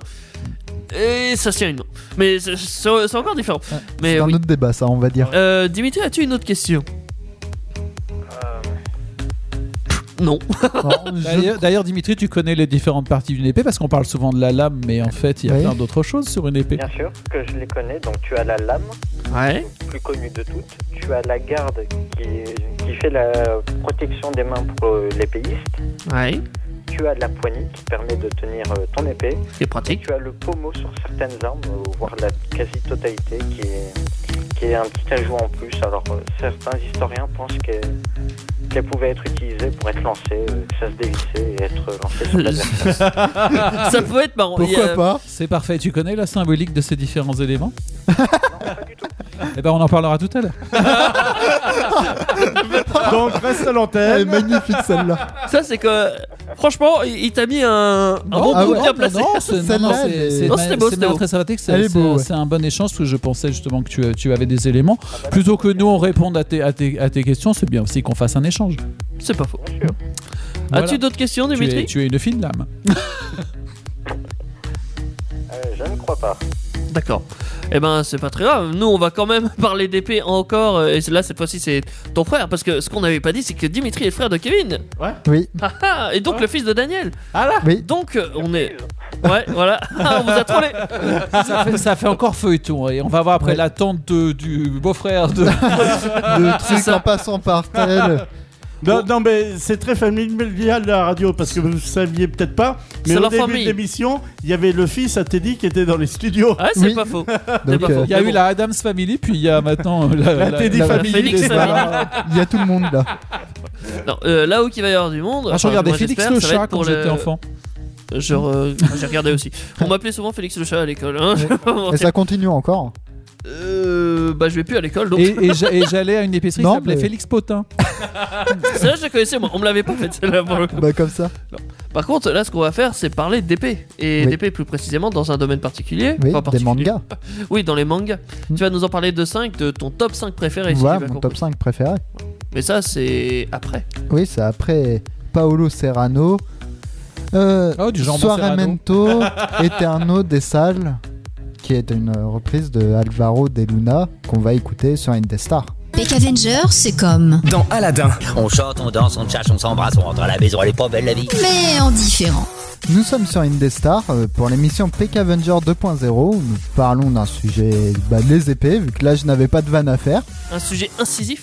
[SPEAKER 5] Et ça se tient une main. Mais c'est- c'est c'est encore différent.
[SPEAKER 4] Ouais,
[SPEAKER 5] Mais
[SPEAKER 4] C'est un
[SPEAKER 5] oui.
[SPEAKER 4] autre débat, ça, on va dire.
[SPEAKER 5] Euh, Dimitri, as-tu une autre question Non.
[SPEAKER 4] Non, je-
[SPEAKER 7] D'ailleurs, d'ailleurs, Dimitri, tu connais les différentes parties d'une épée parce qu'on parle souvent de la lame, mais en fait, il y a
[SPEAKER 4] Oui.
[SPEAKER 7] plein d'autres choses sur une épée.
[SPEAKER 10] Bien sûr que je les connais. Donc tu as la lame,
[SPEAKER 5] Ouais.
[SPEAKER 10] plus connue de toutes. Tu as la garde qui, qui fait la protection des mains pour euh, l'épéiste.
[SPEAKER 5] Ouais.
[SPEAKER 10] Tu as la poignée qui permet de tenir euh, ton épée.
[SPEAKER 5] C'est pratique.
[SPEAKER 10] Tu as le pommeau sur certaines armes, euh, voire la quasi-totalité, qui est, qui est un petit ajout en plus. Alors euh, certains historiens pensent qu'elle qu'elle pouvait être utilisée pour être lancée, euh, que ça se dévissait et être lancée sur l'adversaire.
[SPEAKER 5] ça peut être marrant. Il y
[SPEAKER 4] Pourquoi
[SPEAKER 5] a-
[SPEAKER 4] pas
[SPEAKER 7] C'est parfait. Tu connais la symbolique de ces différents éléments Eh ben, on en parlera tout à l'heure.
[SPEAKER 6] Donc reste à
[SPEAKER 4] Elle est
[SPEAKER 6] l'antenne.
[SPEAKER 4] magnifique celle-là.
[SPEAKER 5] Ça, c'est que. Franchement, il il t'a mis un, un bon
[SPEAKER 4] ah
[SPEAKER 5] coup
[SPEAKER 4] ouais,
[SPEAKER 5] bien placé.
[SPEAKER 7] non, c'est- non,
[SPEAKER 4] Celle-là,
[SPEAKER 7] non, c'est-
[SPEAKER 4] elle est-
[SPEAKER 7] c'est
[SPEAKER 5] Non,
[SPEAKER 7] ma-
[SPEAKER 5] c'était beau,
[SPEAKER 7] c'est
[SPEAKER 5] c'était
[SPEAKER 7] ma
[SPEAKER 5] beau.
[SPEAKER 7] très sympathique, c'est-
[SPEAKER 4] Elle est
[SPEAKER 7] c'est-
[SPEAKER 4] beau, ouais.
[SPEAKER 7] c'est un bon échange parce que je pensais justement que tu, tu avais des éléments.
[SPEAKER 5] Ah, bah,
[SPEAKER 7] Plutôt que nous on réponde à tes, à tes, à tes questions, c'est bien aussi qu'on fasse un échange.
[SPEAKER 5] C'est pas faux.
[SPEAKER 7] Voilà.
[SPEAKER 5] As-tu d'autres questions,
[SPEAKER 7] Tu es,
[SPEAKER 5] Dimitri
[SPEAKER 7] tu es une fine lame.
[SPEAKER 10] Euh, je ne crois pas.
[SPEAKER 5] D'accord. Eh ben, c'est pas très grave. Nous, on va quand même parler d'épée encore. euh, Et là, cette fois-ci, c'est ton frère. Parce que ce qu'on n'avait pas dit, c'est que Dimitri est le frère de Kevin.
[SPEAKER 4] Oui,
[SPEAKER 5] Ah, ah, et donc le fils de Daniel.
[SPEAKER 6] Ah là
[SPEAKER 4] oui.
[SPEAKER 5] Donc, euh, on est. Ouais, voilà. Ah, on vous a trollé.
[SPEAKER 7] ça, fait, ça fait encore feuilleton et on va voir après
[SPEAKER 4] Ouais.
[SPEAKER 7] l'attente de- du beau-frère de.
[SPEAKER 4] Le truc en passant par tel.
[SPEAKER 6] Non, non, mais c'est très familial la radio parce que vous ne saviez peut-être pas. Mais
[SPEAKER 5] C'est
[SPEAKER 6] au
[SPEAKER 5] la
[SPEAKER 6] début
[SPEAKER 5] famille. Ah.
[SPEAKER 6] de l'émission, il y avait le fils à Teddy qui était dans les studios.
[SPEAKER 5] Ouais, c'est
[SPEAKER 4] Oui.
[SPEAKER 5] pas faux.
[SPEAKER 4] Donc,
[SPEAKER 5] pas faux.
[SPEAKER 4] euh,
[SPEAKER 7] Il y a
[SPEAKER 5] Mais
[SPEAKER 7] eu
[SPEAKER 5] bon.
[SPEAKER 7] la Adams Family, puis il y a maintenant euh, la,
[SPEAKER 6] La Teddy
[SPEAKER 4] la-
[SPEAKER 6] Family.
[SPEAKER 5] Félix
[SPEAKER 6] les-
[SPEAKER 5] Family.
[SPEAKER 4] voilà, il y a tout le monde là.
[SPEAKER 5] Non, euh, là où qu'il va y avoir du monde.
[SPEAKER 7] Ah, je
[SPEAKER 5] enfin,
[SPEAKER 7] regardais
[SPEAKER 5] moi,
[SPEAKER 7] Félix
[SPEAKER 5] j'espère,
[SPEAKER 7] le
[SPEAKER 5] ça va
[SPEAKER 7] chat
[SPEAKER 5] être pour
[SPEAKER 7] quand
[SPEAKER 5] le-
[SPEAKER 7] j'étais enfant.
[SPEAKER 5] Je re- ah, J'ai regardé aussi. On m'appelait souvent Félix le chat à l'école. Hein. je vais pas mentir.
[SPEAKER 4] Et ça continue encore.
[SPEAKER 5] Euh, bah, je vais plus à l'école donc.
[SPEAKER 7] Et, et j'a- et j'allais à une épicerie qui
[SPEAKER 4] Non,
[SPEAKER 7] s'appelait
[SPEAKER 4] mais-
[SPEAKER 7] Félix Potin.
[SPEAKER 5] Celle-là, je la connaissais, moi. On me l'avait pas faite, celle-là, pour le coup.
[SPEAKER 4] Bah comme ça.
[SPEAKER 5] Par contre, là, ce qu'on va faire, c'est parler d'épée. Et
[SPEAKER 4] Oui.
[SPEAKER 5] d'épée, plus précisément, dans un domaine particulier.
[SPEAKER 4] Oui,
[SPEAKER 5] Pas
[SPEAKER 4] des
[SPEAKER 5] particulier.
[SPEAKER 4] mangas.
[SPEAKER 5] Oui, dans les mangas.
[SPEAKER 4] Mm.
[SPEAKER 5] Tu vas nous en parler de 5, de ton top 5 préféré. si
[SPEAKER 4] Voilà
[SPEAKER 5] j'ai bien
[SPEAKER 4] mon top
[SPEAKER 5] compris.
[SPEAKER 4] 5 préféré.
[SPEAKER 5] Mais ça, c'est après.
[SPEAKER 4] Oui, c'est après Paolo Serrano, euh,
[SPEAKER 7] Oh, du jambon
[SPEAKER 4] Soaramento, Eterno des Salles, qui est une euh, reprise de Alvaro de Luna qu'on va écouter sur Indestar.
[SPEAKER 8] Peck Avenger, c'est comme.
[SPEAKER 3] Dans Aladdin,
[SPEAKER 10] On chante, on danse, on cherche, on s'embrasse, on rentre à la maison, elle est pas belle la vie.
[SPEAKER 8] Mais en différent.
[SPEAKER 4] Nous sommes sur Indestar euh, pour l'émission Peck Avenger 2.0 où nous parlons d'un sujet, bah, les épées, vu que là je n'avais pas de vanne à faire.
[SPEAKER 5] Un sujet incisif.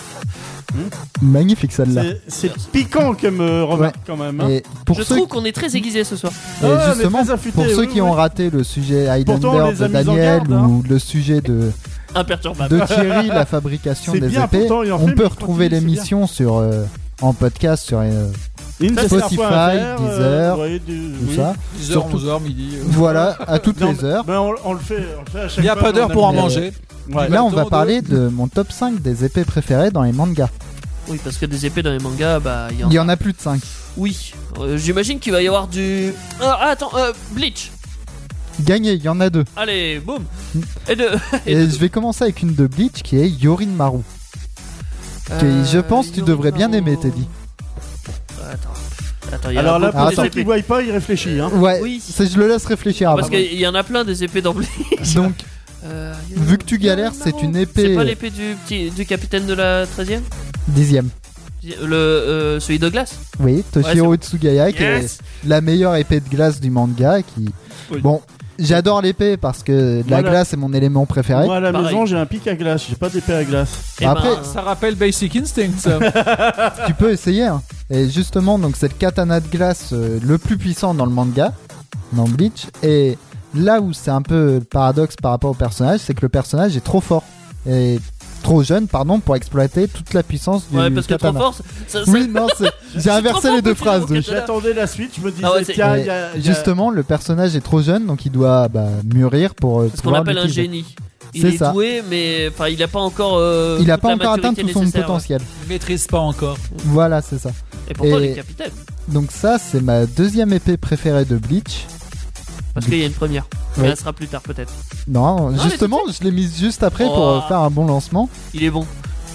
[SPEAKER 4] Magnifique celle-là.
[SPEAKER 6] C'est- C'est piquant comme euh, remarque quand même. hein.
[SPEAKER 4] Et pour
[SPEAKER 5] Je
[SPEAKER 4] ceux
[SPEAKER 5] trouve qu'on est très aiguisé ce soir.
[SPEAKER 4] Et
[SPEAKER 6] Ah, mais
[SPEAKER 4] justement,
[SPEAKER 6] très affûté,
[SPEAKER 4] pour ceux
[SPEAKER 6] oui,
[SPEAKER 4] qui
[SPEAKER 6] oui.
[SPEAKER 4] ont raté le sujet
[SPEAKER 6] Pourtant, on
[SPEAKER 4] Highlander
[SPEAKER 6] les a
[SPEAKER 4] de
[SPEAKER 6] mis en
[SPEAKER 4] Daniel
[SPEAKER 6] garde, hein. Bah,
[SPEAKER 4] ou le sujet de,
[SPEAKER 5] Imperturbable.
[SPEAKER 4] de Thierry, la fabrication
[SPEAKER 6] C'est
[SPEAKER 4] des
[SPEAKER 6] bien,
[SPEAKER 4] épées,
[SPEAKER 6] pourtant, il en
[SPEAKER 4] on
[SPEAKER 6] fait, mais
[SPEAKER 4] peut
[SPEAKER 6] il
[SPEAKER 4] retrouver
[SPEAKER 6] continue, c'est
[SPEAKER 4] l'émission sur euh, en podcast sur euh,
[SPEAKER 6] Indestar.fr,
[SPEAKER 4] Spotify,
[SPEAKER 6] euh,
[SPEAKER 4] Deezer,
[SPEAKER 6] ouais, du-
[SPEAKER 4] tout
[SPEAKER 6] oui.
[SPEAKER 4] ça.
[SPEAKER 7] 10h,
[SPEAKER 4] Surtout-
[SPEAKER 7] 11h, midi. euh.
[SPEAKER 4] Voilà, à toutes
[SPEAKER 6] Non, mais-
[SPEAKER 4] les heures.
[SPEAKER 6] ben, on, on le fait, on le fait à chaque
[SPEAKER 7] Il n'y a
[SPEAKER 6] fois,
[SPEAKER 7] pas
[SPEAKER 6] mais
[SPEAKER 7] d'heure
[SPEAKER 6] on
[SPEAKER 7] pour en
[SPEAKER 6] aime bien.
[SPEAKER 7] manger.
[SPEAKER 6] Ouais.
[SPEAKER 4] Là, on va
[SPEAKER 7] Tour de-
[SPEAKER 4] parler de mon top 5 des épées préférées dans les mangas.
[SPEAKER 5] Oui, parce que des épées dans les mangas, bah, il y en
[SPEAKER 4] Il
[SPEAKER 5] a.
[SPEAKER 4] y en a plus de 5.
[SPEAKER 5] Oui. Euh, J'imagine qu'il va y avoir du. Ah, ah, attends, euh, Bleach.
[SPEAKER 4] Gagné, il y en a deux.
[SPEAKER 5] Allez, boum. Et de.
[SPEAKER 4] Hmm. Et, je vais commencer avec une de Bleach qui est Yorin Maru. que
[SPEAKER 5] euh,
[SPEAKER 4] je pense que tu
[SPEAKER 5] Yuri
[SPEAKER 4] devrais bien
[SPEAKER 5] Maro.
[SPEAKER 4] aimer, Teddy.
[SPEAKER 5] Attends. Attends, il y a
[SPEAKER 6] Alors
[SPEAKER 5] un
[SPEAKER 6] là,
[SPEAKER 5] peu
[SPEAKER 6] pour
[SPEAKER 4] attends.
[SPEAKER 6] ceux
[SPEAKER 5] des
[SPEAKER 6] qui
[SPEAKER 5] épées.
[SPEAKER 6] ne voient pas, ils réfléchissent. Hein.
[SPEAKER 4] Ouais,
[SPEAKER 5] Oui.
[SPEAKER 4] c'est- je le laisse réfléchir
[SPEAKER 6] Ah,
[SPEAKER 4] avant.
[SPEAKER 5] Parce qu'il y en a plein des épées dans Bleach.
[SPEAKER 4] Donc,
[SPEAKER 5] Euh,
[SPEAKER 4] vu que tu galères, c'est une
[SPEAKER 5] C'est
[SPEAKER 4] épée
[SPEAKER 5] pas l'épée du, petit- du capitaine de la 13 e
[SPEAKER 4] dixième.
[SPEAKER 5] le, euh, Celui de glace
[SPEAKER 4] Oui, Toshiro
[SPEAKER 5] Ouais,
[SPEAKER 4] Tsugaya qui est la meilleure épée de glace du manga qui
[SPEAKER 5] Oui.
[SPEAKER 4] bon j'adore l'épée parce que la
[SPEAKER 6] Voilà.
[SPEAKER 4] glace est mon élément préféré
[SPEAKER 6] Moi, à la
[SPEAKER 5] Pareil.
[SPEAKER 6] maison, j'ai un pic à glace, j'ai pas d'épée à glace.
[SPEAKER 5] Eh ben,
[SPEAKER 4] Bah, Après,
[SPEAKER 5] euh,
[SPEAKER 7] Ça rappelle Basic Instinct. ça.
[SPEAKER 4] tu peux essayer hein. et justement donc c'est le katana de glace euh, le plus puissant dans le manga dans Bleach et là où c'est un peu le paradoxe par rapport au personnage c'est que le personnage est trop fort et trop jeune pardon pour exploiter toute la puissance du
[SPEAKER 5] ouais, parce que trop
[SPEAKER 4] katana
[SPEAKER 5] fort, ça- ça-
[SPEAKER 4] oui non c'est- j'ai inversé
[SPEAKER 5] fort
[SPEAKER 4] les deux
[SPEAKER 5] pour faire
[SPEAKER 4] phrases
[SPEAKER 5] mon
[SPEAKER 4] de-
[SPEAKER 5] katana.
[SPEAKER 6] J'attendais la suite, je me disais,
[SPEAKER 5] Ah ouais, c'est-
[SPEAKER 6] tiens,
[SPEAKER 4] Et
[SPEAKER 6] il y a. il y a-
[SPEAKER 4] justement le personnage est trop jeune donc il doit bah, mûrir pour euh,
[SPEAKER 5] ce qu'on
[SPEAKER 4] pouvoir
[SPEAKER 5] appelle un
[SPEAKER 4] l'utiliser.
[SPEAKER 5] génie. Il
[SPEAKER 4] C'est
[SPEAKER 5] est
[SPEAKER 4] ça.
[SPEAKER 5] doué, mais enfin, il a pas encore. euh,
[SPEAKER 4] il n'a
[SPEAKER 5] toute
[SPEAKER 4] pas
[SPEAKER 5] la
[SPEAKER 4] encore atteint tout
[SPEAKER 5] maturité
[SPEAKER 4] son
[SPEAKER 5] nécessaire,
[SPEAKER 4] potentiel.
[SPEAKER 7] Il maîtrise pas encore.
[SPEAKER 4] Voilà, c'est ça.
[SPEAKER 5] ouais. Et pourtant,
[SPEAKER 4] Et-
[SPEAKER 5] il est capitaine.
[SPEAKER 4] Donc ça, c'est ma deuxième épée préférée de Bleach.
[SPEAKER 5] Parce qu'il y a une première.
[SPEAKER 4] Oui.
[SPEAKER 5] Mais elle sera plus tard, peut-être.
[SPEAKER 4] Non,
[SPEAKER 5] Ah, mais
[SPEAKER 4] justement, je l'ai mise juste après pour
[SPEAKER 5] Oh.
[SPEAKER 4] euh, faire un bon lancement.
[SPEAKER 5] Il est bon.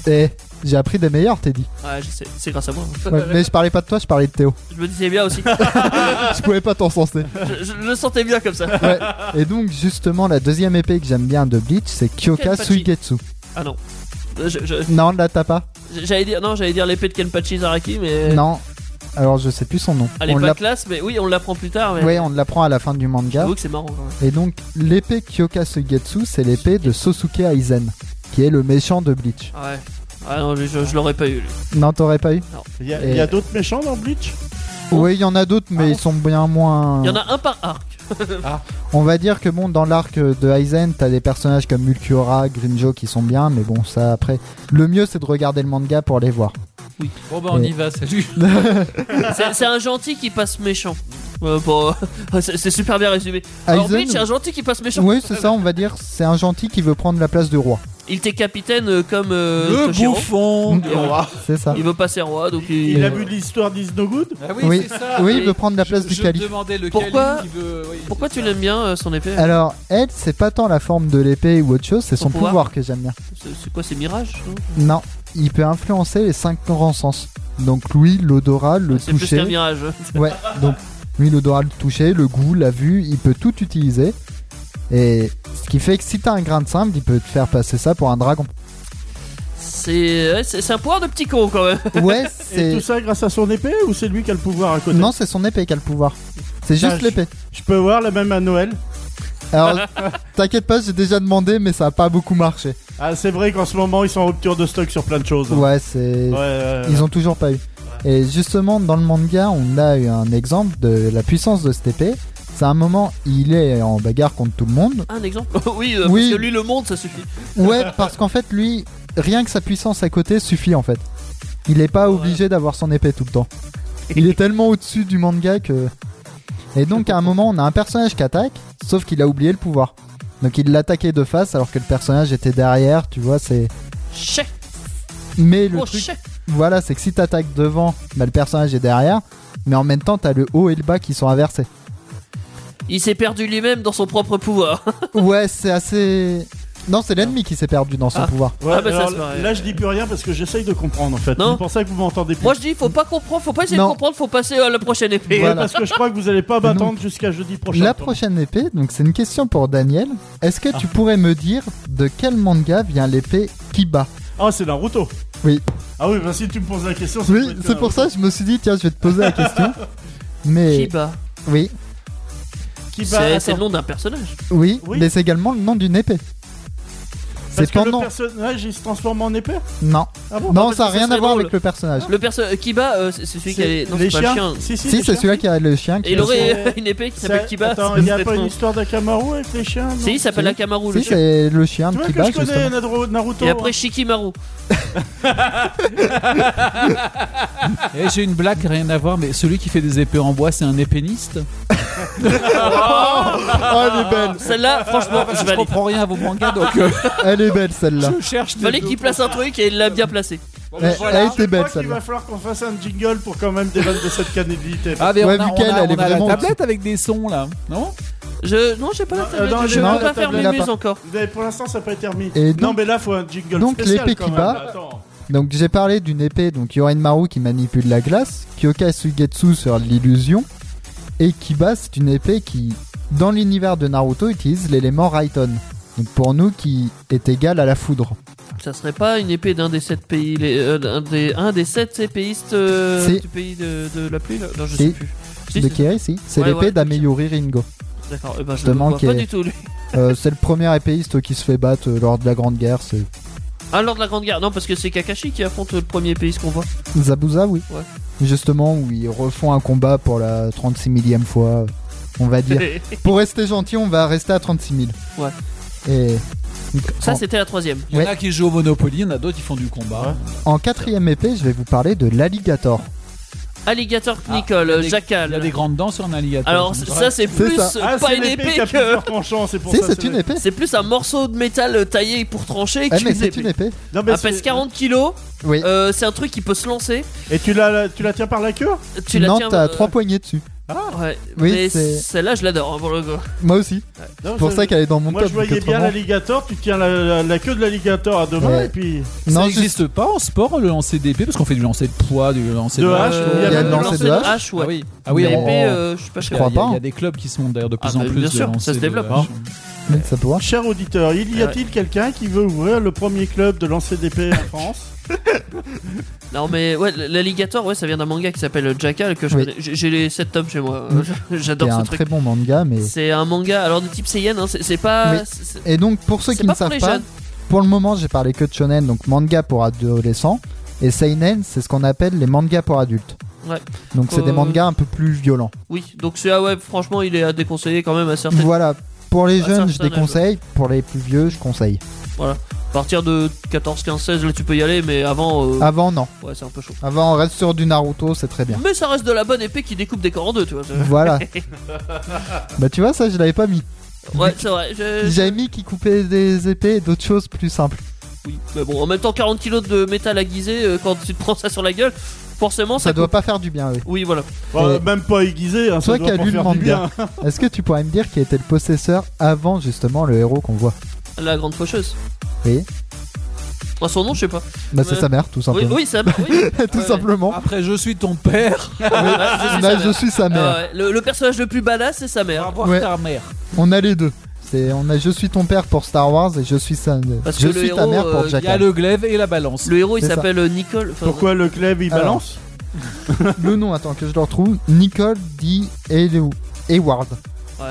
[SPEAKER 4] Et j'ai appris des meilleurs, t'es dit.
[SPEAKER 5] Ouais, je sais, c'est grâce à moi.
[SPEAKER 4] Ouais, mais je parlais pas de toi, je parlais de Théo.
[SPEAKER 5] Je me disais bien aussi.
[SPEAKER 4] Je pouvais pas t'en censer.
[SPEAKER 5] je, je le sentais bien comme ça.
[SPEAKER 4] Ouais. Et donc, justement, la deuxième épée que j'aime bien de Bleach, c'est Kyoka
[SPEAKER 5] Kenpachi.
[SPEAKER 4] Suigetsu.
[SPEAKER 5] Ah non. Je- je-
[SPEAKER 4] Non, là, t'as pas
[SPEAKER 5] J'allais dire, non, j'allais dire l'épée de Kenpachi Zaraki, mais.
[SPEAKER 4] Non. Alors, je sais plus son nom.
[SPEAKER 5] Elle est
[SPEAKER 4] on
[SPEAKER 5] Euh. pas
[SPEAKER 4] l'app-
[SPEAKER 5] classe, mais oui, on l'apprend plus tard. Mais...
[SPEAKER 4] ouais, on l'apprend à la fin du manga.
[SPEAKER 5] J'avoue que c'est marrant. quand même.
[SPEAKER 4] Et donc, l'épée Kyoka Suigetsu, c'est l'épée de Sosuke Aizen, qui est le méchant de Bleach.
[SPEAKER 5] Ah ouais. Ah non, je, je l'aurais pas eu. lui.
[SPEAKER 4] Non, t'aurais pas eu
[SPEAKER 6] Il y a, il y a d'autres méchants dans Bleach
[SPEAKER 4] Oui, il y en a d'autres, mais ils sont bien moins.
[SPEAKER 5] Oh. Ah Il y en a un par arc.
[SPEAKER 4] On va dire que bon, dans l'arc euh, de Aizen, t'as des personnages comme Mulkiora, Grinjo qui sont bien, mais bon, ça après. Le mieux, c'est de regarder le manga pour les voir.
[SPEAKER 7] Bon, bah, on
[SPEAKER 4] Ouais.
[SPEAKER 7] y va, salut.
[SPEAKER 5] C'est c'est un gentil qui passe méchant. Euh, bon, c'est c'est super bien résumé. Alors,
[SPEAKER 4] Aizen-
[SPEAKER 5] Bleach, c'est un gentil qui passe méchant.
[SPEAKER 4] Oui, c'est ça, on va dire. C'est un gentil qui veut prendre la place du roi.
[SPEAKER 5] Il était capitaine euh, comme euh,
[SPEAKER 7] le
[SPEAKER 5] Toshiro.
[SPEAKER 7] bouffon du roi.
[SPEAKER 4] C'est ça.
[SPEAKER 5] Il veut passer roi, donc il.
[SPEAKER 6] Il a vu l'histoire d'Is No Good
[SPEAKER 7] Ah
[SPEAKER 4] Oui.
[SPEAKER 7] c'est ça.
[SPEAKER 4] Oui, il
[SPEAKER 5] Et
[SPEAKER 4] veut prendre la place
[SPEAKER 7] Je-
[SPEAKER 4] du
[SPEAKER 7] je me
[SPEAKER 4] calife.
[SPEAKER 7] demandais le
[SPEAKER 5] Pourquoi-
[SPEAKER 7] calife qui veut- oui,
[SPEAKER 5] Pourquoi
[SPEAKER 7] c'est
[SPEAKER 5] tu
[SPEAKER 7] ça.
[SPEAKER 5] l'aimes bien euh, son épée
[SPEAKER 4] Alors, elle, c'est pas tant la forme de l'épée ou autre chose, c'est son
[SPEAKER 5] Son pouvoir.
[SPEAKER 4] pouvoir que j'aime bien.
[SPEAKER 5] C'est c'est quoi, c'est Mirage non
[SPEAKER 4] Non, il peut influencer les cinq grands sens. Donc, l'ouïe, l'odorat, le
[SPEAKER 5] Ah, C'est plus qu'un
[SPEAKER 4] toucher.
[SPEAKER 5] mirage.
[SPEAKER 4] Ouais, donc lui, l'odorat, le toucher, le goût, la vue, il peut tout utiliser. Et ce qui fait que si t'as un grain de sable, il peut te faire passer ça pour un dragon.
[SPEAKER 5] C'est ouais, c'est- c'est un pouvoir de petit con quand même.
[SPEAKER 4] Ouais,
[SPEAKER 6] Et
[SPEAKER 4] c'est.
[SPEAKER 6] tout ça grâce à son épée ou c'est lui qui a le pouvoir à côté
[SPEAKER 4] Non, c'est son épée qui a le pouvoir. C'est juste
[SPEAKER 6] Ah, je-
[SPEAKER 4] l'épée.
[SPEAKER 6] Je peux voir la même à Noël.
[SPEAKER 4] Alors, t'inquiète pas, j'ai déjà demandé, mais ça a pas beaucoup marché.
[SPEAKER 6] Ah, c'est vrai qu'en ce moment, ils sont en rupture de stock sur plein de choses. hein.
[SPEAKER 4] Ouais, c'est.
[SPEAKER 6] Ouais, ouais, ouais.
[SPEAKER 4] Ils ont toujours pas eu. Et justement, dans le manga, on a eu un exemple de la puissance de cette épée. C'est un moment, il est en bagarre contre tout le monde.
[SPEAKER 5] Un exemple Oui, euh,
[SPEAKER 4] Oui.
[SPEAKER 5] parce que lui, le monde, ça suffit.
[SPEAKER 4] Ouais, parce qu'en fait, lui, rien que sa puissance à côté suffit en fait. Il est pas
[SPEAKER 5] Ouais.
[SPEAKER 4] obligé d'avoir son épée tout le temps. Il est tellement au-dessus du manga que. Et donc, à un moment, on a un personnage qui attaque, sauf qu'il a oublié le pouvoir. Donc, il l'attaquait de face alors que le personnage était derrière, tu vois, c'est.
[SPEAKER 5] Chèque
[SPEAKER 4] Mais le
[SPEAKER 5] Oh,
[SPEAKER 4] truc,
[SPEAKER 5] chèque
[SPEAKER 4] Voilà, c'est que si t'attaques devant, bah, le personnage est derrière, mais en même temps, t'as le haut et le bas qui sont inversés.
[SPEAKER 5] Il s'est perdu lui-même dans son propre pouvoir.
[SPEAKER 4] Ouais, c'est assez. Non, c'est l'ennemi qui s'est perdu dans son
[SPEAKER 5] Ah.
[SPEAKER 4] pouvoir.
[SPEAKER 6] Ouais,
[SPEAKER 5] Ah bah ça
[SPEAKER 6] alors,
[SPEAKER 5] se marrait.
[SPEAKER 6] là, je dis plus rien parce que j'essaye de comprendre en fait.
[SPEAKER 5] Non.
[SPEAKER 6] C'est pour ça que vous m'entendez plus.
[SPEAKER 5] Moi je dis, faut pas comprendre, faut pas essayer
[SPEAKER 4] Non.
[SPEAKER 5] de comprendre, faut passer à la prochaine épée.
[SPEAKER 4] Voilà.
[SPEAKER 6] Parce que je crois que vous allez pas
[SPEAKER 4] Mais non.
[SPEAKER 6] m'attendre jusqu'à jeudi prochain.
[SPEAKER 4] La
[SPEAKER 6] toi.
[SPEAKER 4] prochaine épée, donc c'est une question pour Daniel. Est-ce que tu pourrais me dire de quel manga vient l'épée Kiba
[SPEAKER 6] Ah, c'est Naruto.
[SPEAKER 4] Oui.
[SPEAKER 6] Ah oui, bah si tu me poses la question. ça peut
[SPEAKER 4] Oui,
[SPEAKER 6] être
[SPEAKER 4] c'est pour
[SPEAKER 6] Naruto.
[SPEAKER 4] ça que je me suis dit, tiens, je vais te poser la question. Mais
[SPEAKER 5] Kiba,
[SPEAKER 4] oui,
[SPEAKER 6] Qui va
[SPEAKER 5] c'est
[SPEAKER 6] attends,
[SPEAKER 5] c'est le nom d'un personnage.
[SPEAKER 4] oui,
[SPEAKER 6] Oui.
[SPEAKER 4] mais c'est également le nom d'une épée.
[SPEAKER 6] Parce
[SPEAKER 4] C'est
[SPEAKER 6] que le
[SPEAKER 4] pendant.
[SPEAKER 6] personnage il se transforme en épée.
[SPEAKER 4] Non,
[SPEAKER 6] Ah bon
[SPEAKER 4] non,
[SPEAKER 5] parce
[SPEAKER 4] ça n'a
[SPEAKER 5] que ça
[SPEAKER 4] rien à
[SPEAKER 5] serait
[SPEAKER 4] voir
[SPEAKER 5] drôle.
[SPEAKER 4] avec le personnage.
[SPEAKER 5] Le perso euh, Kiba, euh, c'est c'est celui qui a les. Non,
[SPEAKER 6] les
[SPEAKER 5] c'est pas le
[SPEAKER 6] chiens.
[SPEAKER 5] chien.
[SPEAKER 6] Si, si,
[SPEAKER 4] Si,
[SPEAKER 6] les
[SPEAKER 4] c'est
[SPEAKER 6] chiens.
[SPEAKER 4] celui qui a le chien.
[SPEAKER 5] Et
[SPEAKER 4] Qui...
[SPEAKER 5] il aurait
[SPEAKER 6] C'est-
[SPEAKER 5] euh, une épée qui
[SPEAKER 6] Ça-
[SPEAKER 5] s'appelle Kiba.
[SPEAKER 6] Attends,
[SPEAKER 5] c'est
[SPEAKER 6] il n'y a
[SPEAKER 5] peut-être
[SPEAKER 6] pas une
[SPEAKER 5] non.
[SPEAKER 6] histoire d'Akamaru avec les chiens non
[SPEAKER 5] Si, il s'appelle Akamaru Oh, le
[SPEAKER 4] Si,
[SPEAKER 5] chien.
[SPEAKER 4] c'est le chien
[SPEAKER 6] Tu
[SPEAKER 4] de
[SPEAKER 6] vois
[SPEAKER 4] Kiba,
[SPEAKER 6] que je connais
[SPEAKER 4] justement.
[SPEAKER 6] Nadro- Naruto.
[SPEAKER 5] Et après Shikimaru.
[SPEAKER 7] Et Eh, j'ai une blague, rien à voir, mais celui qui fait des épées en bois, c'est un épéniste
[SPEAKER 4] Oh, elle est belle,
[SPEAKER 5] Celle-là, franchement, je
[SPEAKER 7] Ah, Je
[SPEAKER 5] valide.
[SPEAKER 7] comprends rien à vos mangas, donc euh,
[SPEAKER 4] elle est belle celle-là.
[SPEAKER 7] je cherche des
[SPEAKER 5] Fallait qu'il place un truc et il l'a bien placé.
[SPEAKER 4] Elle, elle
[SPEAKER 6] hein. Je
[SPEAKER 4] était belle
[SPEAKER 6] crois qu'il
[SPEAKER 4] eh, celle-là.
[SPEAKER 6] va falloir qu'on fasse un jingle pour quand même des vannes de cette canadité.
[SPEAKER 7] Ah, mais
[SPEAKER 4] Ouais,
[SPEAKER 7] on a,
[SPEAKER 4] Mickaël,
[SPEAKER 7] on a-
[SPEAKER 4] elle est
[SPEAKER 7] on a la
[SPEAKER 4] vraiment-
[SPEAKER 7] tablette avec des sons là, non
[SPEAKER 5] Je. Non, j'ai pas la
[SPEAKER 6] Non,
[SPEAKER 5] tablette.
[SPEAKER 6] euh, non,
[SPEAKER 5] je
[SPEAKER 4] non, la
[SPEAKER 5] peux pas faire
[SPEAKER 4] tablette,
[SPEAKER 5] mes
[SPEAKER 4] elle a
[SPEAKER 5] muses
[SPEAKER 4] pas.
[SPEAKER 5] encore.
[SPEAKER 6] Vous avez- Pour l'instant, ça n'a pas été remis.
[SPEAKER 4] Et
[SPEAKER 6] non,
[SPEAKER 4] donc-
[SPEAKER 6] mais là, faut un jingle
[SPEAKER 4] donc
[SPEAKER 6] spécial
[SPEAKER 4] l'épée
[SPEAKER 6] quand
[SPEAKER 4] qui
[SPEAKER 6] même. Ah,
[SPEAKER 4] bat.
[SPEAKER 6] Attends.
[SPEAKER 4] Donc j'ai parlé d'une épée, donc Yorenmaru qui manipule la glace, Kyoka Sugetsu sur l'illusion, et Kiba c'est une épée qui, dans l'univers de Naruto, utilise l'élément Raiton. Donc pour nous qui est égal à la foudre.
[SPEAKER 5] Ça serait pas une épée d'un des sept pays. les- euh, un, des, un des sept épéistes euh,
[SPEAKER 4] Si.
[SPEAKER 5] du pays de, de la pluie là Non, je
[SPEAKER 4] Si.
[SPEAKER 5] sais plus. Si,
[SPEAKER 4] de
[SPEAKER 5] c'est-
[SPEAKER 4] Kiri, si. C'est
[SPEAKER 5] Ouais,
[SPEAKER 4] l'épée
[SPEAKER 5] ouais,
[SPEAKER 4] d'Ameyuri Ringo.
[SPEAKER 5] D'accord, eh ben, je ne
[SPEAKER 4] Justement,
[SPEAKER 5] vois
[SPEAKER 4] qui
[SPEAKER 5] pas
[SPEAKER 4] est-
[SPEAKER 5] du tout lui.
[SPEAKER 4] Euh, c'est le premier épéiste qui se fait battre euh, lors de la Grande Guerre, c'est
[SPEAKER 5] Ah, lors de la Grande Guerre, non, parce que c'est Kakashi qui affronte le premier épéiste qu'on voit.
[SPEAKER 4] Zabuza, oui.
[SPEAKER 5] Ouais.
[SPEAKER 4] Justement, où ils refont un combat pour la 36 millième fois, on va dire. pour rester gentil, on va rester à 36 000.
[SPEAKER 5] Ouais.
[SPEAKER 4] Et...
[SPEAKER 5] Ça,
[SPEAKER 4] en-
[SPEAKER 5] c'était la troisième.
[SPEAKER 7] Il y
[SPEAKER 4] Ouais.
[SPEAKER 7] en a qui jouent au Monopoly, il y en a d'autres qui font du combat.
[SPEAKER 4] En quatrième épée, je vais vous parler de l'alligator.
[SPEAKER 5] Alligator
[SPEAKER 7] Ah,
[SPEAKER 5] Nicole,
[SPEAKER 7] il y a des-
[SPEAKER 5] Jackal.
[SPEAKER 7] Il y a des grandes dents sur un alligator.
[SPEAKER 5] Alors,
[SPEAKER 7] je me
[SPEAKER 5] ça, c'est plus
[SPEAKER 4] ça.
[SPEAKER 5] euh,
[SPEAKER 6] Ah,
[SPEAKER 5] pas
[SPEAKER 6] c'est
[SPEAKER 5] une épée
[SPEAKER 6] qui a
[SPEAKER 5] que.
[SPEAKER 6] plusieurs tranchants, c'est pour
[SPEAKER 4] Si,
[SPEAKER 6] ça.
[SPEAKER 4] c'est une
[SPEAKER 6] vrai.
[SPEAKER 4] épée.
[SPEAKER 5] C'est plus un morceau de métal euh, taillé pour trancher
[SPEAKER 4] Eh,
[SPEAKER 5] qu'une
[SPEAKER 4] mais c'est
[SPEAKER 5] épée.
[SPEAKER 4] une épée.
[SPEAKER 6] Non, mais
[SPEAKER 5] Elle
[SPEAKER 6] c'est-
[SPEAKER 5] pèse 40 kilos,
[SPEAKER 4] Oui.
[SPEAKER 5] euh, c'est un truc qui peut se lancer.
[SPEAKER 6] Et tu la, tu la tiens par la queue
[SPEAKER 5] Tu la
[SPEAKER 4] non,
[SPEAKER 5] tiens,
[SPEAKER 4] t'as
[SPEAKER 5] euh,
[SPEAKER 4] trois poignées dessus.
[SPEAKER 5] Ouais,
[SPEAKER 4] Oui,
[SPEAKER 5] mais
[SPEAKER 4] c'est-
[SPEAKER 5] celle-là, je l'adore hein, pour le coup.
[SPEAKER 4] Moi aussi. C'est pour ça qu'elle est dans mon
[SPEAKER 6] Moi,
[SPEAKER 4] top.
[SPEAKER 6] je
[SPEAKER 4] donc
[SPEAKER 6] voyais bien
[SPEAKER 4] autrement-
[SPEAKER 6] l'alligator, tu tiens la, la- la queue de l'alligator à deux mains
[SPEAKER 4] Ouais.
[SPEAKER 6] et puis.
[SPEAKER 7] Ça
[SPEAKER 4] Non,
[SPEAKER 7] n'existe pas en sport le lancer d'épée parce qu'on fait du lancer de poids, du lancer
[SPEAKER 6] De
[SPEAKER 7] de
[SPEAKER 4] Ah,
[SPEAKER 6] hache,
[SPEAKER 5] Euh,
[SPEAKER 6] il y a même
[SPEAKER 4] le lancer de hache.
[SPEAKER 5] hache, ouais.
[SPEAKER 7] Ah oui, ah oui,
[SPEAKER 5] Mais
[SPEAKER 7] on-
[SPEAKER 5] épée, euh, je suis pas
[SPEAKER 7] il
[SPEAKER 5] sûr.
[SPEAKER 7] y a-
[SPEAKER 4] crois
[SPEAKER 7] il y a-
[SPEAKER 4] pas,
[SPEAKER 7] Il y
[SPEAKER 4] hein.
[SPEAKER 7] a des clubs qui sont d'ailleurs de plus
[SPEAKER 5] Ah,
[SPEAKER 7] en
[SPEAKER 5] bah,
[SPEAKER 7] plus.
[SPEAKER 5] bien
[SPEAKER 7] de
[SPEAKER 5] sûr, ça
[SPEAKER 7] lancer
[SPEAKER 5] se
[SPEAKER 7] de
[SPEAKER 5] développe,
[SPEAKER 7] hache.
[SPEAKER 4] mais ça peut voir.
[SPEAKER 6] Cher auditeur, il y a-t-il quelqu'un qui veut ouvrir le premier club de lancer d'épée en France
[SPEAKER 5] Non, mais ouais, l'alligator, ouais, ça vient d'un manga qui s'appelle Jackal que je
[SPEAKER 4] Oui.
[SPEAKER 5] connais. J'ai j'ai les 7 tomes chez moi.
[SPEAKER 4] C'est
[SPEAKER 5] J'adore ce
[SPEAKER 4] un
[SPEAKER 5] truc.
[SPEAKER 4] très bon manga, mais.
[SPEAKER 5] C'est un manga, alors de type Seinen, hein, c'est c'est pas.
[SPEAKER 4] Oui.
[SPEAKER 5] c'est- c'est-
[SPEAKER 4] Et donc, pour ceux
[SPEAKER 5] C'est
[SPEAKER 4] qui ne
[SPEAKER 5] pas pour
[SPEAKER 4] savent
[SPEAKER 5] les
[SPEAKER 4] pas,
[SPEAKER 5] jeunes.
[SPEAKER 4] pour le moment, j'ai parlé que de shonen, donc manga pour adolescents. Et seinen, c'est ce qu'on appelle les mangas pour adultes.
[SPEAKER 5] Ouais.
[SPEAKER 4] Donc, c'est
[SPEAKER 5] Euh,
[SPEAKER 4] des mangas un peu plus violents.
[SPEAKER 5] Oui, donc c'est ah ouais, franchement, il est à déconseiller quand même à certaines.
[SPEAKER 4] Voilà. Pour les
[SPEAKER 5] Ah,
[SPEAKER 4] jeunes,
[SPEAKER 5] ça,
[SPEAKER 4] je
[SPEAKER 5] ça, là, je-
[SPEAKER 4] déconseille. Pour les plus vieux, je conseille.
[SPEAKER 5] À partir de 14, 15, 16, là tu peux y aller, mais avant, euh,
[SPEAKER 4] Avant, non.
[SPEAKER 5] ouais, c'est un peu chaud.
[SPEAKER 4] Avant, on reste sur du Naruto, c'est très Ah. bien.
[SPEAKER 5] Mais ça reste de la bonne épée qui découpe des corps en deux, tu vois. c'est-
[SPEAKER 4] Voilà. bah, tu vois, ça, je l'avais pas mis.
[SPEAKER 5] Ouais, c'est vrai. je-
[SPEAKER 4] J'avais mis qui coupait des épées et d'autres choses plus simples.
[SPEAKER 5] Oui, mais bon, en même temps, 40 kilos de métal aiguisé, euh, quand tu te prends ça sur la gueule, forcément, ça,
[SPEAKER 4] Ça doit
[SPEAKER 5] coupe.
[SPEAKER 4] pas faire du bien, oui.
[SPEAKER 5] Oui, voilà.
[SPEAKER 6] Bah,
[SPEAKER 4] Euh,
[SPEAKER 6] Même pas aiguisé, hein,
[SPEAKER 4] toi
[SPEAKER 6] ça
[SPEAKER 4] qui as
[SPEAKER 6] doit pas
[SPEAKER 4] lu le
[SPEAKER 6] faire du
[SPEAKER 4] manga.
[SPEAKER 6] bien.
[SPEAKER 4] Est-ce que tu pourrais me dire qui était le possesseur avant justement le héros qu'on voit
[SPEAKER 5] La grande faucheuse.
[SPEAKER 4] Oui.
[SPEAKER 5] Ah, son nom, je sais pas.
[SPEAKER 4] Bah c'est
[SPEAKER 5] Ouais.
[SPEAKER 4] sa mère tout
[SPEAKER 5] Oui,
[SPEAKER 4] simplement.
[SPEAKER 5] oui, ça. Oui.
[SPEAKER 4] tout
[SPEAKER 5] Ouais, ouais.
[SPEAKER 4] simplement.
[SPEAKER 7] Après, je suis ton père.
[SPEAKER 5] Ah, je sais
[SPEAKER 4] Là,
[SPEAKER 5] sa
[SPEAKER 4] je
[SPEAKER 5] mère.
[SPEAKER 4] suis sa
[SPEAKER 5] Ah
[SPEAKER 4] mère.
[SPEAKER 5] ouais, le, le personnage le plus badass, c'est sa
[SPEAKER 7] Va
[SPEAKER 5] mère.
[SPEAKER 7] voir
[SPEAKER 4] Ouais.
[SPEAKER 7] ta mère.
[SPEAKER 4] On a les deux. C'est on a je suis ton père pour Star Wars et je suis sa
[SPEAKER 5] Parce
[SPEAKER 4] je
[SPEAKER 5] que le
[SPEAKER 4] suis ta
[SPEAKER 5] héros,
[SPEAKER 4] mère pour
[SPEAKER 5] euh,
[SPEAKER 7] Il y a
[SPEAKER 4] Jackal.
[SPEAKER 7] le glaive et la balance.
[SPEAKER 5] Le héros, il
[SPEAKER 4] Ah, C'est ça.
[SPEAKER 5] s'appelle euh, Nicole. enfin,
[SPEAKER 6] Pourquoi le club il
[SPEAKER 4] Alors.
[SPEAKER 6] balance
[SPEAKER 4] Le nom attends que je le retrouve. Nicole D. Hello- Hayward.
[SPEAKER 5] ouais.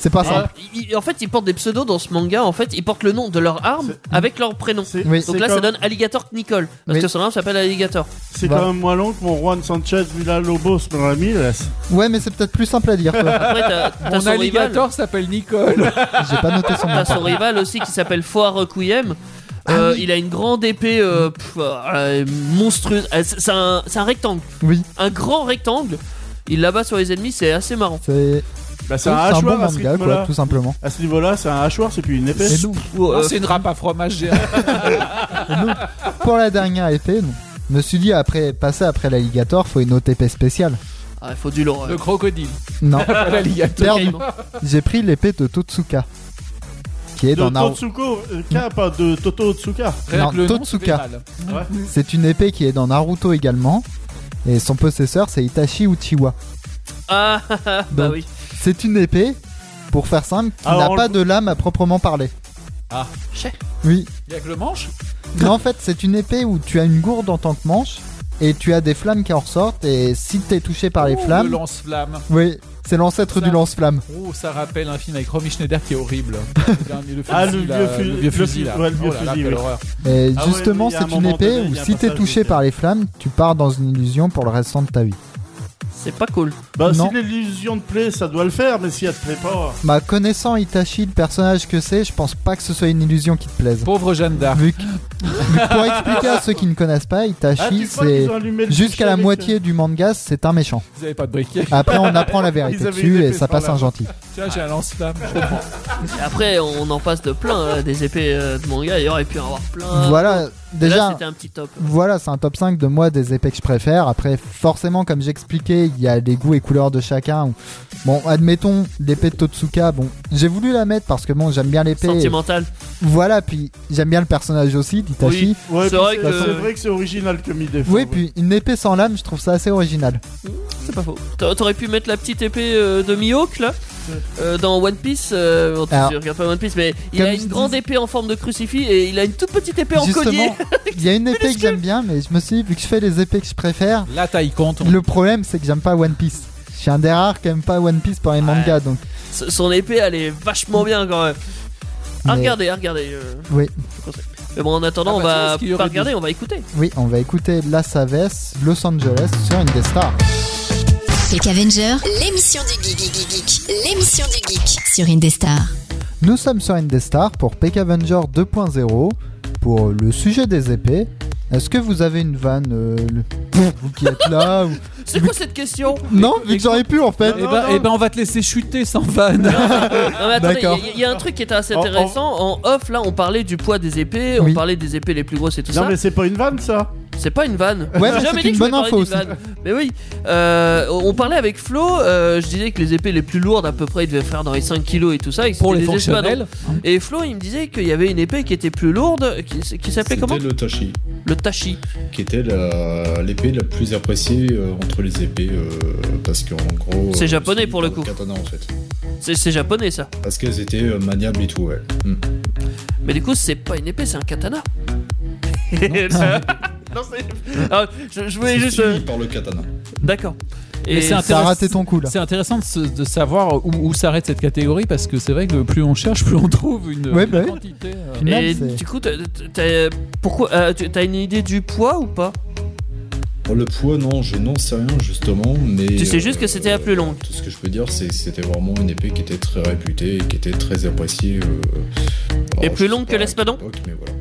[SPEAKER 4] C'est pas
[SPEAKER 5] Ah,
[SPEAKER 4] simple.
[SPEAKER 5] il- il- en fait, ils portent des pseudos dans ce manga. En fait, ils portent le nom de leur arme avec leur prénom.
[SPEAKER 6] C'est-
[SPEAKER 4] Oui.
[SPEAKER 5] Donc
[SPEAKER 6] c'est
[SPEAKER 5] là, ça
[SPEAKER 6] comme-
[SPEAKER 5] donne Alligator Nicole. Parce
[SPEAKER 4] Oui.
[SPEAKER 5] que son arme s'appelle Alligator.
[SPEAKER 6] C'est
[SPEAKER 4] Bah.
[SPEAKER 6] quand même moins long que mon Juan Sanchez Villa Lobos dans la mille. là.
[SPEAKER 4] Ouais mais c'est peut-être plus simple à dire. toi.
[SPEAKER 5] Après, t'as t'as
[SPEAKER 7] Mon
[SPEAKER 5] son rival.
[SPEAKER 7] alligator s'appelle Nicole.
[SPEAKER 4] J'ai pas noté son nom.
[SPEAKER 5] T'as son rival aussi qui s'appelle Foire Kouyem. Euh, Il a une grande épée euh, pff, euh, monstrueuse. Euh, c'est c'est un, c'est un rectangle,
[SPEAKER 4] Oui,
[SPEAKER 5] un grand rectangle. Il l'abat sur les ennemis, c'est assez marrant.
[SPEAKER 4] c'est
[SPEAKER 6] Bah, c'est
[SPEAKER 4] c'est
[SPEAKER 6] un
[SPEAKER 4] un bon
[SPEAKER 6] hachoir à ce
[SPEAKER 4] manga quoi
[SPEAKER 6] rythme-là.
[SPEAKER 4] tout simplement.
[SPEAKER 6] À ce niveau-là, c'est un hachoir, c'est plus une épée.
[SPEAKER 4] Et donc
[SPEAKER 7] Ah,
[SPEAKER 5] Ou, euh,
[SPEAKER 7] Non, C'est une râpe à fromage géant.
[SPEAKER 4] pour la dernière épée, donc, Je me suis dit, après, passer après l'alligator, faut une OTP spéciale.
[SPEAKER 5] Ah, il faut du lore.
[SPEAKER 7] Le crocodile.
[SPEAKER 4] Non,
[SPEAKER 7] L'alligator.
[SPEAKER 4] merde. J'ai pris l'épée de Totsuka. Qui est
[SPEAKER 6] De
[SPEAKER 4] dans Naruto.
[SPEAKER 6] Totsuko, euh, K, pas de Toto Otsuka.
[SPEAKER 7] Rien
[SPEAKER 4] Non,
[SPEAKER 7] que le nom, ça fait
[SPEAKER 4] Totsuka.
[SPEAKER 7] mal.
[SPEAKER 4] C'est une épée qui est dans Naruto également. Et son possesseur, c'est Itachi Uchiwa.
[SPEAKER 5] Ah, ah, ah, bah
[SPEAKER 4] Donc,
[SPEAKER 5] oui.
[SPEAKER 4] C'est une épée, pour faire simple, qui
[SPEAKER 6] Alors,
[SPEAKER 4] n'a
[SPEAKER 6] on
[SPEAKER 4] pas
[SPEAKER 6] le-
[SPEAKER 4] de lame à proprement parler.
[SPEAKER 7] Ah.
[SPEAKER 5] Chais.
[SPEAKER 4] Oui.
[SPEAKER 7] Il y a que le manche.
[SPEAKER 4] Mais en fait, c'est une épée où tu as une gourde en tant que manche et tu as des flammes qui en ressortent. Et si t'es touché par les
[SPEAKER 7] Oh,
[SPEAKER 4] flammes,
[SPEAKER 7] Le lance-flamme.
[SPEAKER 4] oui, c'est l'ancêtre
[SPEAKER 7] Ça.
[SPEAKER 4] du lance-flamme.
[SPEAKER 7] Oh, ça rappelle un film avec Romy Schneider qui est horrible. Le dernier, le
[SPEAKER 6] Ah,
[SPEAKER 7] fusil,
[SPEAKER 6] le
[SPEAKER 7] là,
[SPEAKER 6] vieux fu-
[SPEAKER 7] le vieux
[SPEAKER 6] le
[SPEAKER 7] fusil,
[SPEAKER 6] fu-
[SPEAKER 7] là.
[SPEAKER 6] ouais, le vieux
[SPEAKER 7] Oh là là,
[SPEAKER 6] fusil,
[SPEAKER 7] quelle
[SPEAKER 6] oui.
[SPEAKER 7] horreur.
[SPEAKER 4] Et
[SPEAKER 6] Ah ouais,
[SPEAKER 4] justement,
[SPEAKER 6] mais il y a un
[SPEAKER 4] c'est une
[SPEAKER 6] moment
[SPEAKER 4] épée
[SPEAKER 6] donné, il
[SPEAKER 4] où
[SPEAKER 6] y a un
[SPEAKER 4] si t'es
[SPEAKER 6] passage
[SPEAKER 4] touché
[SPEAKER 6] où c'est-
[SPEAKER 4] par les flammes, tu pars dans une illusion pour le restant de ta vie.
[SPEAKER 5] C'est pas cool.
[SPEAKER 6] Bah,
[SPEAKER 4] Non.
[SPEAKER 6] si l'illusion te plaît, ça doit le faire, mais si elle te plaît pas.
[SPEAKER 4] Bah, connaissant Itachi, le personnage que c'est, je pense pas que ce soit une illusion qui te plaise.
[SPEAKER 7] Pauvre Jeanne d'Arc.
[SPEAKER 4] Vu que- vu que pour expliquer à ceux qui ne connaissent pas,
[SPEAKER 6] Ah, tu
[SPEAKER 4] Itachi,
[SPEAKER 6] crois qu'ils
[SPEAKER 4] c'est
[SPEAKER 6] ont allumé le
[SPEAKER 4] jusqu'à
[SPEAKER 6] bouchon
[SPEAKER 4] la
[SPEAKER 6] avec- euh,
[SPEAKER 4] moitié du manga, c'est un méchant.
[SPEAKER 7] Vous avez pas de briquet.
[SPEAKER 4] Après, on apprend la
[SPEAKER 6] Ils
[SPEAKER 4] vérité
[SPEAKER 6] avaient une
[SPEAKER 4] dessus et
[SPEAKER 6] épée
[SPEAKER 4] ça
[SPEAKER 6] sans
[SPEAKER 4] passe un
[SPEAKER 6] lame.
[SPEAKER 4] gentil.
[SPEAKER 7] Tiens, j'ai un lance-flamme.
[SPEAKER 5] Et après, on en passe de plein hein, des épées euh, de manga. Il y aurait pu en avoir
[SPEAKER 6] Ah,
[SPEAKER 5] plein.
[SPEAKER 4] Voilà,
[SPEAKER 5] Et
[SPEAKER 4] déjà.
[SPEAKER 5] Là, c'était un petit top.
[SPEAKER 4] Voilà, c'est un top 5 de moi des épées que je préfère. Après, forcément, comme j'expliquais, il y a les goûts et couleurs de chacun. Ou- Bon, admettons, l'épée de Totsuka, bon, j'ai voulu la mettre parce que bon, j'aime bien l'épée. et-
[SPEAKER 5] Sentimental.
[SPEAKER 4] Voilà, puis j'aime bien le personnage aussi, d'Itachi.
[SPEAKER 6] Ouais,
[SPEAKER 5] C'est
[SPEAKER 6] puis
[SPEAKER 5] vrai
[SPEAKER 6] c'est
[SPEAKER 5] que-
[SPEAKER 6] c'est vrai que c'est original comme idée.
[SPEAKER 4] Oui,
[SPEAKER 6] faut-
[SPEAKER 4] puis une épée sans lame, je trouve ça assez original.
[SPEAKER 5] C'est pas faux. T'a- T'aurais pu mettre la petite épée euh, de Mihawk là euh, dans One Piece. euh, bon, tu
[SPEAKER 4] Alors,
[SPEAKER 5] tu regardes pas One Piece, mais il
[SPEAKER 4] comme
[SPEAKER 5] a
[SPEAKER 4] je
[SPEAKER 5] une
[SPEAKER 4] dis-
[SPEAKER 5] grande épée en forme de crucifix et il a une toute petite épée en collier.
[SPEAKER 4] Justement, il y a une épée que j'aime bien, mais je me suis dit, vu que je fais les épées que je préfère,
[SPEAKER 7] La taille compte.
[SPEAKER 4] le problème c'est que j'aime pas One Piece. Je suis un des rares qui aime pas One Piece par les mangas, donc
[SPEAKER 5] S- Son épée, elle est vachement bien quand même. Ah,
[SPEAKER 4] Mais-
[SPEAKER 5] regardez, ah, regardez. euh,
[SPEAKER 4] Oui.
[SPEAKER 5] je conseille. Mais bon, en attendant,
[SPEAKER 7] Ah,
[SPEAKER 5] on
[SPEAKER 7] bah, tiens,
[SPEAKER 5] va
[SPEAKER 7] ce qu'il y
[SPEAKER 5] pas
[SPEAKER 7] aurait
[SPEAKER 5] regarder, on va écouter.
[SPEAKER 4] oui, on va écouter La Savesse, Los Angeles sur Indestar.
[SPEAKER 8] Peck Avenger, l'émission du geek, geek, geek, geek. l'émission du geek sur Indestar.
[SPEAKER 4] Nous sommes sur Indestar pour Peck Avenger 2.0 pour le sujet des épées. Est-ce que vous avez une vanne, euh, le- Pff, vous qui êtes là ou-
[SPEAKER 5] C'est quoi cette question
[SPEAKER 4] Non, vu que j'aurais pu en fait.
[SPEAKER 7] Eh ben, eh ben, on va te laisser chuter sans vanne.
[SPEAKER 5] Non mais attendez,
[SPEAKER 4] D'accord.
[SPEAKER 5] il y a- il y, a un truc qui était assez
[SPEAKER 6] En- en-
[SPEAKER 5] intéressant. En, off, là, on parlait du poids des épées,
[SPEAKER 4] Oui.
[SPEAKER 5] on parlait des épées les plus grosses et tout
[SPEAKER 6] Non,
[SPEAKER 5] ça.
[SPEAKER 6] mais c'est pas une vanne, ça.
[SPEAKER 5] C'est pas une vanne.
[SPEAKER 4] Ouais, mais
[SPEAKER 5] J'ai jamais
[SPEAKER 4] c'est
[SPEAKER 5] dit que
[SPEAKER 4] une
[SPEAKER 5] je voulais
[SPEAKER 4] bonne info
[SPEAKER 5] parler d'une vanne. Mais oui, euh, on parlait avec Flo, euh, je disais que les épées les plus lourdes à peu près, ils devaient faire dans les 5 kilos et tout ça. Et que
[SPEAKER 7] Pour
[SPEAKER 5] c'était
[SPEAKER 7] les
[SPEAKER 5] des espadons.
[SPEAKER 7] fonctionnels,
[SPEAKER 5] Et Flo, il me disait qu'il y avait une épée qui était plus lourde, qui, qui s'appelait comment
[SPEAKER 1] C'était le Tashi,
[SPEAKER 5] Le Tachi.
[SPEAKER 1] qui était la- l'épée la, plus appréciée euh, entre les épées, euh, parce qu'en gros.
[SPEAKER 5] C'est
[SPEAKER 1] euh,
[SPEAKER 5] japonais,
[SPEAKER 1] c'est
[SPEAKER 5] pour le coup.
[SPEAKER 1] Katana en fait.
[SPEAKER 5] C'est c'est japonais ça.
[SPEAKER 1] Parce qu'elles étaient euh, maniables et tout, ouais. Hmm.
[SPEAKER 5] Mais du coup, c'est pas une épée, c'est un katana. Non, c'est. Ah, je, je voulais
[SPEAKER 1] C'est
[SPEAKER 5] juste. euh,
[SPEAKER 1] suivi par le katana.
[SPEAKER 5] D'accord.
[SPEAKER 7] Mais c'est un-
[SPEAKER 4] T'as raté ton coup là.
[SPEAKER 7] c'est intéressant de, se- de savoir où, où s'arrête cette catégorie parce que c'est vrai que plus on cherche, plus on trouve une,
[SPEAKER 4] Ouais,
[SPEAKER 7] une
[SPEAKER 4] bah oui.
[SPEAKER 7] quantité. euh.
[SPEAKER 4] Puis même,
[SPEAKER 5] Et
[SPEAKER 4] c'est-
[SPEAKER 5] du coup, t'as- t'as pourquoi euh, tu- t'as une idée du poids ou pas
[SPEAKER 1] Bon, le poids, non, je n'en sais rien justement, mais. euh,
[SPEAKER 5] Tu sais juste que c'était la plus longue.
[SPEAKER 1] Tout ce que je peux dire, c'est que c'était vraiment une épée qui était très réputée et qui était très appréciée. euh,
[SPEAKER 5] Et
[SPEAKER 1] alors,
[SPEAKER 5] plus
[SPEAKER 1] je sais
[SPEAKER 5] longue
[SPEAKER 1] pas
[SPEAKER 5] que
[SPEAKER 1] à quelle
[SPEAKER 5] l'espadon
[SPEAKER 1] époque, mais voilà.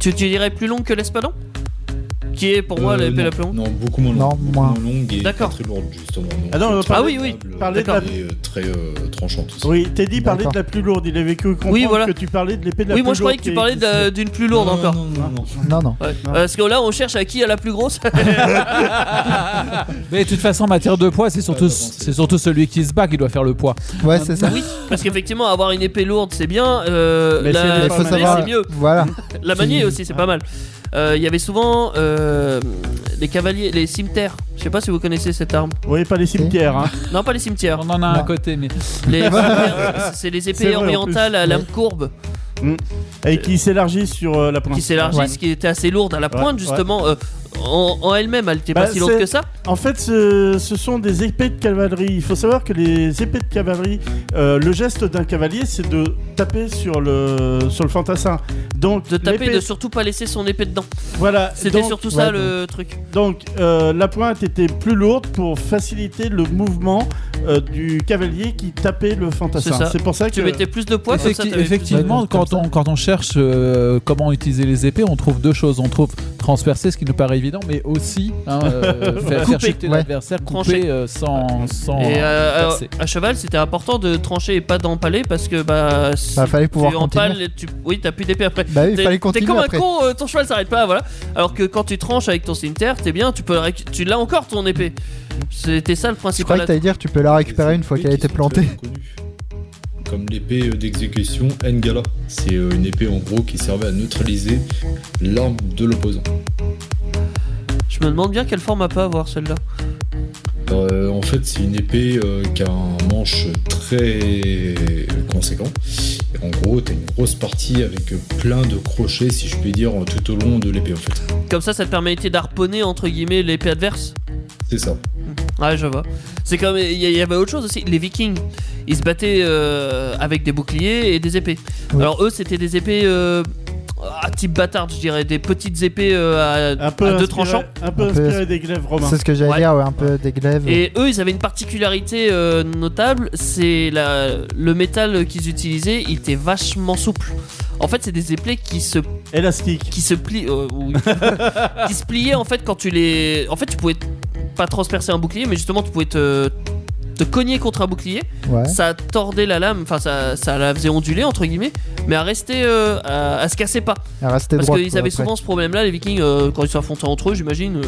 [SPEAKER 5] Tu, tu dirais plus long que l'espadon Qui est pour moi
[SPEAKER 1] Euh,
[SPEAKER 5] l'épée
[SPEAKER 1] non,
[SPEAKER 5] la plus longue
[SPEAKER 1] Non, beaucoup moins longue.
[SPEAKER 4] Non,
[SPEAKER 1] beaucoup
[SPEAKER 4] moins.
[SPEAKER 1] longue et
[SPEAKER 5] D'accord.
[SPEAKER 1] très lourde justement. donc,
[SPEAKER 6] Ah non, on va
[SPEAKER 1] très
[SPEAKER 6] parler-
[SPEAKER 5] Ah oui, oui,
[SPEAKER 1] agréable,
[SPEAKER 6] parler de
[SPEAKER 5] la-
[SPEAKER 1] Et euh, très euh, tranchante aussi.
[SPEAKER 6] Oui, Teddy parlait
[SPEAKER 4] D'accord.
[SPEAKER 6] de la plus lourde. Il avait que comprendre
[SPEAKER 5] Oui, voilà.
[SPEAKER 6] que tu parlais de l'épée de la
[SPEAKER 5] Oui,
[SPEAKER 6] plus lourde.
[SPEAKER 5] moi je croyais que tu
[SPEAKER 6] qui-
[SPEAKER 5] parlais
[SPEAKER 6] qui-
[SPEAKER 5] de- d'une plus lourde
[SPEAKER 1] Non,
[SPEAKER 5] encore.
[SPEAKER 1] Non, non, non.
[SPEAKER 4] Non, non.
[SPEAKER 5] Ouais. Euh, Parce que là, on cherche à qui a la plus grosse.
[SPEAKER 7] Mais de toute façon, en matière de poids, c'est surtout,
[SPEAKER 1] Ouais, bah bon, c'est-
[SPEAKER 7] c'est surtout celui qui se bat qui doit faire le poids.
[SPEAKER 4] Ouais, c'est ça.
[SPEAKER 5] Euh, oui, parce qu'effectivement, avoir une épée lourde, c'est bien. euh,
[SPEAKER 6] Mais
[SPEAKER 5] la
[SPEAKER 6] c'est-
[SPEAKER 4] Il
[SPEAKER 6] pas
[SPEAKER 4] faut
[SPEAKER 6] mal.
[SPEAKER 4] savoir.
[SPEAKER 5] c'est mieux.
[SPEAKER 4] Voilà.
[SPEAKER 5] La manier aussi, c'est pas mal. Euh, Il y avait souvent euh, les cavaliers, les cimetières. Je sais pas si vous connaissez cette arme.
[SPEAKER 6] Vous voyez pas les cimetières, hein.
[SPEAKER 5] Non, pas les cimetières.
[SPEAKER 7] On en a un
[SPEAKER 4] Non.
[SPEAKER 7] à côté, mais
[SPEAKER 5] Les cimetières, c'est les
[SPEAKER 6] C'est
[SPEAKER 5] épées
[SPEAKER 6] vrai, en
[SPEAKER 5] orientales à lame courbe
[SPEAKER 6] Et qui s'élargissent sur euh, la pointe.
[SPEAKER 5] Euh, qui s'élargissent, qui étaient assez lourdes à la
[SPEAKER 6] Ouais,
[SPEAKER 5] pointe
[SPEAKER 6] ouais.
[SPEAKER 5] justement. euh, en, en elle-même, elle était
[SPEAKER 6] Bah,
[SPEAKER 5] pas si lourde
[SPEAKER 6] c'est-
[SPEAKER 5] que ça.
[SPEAKER 6] En fait, ce, ce sont des épées de cavalerie. Il faut savoir que les épées de cavalerie, euh, le geste d'un cavalier, c'est de taper sur le sur le fantassin. Donc
[SPEAKER 5] De taper,
[SPEAKER 6] l'épée-
[SPEAKER 5] de surtout pas laisser son épée dedans.
[SPEAKER 6] voilà.
[SPEAKER 5] C'était
[SPEAKER 6] donc-
[SPEAKER 5] surtout ça
[SPEAKER 4] ouais,
[SPEAKER 5] le truc.
[SPEAKER 6] Donc euh, la pointe était plus lourde pour faciliter le mouvement euh, du cavalier qui tapait le
[SPEAKER 5] C'est
[SPEAKER 6] fantassin.
[SPEAKER 5] ça.
[SPEAKER 6] C'est pour ça que.
[SPEAKER 5] Tu mettais plus de poids, comme ça,
[SPEAKER 7] Effecti-
[SPEAKER 5] t'avais plus de-
[SPEAKER 7] effectivement,
[SPEAKER 4] Ouais,
[SPEAKER 7] quand
[SPEAKER 4] comme
[SPEAKER 7] on, quand on cherche euh, comment utiliser les épées, on trouve deux choses. On trouve transpercer, ce qui nous paraît évident, mais aussi hein, euh, faire, faire
[SPEAKER 5] Couper.
[SPEAKER 7] chuter
[SPEAKER 4] Ouais.
[SPEAKER 7] l'adversaire,
[SPEAKER 5] Trancher.
[SPEAKER 7] couper euh, sans, sans
[SPEAKER 5] Et euh,
[SPEAKER 7] percer.
[SPEAKER 5] à, à cheval, c'était important de trancher et pas d'empaler parce que bah. si
[SPEAKER 4] Bah, fallait pouvoir
[SPEAKER 5] tu empales,
[SPEAKER 4] continuer.
[SPEAKER 5] tu... Oui, t'as plus d'épée après.
[SPEAKER 4] Bah oui,
[SPEAKER 5] T'es-
[SPEAKER 4] fallait
[SPEAKER 5] T'es
[SPEAKER 4] continuer
[SPEAKER 5] comme
[SPEAKER 4] après.
[SPEAKER 5] un con, euh, ton cheval s'arrête pas, voilà. Alors que quand tu tranches avec ton cimetière, t'es bien, tu peux la récu- tu l'as encore ton épée. C'était ça le
[SPEAKER 4] Je
[SPEAKER 5] principal.
[SPEAKER 4] croyais que t'allais dire tu peux la récupérer une fois qu'elle a été plantée.
[SPEAKER 1] Comme l'épée euh, d'exécution Ngala. C'est euh, une épée en gros qui servait à neutraliser l'arme de l'opposant.
[SPEAKER 5] Je me demande bien quelle forme à pas avoir celle-là.
[SPEAKER 1] Euh, en fait, c'est une épée euh, qui a un manche très conséquent. Et en gros, t'as une grosse partie avec plein de crochets, si je puis dire, tout au long de l'épée en fait.
[SPEAKER 5] Comme ça, ça te permettait d'arponner entre guillemets l'épée adverse.
[SPEAKER 1] C'est ça.
[SPEAKER 5] Ouais, je vois. C'est comme il y, il y avait autre chose aussi. Les Vikings, ils se battaient euh, avec des boucliers et des épées.
[SPEAKER 4] Oui.
[SPEAKER 5] Alors eux, c'était des épées euh, à type bâtard, je dirais, des petites épées euh, à,
[SPEAKER 6] Un peu,
[SPEAKER 5] à deux
[SPEAKER 6] inspiré,
[SPEAKER 5] tranchants.
[SPEAKER 6] un peu
[SPEAKER 4] Un peu-
[SPEAKER 6] inspiré des glaives romains.
[SPEAKER 4] C'est ce que j'allais
[SPEAKER 5] Ouais.
[SPEAKER 4] dire, ouais, un peu des glaives.
[SPEAKER 5] Et eux, ils avaient une particularité euh, notable, c'est la- le métal qu'ils utilisaient, il était vachement souple. En fait, c'est des épées qui se
[SPEAKER 6] Élastique.
[SPEAKER 5] qui se plient, euh, oui. qui se pliaient en fait quand tu les, en fait, tu pouvais pas transpercer un bouclier, mais justement, tu pouvais te te cogner contre un bouclier,
[SPEAKER 4] Ouais.
[SPEAKER 5] ça tordait la lame, enfin ça, ça la faisait onduler entre guillemets, mais à rester, euh, à, à se casser pas,
[SPEAKER 4] Elle restait
[SPEAKER 5] parce
[SPEAKER 4] droite.
[SPEAKER 5] qu'ils
[SPEAKER 4] quoi,
[SPEAKER 5] avaient
[SPEAKER 4] après.
[SPEAKER 5] souvent ce problème-là, les Vikings, euh, quand ils s'affrontaient entre eux, j'imagine, euh,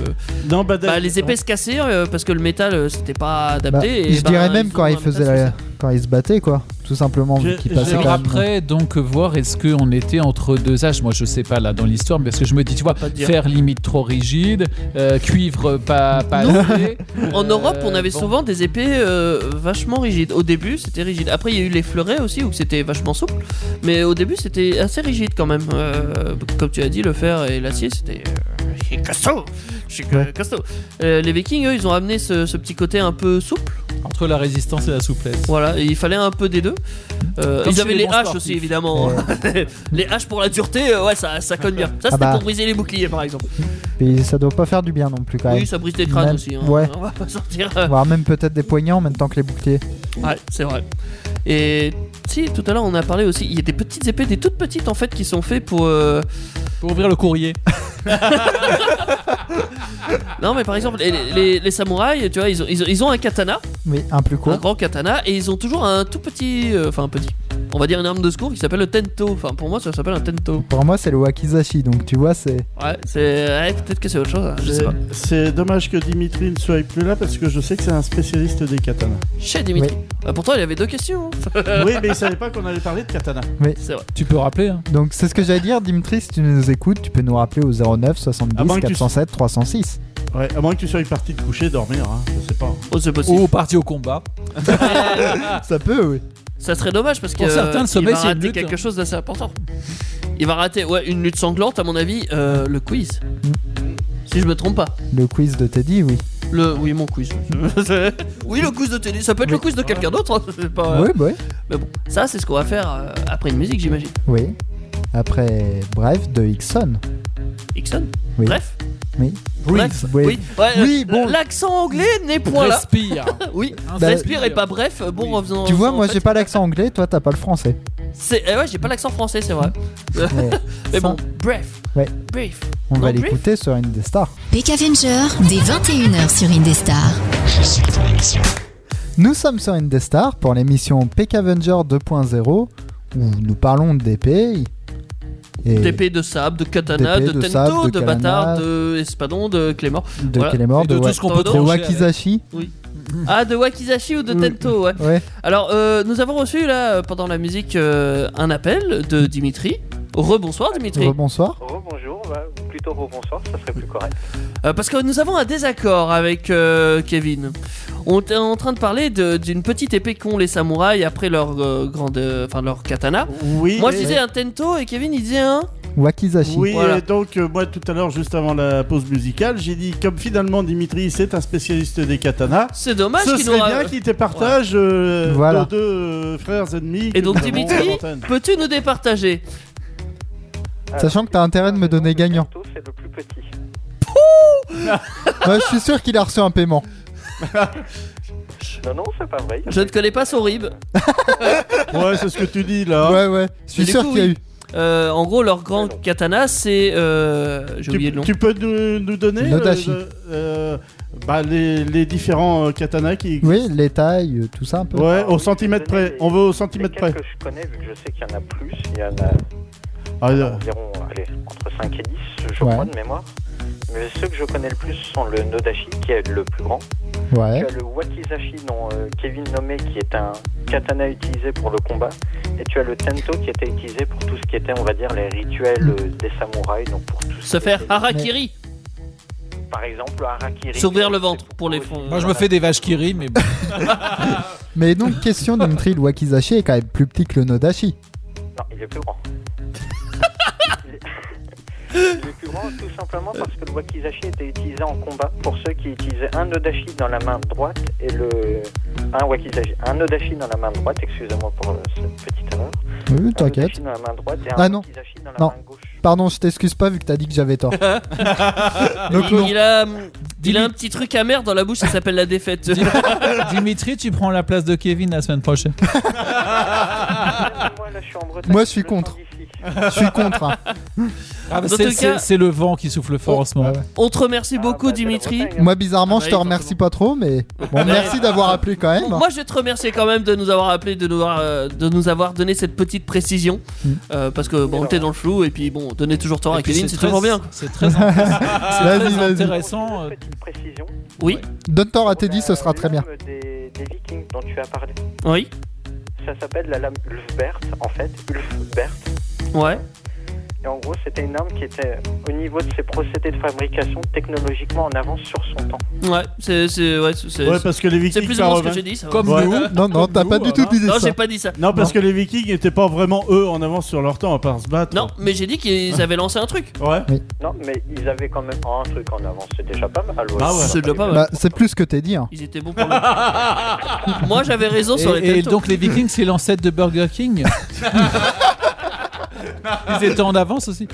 [SPEAKER 6] Non, bah,
[SPEAKER 5] bah, les épées se cassaient euh, parce que le métal euh, c'était pas adapté.
[SPEAKER 4] Bah,
[SPEAKER 5] et
[SPEAKER 4] je
[SPEAKER 5] bah,
[SPEAKER 4] dirais même quand
[SPEAKER 5] ont
[SPEAKER 4] ils
[SPEAKER 5] un
[SPEAKER 4] faisaient
[SPEAKER 5] métal
[SPEAKER 4] la-
[SPEAKER 5] spécial.
[SPEAKER 4] quand ils se battaient quoi, tout simplement vu
[SPEAKER 6] J'ai-
[SPEAKER 4] qu'ils
[SPEAKER 6] j'ai-
[SPEAKER 4] passaient
[SPEAKER 6] C'est
[SPEAKER 7] Alors
[SPEAKER 4] par-
[SPEAKER 7] après, donc, voir est-ce qu'on était entre deux âges. Moi, je sais pas là dans l'histoire, mais parce que je me dis, tu vois,
[SPEAKER 5] Pas de dire.
[SPEAKER 7] faire limite trop rigide, euh, cuivre pas, pas
[SPEAKER 5] Non.
[SPEAKER 7] assez.
[SPEAKER 5] En
[SPEAKER 7] Euh,
[SPEAKER 5] Europe, on avait
[SPEAKER 7] bon.
[SPEAKER 5] souvent des épées euh, vachement rigides. Au début, c'était rigide. Après, il y a eu les fleurets aussi où c'était vachement souple. Mais au début, c'était assez rigide quand même. Euh, comme tu as dit, le fer et l'acier, c'était. euh, c'est costaud. C'est que-
[SPEAKER 4] Ouais.
[SPEAKER 5] costaud. Euh, les Vikings, eux, ils ont amené ce, ce petit côté un peu souple.
[SPEAKER 7] entre la résistance et la souplesse.
[SPEAKER 5] Voilà, et il fallait un peu des deux. Euh,
[SPEAKER 7] Comme
[SPEAKER 5] ils
[SPEAKER 7] chez
[SPEAKER 5] avaient
[SPEAKER 7] les
[SPEAKER 5] les
[SPEAKER 7] bons
[SPEAKER 5] haches
[SPEAKER 7] sportifs.
[SPEAKER 5] aussi, évidemment. les haches pour la dureté, euh, ouais, ça, ça cogne bien. Ça, c'était
[SPEAKER 4] Ah bah.
[SPEAKER 5] pour briser les boucliers, par exemple.
[SPEAKER 4] Et ça doit pas faire du bien non plus quand même.
[SPEAKER 5] Oui, ça brise des crânes
[SPEAKER 4] Même-
[SPEAKER 5] aussi. hein.
[SPEAKER 4] ouais.
[SPEAKER 5] On va pas sortir. euh,
[SPEAKER 4] Voire même peut-être des poignets en même temps que les boucliers.
[SPEAKER 5] Ouais, c'est vrai. Et si, tout à l'heure, on a parlé aussi. Il y a des petites épées, des toutes petites en fait, qui sont faites pour. euh,
[SPEAKER 7] Pour ouvrir le courrier.
[SPEAKER 5] Non, mais par exemple, les, les- les samouraïs, tu vois, ils ont, ils ont, ils ont un katana,
[SPEAKER 4] Oui, un plus
[SPEAKER 5] un
[SPEAKER 4] court.
[SPEAKER 5] grand katana, et ils ont toujours un tout petit. euh, Enfin, un petit. On va dire une arme de secours qui s'appelle le tento. Enfin, pour moi, ça s'appelle un tento.
[SPEAKER 4] Pour moi, c'est le wakizashi donc tu vois, c'est
[SPEAKER 5] Ouais, c'est. ouais, peut-être que c'est autre chose, hein, je sais
[SPEAKER 6] C'est-
[SPEAKER 5] pas.
[SPEAKER 6] C'est dommage que Dimitri ne soit plus là parce que je sais que c'est un spécialiste des katanas.
[SPEAKER 5] Chez Dimitri. Euh, pourtant, il avait deux questions. hein.
[SPEAKER 6] oui, mais il savait pas qu'on allait parler de katana.
[SPEAKER 5] c'est vrai.
[SPEAKER 7] Tu peux rappeler. Hein.
[SPEAKER 4] donc c'est ce que j'allais dire Dimitri, si tu nous écoutes, tu peux nous rappeler au 09
[SPEAKER 6] Ah,
[SPEAKER 4] 70
[SPEAKER 6] bon, que tu-
[SPEAKER 4] 407 306.
[SPEAKER 6] Ouais, à moins que tu sois parti de coucher, dormir, hein, je sais pas.
[SPEAKER 5] Oh, c'est possible.
[SPEAKER 7] Ou parti au combat.
[SPEAKER 4] Ça peut oui.
[SPEAKER 5] Ça serait dommage parce que
[SPEAKER 7] Pour certains, le
[SPEAKER 5] euh, il
[SPEAKER 7] sommeil,
[SPEAKER 5] va
[SPEAKER 7] c'est une
[SPEAKER 5] rater
[SPEAKER 7] lutte.
[SPEAKER 5] quelque
[SPEAKER 4] hein.
[SPEAKER 5] chose d'assez important. Il va rater ouais, une lutte sanglante, à mon avis, euh, le quiz. Si je me trompe pas.
[SPEAKER 4] Le quiz de Teddy, oui.
[SPEAKER 5] Le, oui, mon quiz. oui, le quiz de Teddy. Ça peut être le quiz de quelqu'un d'autre. hein, c'est pas-
[SPEAKER 4] Oui, bah oui.
[SPEAKER 5] Mais bon, ça, c'est ce qu'on va faire euh, après une musique, j'imagine.
[SPEAKER 4] Oui. Après bref de Hickson.
[SPEAKER 5] Ixon
[SPEAKER 4] Oui.
[SPEAKER 5] Bref
[SPEAKER 4] Oui.
[SPEAKER 5] Bref
[SPEAKER 4] Oui.
[SPEAKER 5] Oui, ouais,
[SPEAKER 4] Oui,
[SPEAKER 5] euh,
[SPEAKER 4] bon.
[SPEAKER 5] L'accent anglais n'est point là.
[SPEAKER 7] Respire.
[SPEAKER 5] Oui,
[SPEAKER 7] Hein,
[SPEAKER 4] Bah,
[SPEAKER 5] respire et pas bref. Bon,
[SPEAKER 7] Oui.
[SPEAKER 5] revenons.
[SPEAKER 4] Tu vois,
[SPEAKER 5] en
[SPEAKER 4] moi
[SPEAKER 5] fait,
[SPEAKER 4] j'ai pas l'accent anglais, toi t'as pas le français.
[SPEAKER 5] c'est- eh ouais, j'ai pas l'accent français, c'est vrai.
[SPEAKER 4] Mais ça,
[SPEAKER 5] Mais bon, bref.
[SPEAKER 4] Ouais.
[SPEAKER 5] Bref.
[SPEAKER 4] on va
[SPEAKER 5] non, bref.
[SPEAKER 4] l'écouter sur une des stars.
[SPEAKER 8] Peck Avenger, dès 21h sur Indestar.
[SPEAKER 4] Nous sommes sur Indestar pour l'émission Peck Avenger 2.0 où nous parlons d'épée. Et
[SPEAKER 5] D'épée de sable, de katana,
[SPEAKER 4] D'épée
[SPEAKER 5] de
[SPEAKER 4] de
[SPEAKER 5] tento,
[SPEAKER 4] sable, de
[SPEAKER 5] de
[SPEAKER 4] katana.
[SPEAKER 5] bâtard, de espadon, de clément.
[SPEAKER 4] de
[SPEAKER 5] voilà.
[SPEAKER 4] Télémor,
[SPEAKER 7] Et
[SPEAKER 4] de,
[SPEAKER 7] de tout
[SPEAKER 4] Wa-
[SPEAKER 7] ce qu'on peut
[SPEAKER 4] de
[SPEAKER 5] Pardon
[SPEAKER 7] trouver.
[SPEAKER 4] Wakizashi.
[SPEAKER 5] Ah, de wakizashi ou de
[SPEAKER 4] Oui.
[SPEAKER 5] tento, ouais.
[SPEAKER 4] Ouais.
[SPEAKER 5] Alors, euh, nous avons reçu là, euh, pendant la musique, euh, un appel de Dimitri. Rebonsoir Dimitri.
[SPEAKER 4] Rebonsoir.
[SPEAKER 10] Rebonjour, bah, plutôt rebonsoir, ça serait plus correct.
[SPEAKER 5] Euh, parce que nous avons un désaccord avec euh, Kevin. On est en train de parler de- d'une petite épée qu'ont les samouraïs après leur euh, grande, euh, enfin leur katana.
[SPEAKER 6] Oui,
[SPEAKER 5] Moi je
[SPEAKER 6] et-
[SPEAKER 5] disais un tento et Kevin il disait un.
[SPEAKER 4] Wakizashi.
[SPEAKER 6] Oui,
[SPEAKER 5] Voilà.
[SPEAKER 6] et donc euh, moi tout à l'heure, juste avant la pause musicale, j'ai dit comme finalement Dimitri c'est un spécialiste des katanas,
[SPEAKER 5] C'est dommage
[SPEAKER 6] ce
[SPEAKER 5] qu'il
[SPEAKER 6] serait
[SPEAKER 5] nous. ra-
[SPEAKER 6] bien qu'il te partage euh,
[SPEAKER 4] Voilà.
[SPEAKER 6] nos deux euh, frères ennemis. que
[SPEAKER 5] Et donc
[SPEAKER 6] nous avons à
[SPEAKER 5] Dimitri,
[SPEAKER 6] l'antenne.
[SPEAKER 5] peux-tu nous départager
[SPEAKER 4] Sachant que t'as intérêt de me donner gagnant.
[SPEAKER 10] Tento, C'est le plus petit. Ah,
[SPEAKER 4] Ouais, je suis sûr qu'il a reçu un paiement.
[SPEAKER 10] Non, non, c'est pas vrai.
[SPEAKER 5] Je ne connais pas son rib.
[SPEAKER 6] Ouais, c'est ce que tu dis
[SPEAKER 10] Ah.
[SPEAKER 6] là.
[SPEAKER 4] Ouais, ouais. Je suis
[SPEAKER 5] du
[SPEAKER 4] sûr
[SPEAKER 5] coup,
[SPEAKER 4] qu'il y a
[SPEAKER 5] oui.
[SPEAKER 4] eu.
[SPEAKER 5] Euh, en gros, leur grand katana, c'est. euh, J'ai
[SPEAKER 6] Tu,
[SPEAKER 5] oublié le nom.
[SPEAKER 6] tu peux nous, nous donner euh,
[SPEAKER 4] Nodashi.
[SPEAKER 6] le- euh, bah, les, les différents euh, katanas qui.
[SPEAKER 4] Oui, les tailles, euh, tout ça un peu.
[SPEAKER 6] Ouais,
[SPEAKER 10] Ah
[SPEAKER 6] au
[SPEAKER 10] oui,
[SPEAKER 6] centimètre
[SPEAKER 10] je vais donner
[SPEAKER 6] près.
[SPEAKER 10] les-
[SPEAKER 6] On veut au
[SPEAKER 10] Les
[SPEAKER 6] centimètre près.
[SPEAKER 10] quelques que je connais, vu que je sais qu'il y en a plus, il y en a
[SPEAKER 6] Ah, euh,
[SPEAKER 10] environ allez, entre 5 et 10, je
[SPEAKER 4] Ouais.
[SPEAKER 10] crois, de mémoire. Mais ceux que je connais le plus sont le Nodashi, qui est le plus grand. Tu
[SPEAKER 4] Ouais.
[SPEAKER 10] as le Wakizashi, dont euh, Kevin nommé, qui est un katana utilisé pour le combat. Et tu as le Tento, qui était utilisé pour tout ce qui était, on va dire, les rituels euh, des samouraïs. Donc pour tout ce
[SPEAKER 5] Se
[SPEAKER 10] qui
[SPEAKER 5] faire Ah.
[SPEAKER 10] était,
[SPEAKER 5] harakiri.
[SPEAKER 10] Par exemple, le harakiri.
[SPEAKER 5] S'ouvrir le ventre pour les fonds.
[SPEAKER 7] Moi, je me fais des vaches qui rient, mais bon.
[SPEAKER 4] Mais donc, question Dimitri, le Wakizashi est quand même plus petit que le Nodashi.
[SPEAKER 10] Non, il est plus grand. Il est- il est plus grand tout simplement parce que le wakizashi était utilisé en combat pour ceux qui utilisaient un nodashi dans la main droite et le un wakizashi un nodashi dans la main droite excusez-moi pour euh, cette petite erreur
[SPEAKER 4] Oui,
[SPEAKER 10] un
[SPEAKER 4] t'inquiète.
[SPEAKER 10] Ah, nodashi dans la main droite et un
[SPEAKER 4] Ah non.
[SPEAKER 10] wakizashi dans la
[SPEAKER 4] Non.
[SPEAKER 10] main gauche
[SPEAKER 4] Pardon, je t'excuse pas vu que t'as dit que j'avais tort. Donc, non.
[SPEAKER 5] Il a, il a un petit truc amer dans la bouche, ça s'appelle la défaite.
[SPEAKER 7] Dimitri, tu prends la place de Kevin la semaine prochaine.
[SPEAKER 5] Ah.
[SPEAKER 10] moi là je suis en Bretagne
[SPEAKER 4] Moi, je suis
[SPEAKER 10] le sens
[SPEAKER 4] contre.
[SPEAKER 10] d'ici.
[SPEAKER 4] Je suis contre. hein.
[SPEAKER 7] Ah, bah,
[SPEAKER 5] Dans
[SPEAKER 7] c'est-
[SPEAKER 5] tout
[SPEAKER 7] C'est
[SPEAKER 5] cas-
[SPEAKER 7] c'est le vent qui souffle fort en ce moment.
[SPEAKER 4] Ouais, ouais.
[SPEAKER 5] On te remercie
[SPEAKER 10] Ah,
[SPEAKER 5] beaucoup,
[SPEAKER 10] bah, c'est la
[SPEAKER 5] Dimitri.
[SPEAKER 10] Bretagne, hein.
[SPEAKER 4] Moi, bizarrement,
[SPEAKER 5] Ah
[SPEAKER 4] je
[SPEAKER 5] bah
[SPEAKER 4] te
[SPEAKER 5] oui,
[SPEAKER 4] remercie pas trop, mais bon, merci d'avoir appelé quand même.
[SPEAKER 5] Moi, je vais te remercier quand même de nous avoir appelé, de nous, euh, de nous avoir donné cette petite précision.
[SPEAKER 4] Mm.
[SPEAKER 5] Euh, parce que bon,
[SPEAKER 10] Mais
[SPEAKER 5] t'es
[SPEAKER 10] non.
[SPEAKER 5] dans le flou, et puis bon, donner toujours tort
[SPEAKER 7] Et
[SPEAKER 5] à
[SPEAKER 7] puis,
[SPEAKER 5] Kevin, c'est toujours bien.
[SPEAKER 7] C'est très, c'est
[SPEAKER 4] Vas-y,
[SPEAKER 7] très
[SPEAKER 4] vas-y.
[SPEAKER 7] intéressant. euh,
[SPEAKER 10] petite précision
[SPEAKER 5] Oui,
[SPEAKER 4] Donne
[SPEAKER 5] Ah,
[SPEAKER 4] tort à Teddy, ce
[SPEAKER 10] La
[SPEAKER 4] sera très bien.
[SPEAKER 10] lame des, des vikings dont tu as parlé
[SPEAKER 5] oui,
[SPEAKER 10] ça s'appelle la lame Ulfbert en fait Ulfbert
[SPEAKER 5] ouais.
[SPEAKER 10] Et en gros, c'était une arme qui était, au niveau de ses procédés de fabrication, technologiquement en avance sur son temps.
[SPEAKER 5] Ouais, c'est. C'est ouais, c'est- c'est-
[SPEAKER 6] Ouais, parce que les
[SPEAKER 5] c'est
[SPEAKER 6] Vikings.
[SPEAKER 5] plus ou moins ce que
[SPEAKER 6] parvinrent-
[SPEAKER 5] j'ai dit, ça. va.
[SPEAKER 7] Comme
[SPEAKER 6] Ouais.
[SPEAKER 7] nous.
[SPEAKER 4] Non, non,
[SPEAKER 6] Comme
[SPEAKER 4] t'as
[SPEAKER 6] nous,
[SPEAKER 10] hein.
[SPEAKER 4] pas du tout
[SPEAKER 6] voilà.
[SPEAKER 4] dit
[SPEAKER 5] Non,
[SPEAKER 4] ça.
[SPEAKER 5] j'ai pas dit ça.
[SPEAKER 6] Non, parce que les Vikings n'étaient pas vraiment eux en avance sur leur temps à part se battre.
[SPEAKER 5] Non, mais j'ai dit qu'ils avaient lancé un truc.
[SPEAKER 6] Ouais.
[SPEAKER 10] Non, mais ils avaient quand même un truc en avance, c'est déjà pas mal.
[SPEAKER 6] Ah ouais.
[SPEAKER 5] C'est déjà pas mal.
[SPEAKER 4] Bah, c'est plus que Teddy. Hein.
[SPEAKER 5] Ils étaient bons pour le. Moi, j'avais raison sur les
[SPEAKER 7] Et, et
[SPEAKER 5] Tentos.
[SPEAKER 7] donc les Vikings, c'est l'ancêtre de Burger King. Ils étaient en avance aussi.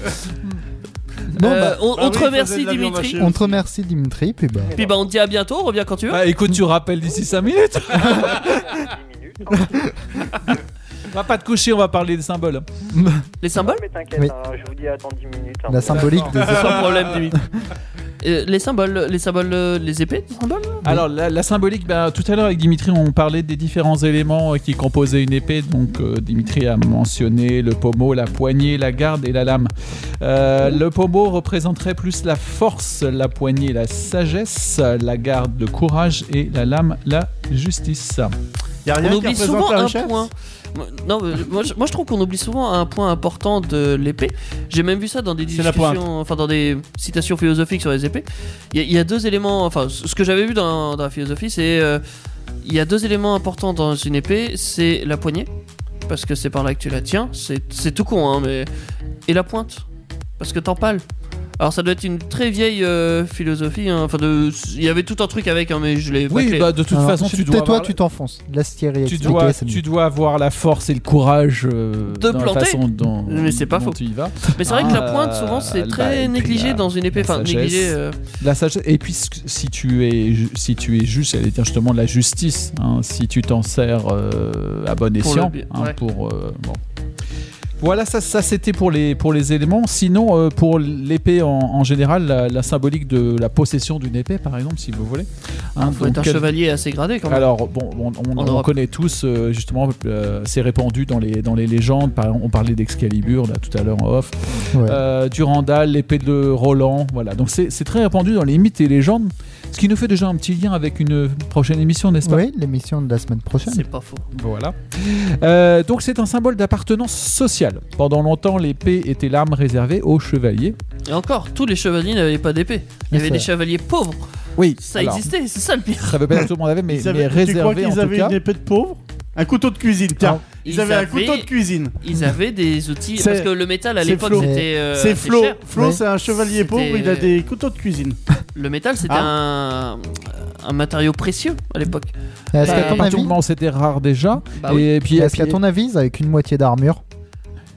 [SPEAKER 4] Bon,
[SPEAKER 5] Euh,
[SPEAKER 4] bah,
[SPEAKER 5] on,
[SPEAKER 6] Bah
[SPEAKER 5] on
[SPEAKER 6] oui,
[SPEAKER 5] te
[SPEAKER 6] ils
[SPEAKER 5] remercie,
[SPEAKER 6] faisaient de la viande
[SPEAKER 5] Dimitri.
[SPEAKER 6] hachée.
[SPEAKER 4] on te remercie, Dimitri. Puis bah,
[SPEAKER 5] Puis bah, on te dit à bientôt, reviens quand tu veux.
[SPEAKER 7] Bah écoute, tu rappelles d'ici 5 minutes.
[SPEAKER 10] 10 minutes. hein.
[SPEAKER 7] On va pas te coucher, on va parler des symboles.
[SPEAKER 5] Les symboles
[SPEAKER 10] Mais t'inquiète,
[SPEAKER 4] Oui.
[SPEAKER 10] hein, je vous dis attends 10 minutes. hein.
[SPEAKER 4] la symbolique des
[SPEAKER 5] Sans problème, Dimitri. Euh, les symboles, les symboles, euh, les épées, des symboles
[SPEAKER 7] Alors la, la symbolique, bah, tout à l'heure avec Dimitri, on parlait des différents éléments euh, qui composaient une épée. Donc euh, Dimitri a mentionné le pommeau, la poignée, la garde et la lame. Euh, le pommeau représenterait plus la force, la poignée, la sagesse, la garde, le courage et la lame, la justice.
[SPEAKER 6] Y a rien
[SPEAKER 5] On
[SPEAKER 6] qui
[SPEAKER 5] oublie
[SPEAKER 6] représente
[SPEAKER 5] souvent
[SPEAKER 6] la
[SPEAKER 5] un
[SPEAKER 6] richesse.
[SPEAKER 5] point. Non, mais moi, je, moi, je trouve qu'on oublie souvent un point important de l'épée. J'ai même vu ça dans des
[SPEAKER 6] C'est la
[SPEAKER 5] discussions, enfin dans des citations philosophiques sur les épées. Il y, a- il y a deux éléments. Enfin, ce ce que j'avais vu dans, dans la philosophie, c'est euh, il y a deux éléments importants dans une épée. C'est la poignée, parce que c'est par là que tu la tiens. C'est c'est tout con, hein, mais et la pointe, parce que t'en parles. Alors ça doit être une très vieille euh, philosophie. hein. Enfin, de- il y avait tout un truc avec, hein, mais je l'ai
[SPEAKER 7] Oui,
[SPEAKER 5] bâclé.
[SPEAKER 7] bah de toute
[SPEAKER 4] Alors,
[SPEAKER 7] façon,
[SPEAKER 4] tu-
[SPEAKER 7] tu dois.
[SPEAKER 4] Tais-toi,
[SPEAKER 7] avoir-
[SPEAKER 4] tu t'enfonces. Laisse Thierry
[SPEAKER 7] tu
[SPEAKER 4] expliquer.
[SPEAKER 7] dois,
[SPEAKER 4] c'est
[SPEAKER 7] tu dois avoir la force et le courage euh,
[SPEAKER 5] De
[SPEAKER 7] dans
[SPEAKER 5] planter.
[SPEAKER 7] la façon dont,
[SPEAKER 5] Mais c'est pas
[SPEAKER 7] dont
[SPEAKER 5] faux.
[SPEAKER 7] tu y vas.
[SPEAKER 5] Mais c'est vrai que la
[SPEAKER 7] Ah,
[SPEAKER 5] pointe, souvent, c'est
[SPEAKER 7] bah,
[SPEAKER 5] très
[SPEAKER 7] et puis
[SPEAKER 5] négligé
[SPEAKER 7] la-
[SPEAKER 5] dans une épée.
[SPEAKER 7] la
[SPEAKER 5] Enfin,
[SPEAKER 7] sagesse.
[SPEAKER 5] négligé. euh,
[SPEAKER 7] La sagesse. Et puis ce- si tu es ju- si tu es juste, j'allais dire justement de la justice. hein, si tu t'en sers euh, à bon
[SPEAKER 5] Pour
[SPEAKER 7] escient.
[SPEAKER 5] le bien,
[SPEAKER 7] hein,
[SPEAKER 5] ouais.
[SPEAKER 7] pour, euh, bon. Voilà, ça, ça c'était pour les, pour les éléments. Sinon, euh, pour l'épée en, en général, la, la symbolique de la possession d'une épée, par exemple, si vous voulez. Hein,
[SPEAKER 5] Ah, faut être un
[SPEAKER 7] donc, quel-
[SPEAKER 5] chevalier assez gradé quand même.
[SPEAKER 7] Alors, bon, on, on-
[SPEAKER 5] En
[SPEAKER 7] on
[SPEAKER 5] Europe.
[SPEAKER 7] connaît tous, euh, justement, euh, c'est répandu dans les, dans les légendes. Par exemple, on parlait d'Excalibur, là, tout à l'heure en off.
[SPEAKER 4] tout. Ouais.
[SPEAKER 7] Euh, Durandal, l'épée de Roland, voilà. Donc, c'est c'est très répandu dans les mythes et légendes. Ce qui nous fait déjà un petit lien avec une prochaine émission, n'est-ce pas
[SPEAKER 4] Oui, l'émission de la semaine prochaine.
[SPEAKER 5] C'est pas faux.
[SPEAKER 7] Voilà. Euh, donc, c'est un symbole d'appartenance sociale. Pendant longtemps, l'épée était l'arme réservée aux chevaliers.
[SPEAKER 5] Et encore, tous les chevaliers n'avaient pas d'épée. Il
[SPEAKER 4] Mais
[SPEAKER 5] y avait
[SPEAKER 4] c'est
[SPEAKER 5] des
[SPEAKER 4] vrai.
[SPEAKER 5] chevaliers pauvres.
[SPEAKER 7] Oui,
[SPEAKER 5] Ça existait, c'est ça le pire.
[SPEAKER 7] Ça veut pas dire que tout le monde avait, mais,
[SPEAKER 6] Ils avaient-
[SPEAKER 7] mais
[SPEAKER 6] tu crois
[SPEAKER 7] réservé en
[SPEAKER 6] qu'ils
[SPEAKER 7] tout
[SPEAKER 6] avaient
[SPEAKER 7] cas.
[SPEAKER 6] une épée de pauvre Un couteau de cuisine, tiens. Ils, avaient un couteau de cuisine.
[SPEAKER 5] Ils avaient des outils.
[SPEAKER 6] C'est-
[SPEAKER 5] Parce que le métal à
[SPEAKER 6] c'est
[SPEAKER 5] l'époque
[SPEAKER 6] Flo.
[SPEAKER 5] c'était. euh,
[SPEAKER 6] c'est
[SPEAKER 5] assez
[SPEAKER 6] Flo.
[SPEAKER 5] cher.
[SPEAKER 6] Flo,
[SPEAKER 4] Ouais.
[SPEAKER 6] c'est un chevalier
[SPEAKER 5] C'était-
[SPEAKER 6] pauvre, il a des couteaux de cuisine.
[SPEAKER 5] Le métal c'était
[SPEAKER 6] Ah.
[SPEAKER 5] un, un matériau précieux à l'époque.
[SPEAKER 4] Est-ce
[SPEAKER 5] Bah,
[SPEAKER 4] qu'à ton
[SPEAKER 7] Particulièrement,
[SPEAKER 4] avis,
[SPEAKER 7] c'était rare déjà.
[SPEAKER 5] Bah oui.
[SPEAKER 7] et puis,
[SPEAKER 4] est-ce
[SPEAKER 7] et
[SPEAKER 4] qu'à
[SPEAKER 7] puis-
[SPEAKER 4] ton avis, avec une moitié d'armure,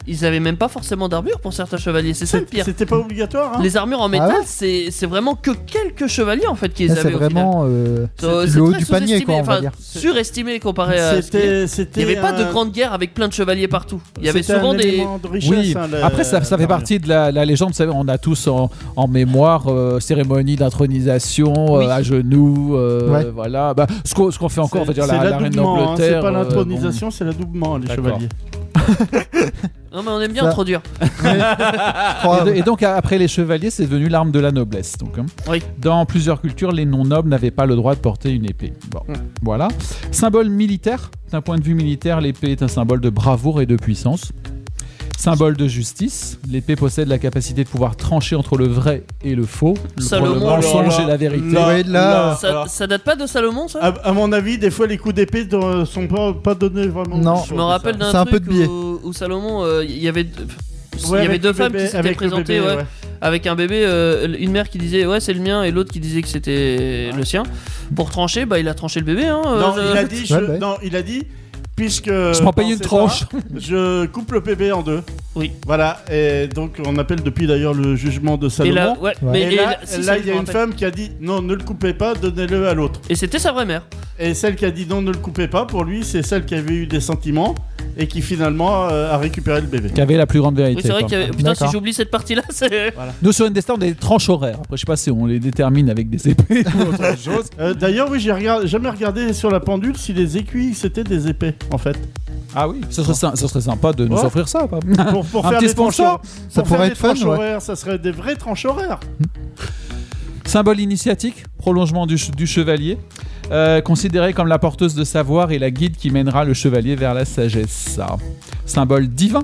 [SPEAKER 5] ils avaient même pas forcément d'armure pour certains chevaliers. C'est ça le pire.
[SPEAKER 6] C'était pas obligatoire. Hein
[SPEAKER 5] Les armures en métal,
[SPEAKER 4] ouais
[SPEAKER 5] c'est c'est vraiment que quelques chevaliers en fait qui les
[SPEAKER 4] Là,
[SPEAKER 5] avaient.
[SPEAKER 4] c'est
[SPEAKER 5] au final.
[SPEAKER 4] vraiment euh,
[SPEAKER 5] Euh, c'est
[SPEAKER 4] le haut
[SPEAKER 5] très
[SPEAKER 4] du panier, quoi,
[SPEAKER 5] sous-estimé,
[SPEAKER 4] on va
[SPEAKER 5] enfin,
[SPEAKER 4] dire.
[SPEAKER 5] Surestimé comparé à. ce qu'il est.
[SPEAKER 6] C'était, c'était.
[SPEAKER 5] Il n'y avait pas de
[SPEAKER 6] un-
[SPEAKER 5] grande guerre avec plein de chevaliers partout. Il y avait
[SPEAKER 6] c'était un
[SPEAKER 5] souvent des.
[SPEAKER 6] élément de richesse,
[SPEAKER 7] Oui,
[SPEAKER 6] hein, le-
[SPEAKER 7] après ça, ça fait
[SPEAKER 6] l'armure.
[SPEAKER 7] partie de la, la légende. Vous savez, on a tous en, en mémoire euh, cérémonie d'intronisation euh,
[SPEAKER 5] Oui.
[SPEAKER 7] à genoux. euh,
[SPEAKER 4] Ouais.
[SPEAKER 7] Voilà, Bah, ce qu'on ce qu'on fait encore, on va dire,
[SPEAKER 6] C'est-
[SPEAKER 7] la,
[SPEAKER 6] c'est
[SPEAKER 7] la reine
[SPEAKER 6] l'adoubement, hein,
[SPEAKER 7] d'Angleterre.
[SPEAKER 6] C'est pas
[SPEAKER 7] euh,
[SPEAKER 6] l'intronisation, c'est l'adoubement, les
[SPEAKER 7] D'accord.
[SPEAKER 6] chevaliers.
[SPEAKER 5] Non, mais on aime bien
[SPEAKER 4] Ça-
[SPEAKER 5] introduire. ah,
[SPEAKER 7] bon.
[SPEAKER 4] Eh
[SPEAKER 7] et, de- et donc a- après les chevaliers, c'est devenu l'arme de la noblesse. Donc, hein.
[SPEAKER 5] Oui.
[SPEAKER 7] Dans plusieurs cultures, les non-nobles n'avaient pas le droit de porter une épée. Bon,
[SPEAKER 5] Hmm.
[SPEAKER 7] voilà. Symbole militaire. D'un point de vue militaire, l'épée est un symbole de bravoure et de puissance. Symbole de justice, l'épée possède la capacité de pouvoir trancher entre le vrai et le faux, le-
[SPEAKER 5] Salomon,
[SPEAKER 7] le mensonge
[SPEAKER 5] oh
[SPEAKER 6] là,
[SPEAKER 7] et la vérité.
[SPEAKER 6] là,
[SPEAKER 4] Ouais, là.
[SPEAKER 6] là,
[SPEAKER 5] Ça,
[SPEAKER 6] là.
[SPEAKER 5] ça date pas de Salomon, ça
[SPEAKER 6] À, à mon avis, des fois, les coups d'épée ne sont pas, pas donnés vraiment.
[SPEAKER 4] Non.
[SPEAKER 5] Je me rappelle d'un
[SPEAKER 4] C'est un
[SPEAKER 5] truc
[SPEAKER 4] peu de biais.
[SPEAKER 5] où, où Salomon, euh, il y avait. deux- Il
[SPEAKER 6] Ouais,
[SPEAKER 5] y avait
[SPEAKER 6] avec
[SPEAKER 5] deux
[SPEAKER 6] le
[SPEAKER 5] femmes
[SPEAKER 6] bébé-
[SPEAKER 5] qui s'étaient
[SPEAKER 6] avec le
[SPEAKER 5] présentées
[SPEAKER 6] bébé,
[SPEAKER 5] ouais, avec un bébé, euh, une mère qui disait ouais c'est le mien et l'autre qui disait que c'était le sien. Pour trancher, bah il a tranché le bébé. Hein, euh,
[SPEAKER 6] Non,
[SPEAKER 5] je-
[SPEAKER 6] il a dit, je-
[SPEAKER 4] Ouais, bah ouais.
[SPEAKER 6] non, il a dit, puisque.
[SPEAKER 7] Je m'en payais une tranche.
[SPEAKER 6] je coupe le bébé en deux.
[SPEAKER 5] Oui.
[SPEAKER 6] Voilà, et donc on appelle depuis d'ailleurs le jugement de
[SPEAKER 5] Et
[SPEAKER 6] Salomon.
[SPEAKER 5] là, ouais, mais
[SPEAKER 6] Et
[SPEAKER 5] et
[SPEAKER 6] là,
[SPEAKER 5] là- si,
[SPEAKER 6] là,
[SPEAKER 5] ça,
[SPEAKER 6] il
[SPEAKER 5] je
[SPEAKER 6] y a
[SPEAKER 5] me
[SPEAKER 6] une
[SPEAKER 5] rappelle.
[SPEAKER 6] femme qui a dit non, ne le coupez pas, donnez-le à l'autre.
[SPEAKER 5] Et c'était sa vraie mère.
[SPEAKER 6] Et celle qui a dit non, ne le coupez pas, pour lui, c'est celle qui avait eu des sentiments et qui finalement euh, a récupéré le bébé.
[SPEAKER 7] Qui avait la plus grande vérité.
[SPEAKER 5] Oui, c'est vrai
[SPEAKER 7] quoi.
[SPEAKER 5] qu'il y avait- Putain, si
[SPEAKER 4] D'accord.
[SPEAKER 5] j'oublie cette partie-là, c'est.
[SPEAKER 7] Nous sur Indestar, on a des tranches horaires. Après, je sais pas si on les détermine avec des épées ou autre chose.
[SPEAKER 6] Euh, D'ailleurs, oui, j'ai regard- jamais regardé sur la pendule si les aiguilles c'était des épées en fait.
[SPEAKER 7] Ah oui, ce serait, sy- ce serait sympa de nous
[SPEAKER 6] Ouais.
[SPEAKER 7] offrir ça. pas
[SPEAKER 6] Pour, pour
[SPEAKER 7] Un
[SPEAKER 6] faire
[SPEAKER 7] petit
[SPEAKER 6] des tranches
[SPEAKER 7] sponsor.
[SPEAKER 6] horaires.
[SPEAKER 4] Ça
[SPEAKER 6] Pour
[SPEAKER 4] pourrait
[SPEAKER 6] faire
[SPEAKER 4] être
[SPEAKER 6] des
[SPEAKER 4] fun,
[SPEAKER 6] tranches
[SPEAKER 4] ouais.
[SPEAKER 6] horaires, ça serait des vraies tranches horaires.
[SPEAKER 7] Symbole initiatique, prolongement du, ch- du chevalier, euh, considéré comme la porteuse de savoir et la guide qui mènera le chevalier vers la sagesse. Ah. Symbole divin,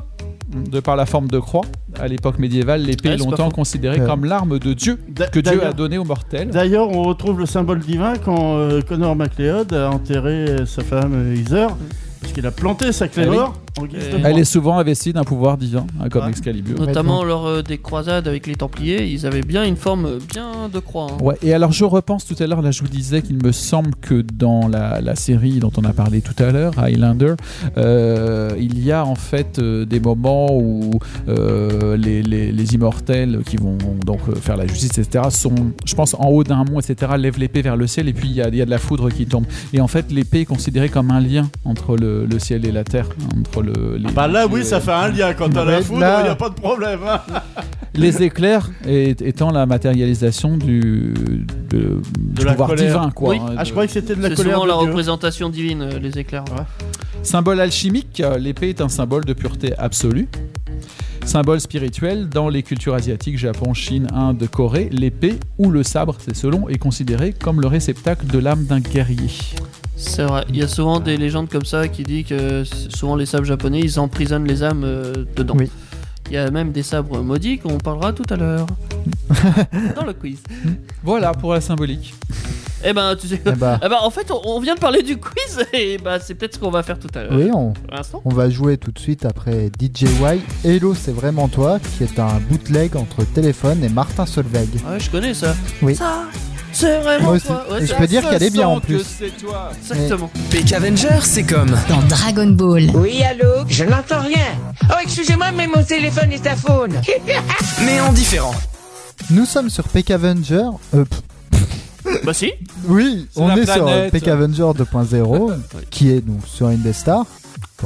[SPEAKER 7] de par la forme de croix. À l'époque médiévale, l'épée
[SPEAKER 5] Ouais,
[SPEAKER 7] est
[SPEAKER 5] c'est pas
[SPEAKER 7] longtemps
[SPEAKER 5] faux.
[SPEAKER 7] considérée
[SPEAKER 4] Ouais.
[SPEAKER 7] comme l'arme de Dieu
[SPEAKER 6] D'a-
[SPEAKER 7] que Dieu
[SPEAKER 6] d'ailleurs-
[SPEAKER 7] a donnée aux mortels.
[SPEAKER 6] D'ailleurs, on retrouve le symbole divin quand euh, Connor MacLeod a enterré euh, sa femme euh, Heather, parce qu'il a planté sa clé
[SPEAKER 7] Eh oui.
[SPEAKER 6] d'or en guise de
[SPEAKER 5] Eh.
[SPEAKER 7] Elle
[SPEAKER 6] croix.
[SPEAKER 7] est souvent investie d'un pouvoir divin, hein, comme
[SPEAKER 6] Ouais.
[SPEAKER 7] Excalibur.
[SPEAKER 5] Notamment lors euh, des croisades avec les Templiers, ils avaient bien une forme euh, bien de croix. hein.
[SPEAKER 7] Ouais, et alors je repense tout à l'heure, là je vous disais qu'il me semble que dans la, la série dont on a parlé tout à l'heure, Highlander, euh, il y a en fait euh, des moments où euh, les, les- les immortels qui vont donc euh, faire la justice, etc., sont, je pense, en haut d'un mont, etc., lèvent l'épée vers le ciel et puis il y a, il y a de la foudre qui tombe. Et en fait, l'épée est considérée comme un lien entre le, le ciel et la terre. Entre le, les,
[SPEAKER 6] Bah là, oui, ça fait un lien. Quand t'as
[SPEAKER 4] Ouais,
[SPEAKER 6] la foudre,
[SPEAKER 4] là.
[SPEAKER 6] il n'y a pas de problème. hein.
[SPEAKER 7] Les éclairs est- étant la matérialisation du, de, du
[SPEAKER 6] la
[SPEAKER 7] pouvoir
[SPEAKER 6] colère.
[SPEAKER 7] divin, quoi.
[SPEAKER 5] Oui.
[SPEAKER 7] hein,
[SPEAKER 6] Ah,
[SPEAKER 7] de-
[SPEAKER 6] je croyais que c'était de la
[SPEAKER 5] C'est
[SPEAKER 6] colère.
[SPEAKER 5] souvent
[SPEAKER 6] de
[SPEAKER 5] la
[SPEAKER 6] Dieu.
[SPEAKER 5] représentation divine, euh, les éclairs.
[SPEAKER 7] Symbole alchimique, euh, l'épée est un symbole de pureté absolue. Symbole spirituel, dans les cultures asiatiques, Japon, Chine, Inde, Corée, l'épée ou le sabre, c'est selon, est considéré comme le réceptacle de l'âme d'un guerrier.
[SPEAKER 5] C'est vrai, il y a souvent des légendes comme ça qui dit que c- souvent les sabres japonais, ils emprisonnent les âmes euh, dedans.
[SPEAKER 4] Oui.
[SPEAKER 5] Il y a même des sabres maudits qu'on parlera tout à l'heure. Dans le quiz.
[SPEAKER 7] Voilà pour la symbolique.
[SPEAKER 5] Eh ben, tu sais.
[SPEAKER 4] Eh bah,
[SPEAKER 5] Ah bah, en fait, on, on vient de parler du quiz et bah c'est peut-être ce qu'on va faire tout à l'heure.
[SPEAKER 4] oui, on,
[SPEAKER 5] Pour l'instant.
[SPEAKER 4] on va jouer tout de suite après DJY. Hello, c'est vraiment toi, qui est un bootleg entre Téléphone et Martin Solveig.
[SPEAKER 5] Ouais, je connais ça.
[SPEAKER 4] Oui.
[SPEAKER 5] Ça, c'est vraiment
[SPEAKER 4] Moi aussi.
[SPEAKER 5] toi. Ouais,
[SPEAKER 4] Et je
[SPEAKER 5] ça,
[SPEAKER 4] peux dire qu'elle est bien en plus.
[SPEAKER 5] Exactement.
[SPEAKER 3] Peck Avenger, c'est comme
[SPEAKER 8] dans Dragon Ball.
[SPEAKER 9] Oui, allô Je n'entends rien. Oh, excusez-moi, mais mon téléphone est à faune.
[SPEAKER 3] mais en différent.
[SPEAKER 4] Nous sommes sur Peck Avenger. euh, pff,
[SPEAKER 5] Bah si.
[SPEAKER 4] oui,
[SPEAKER 7] C'est
[SPEAKER 4] on
[SPEAKER 7] la
[SPEAKER 4] est sur
[SPEAKER 7] planète.
[SPEAKER 4] Peck Avenger 2.0, qui est donc sur Indestar.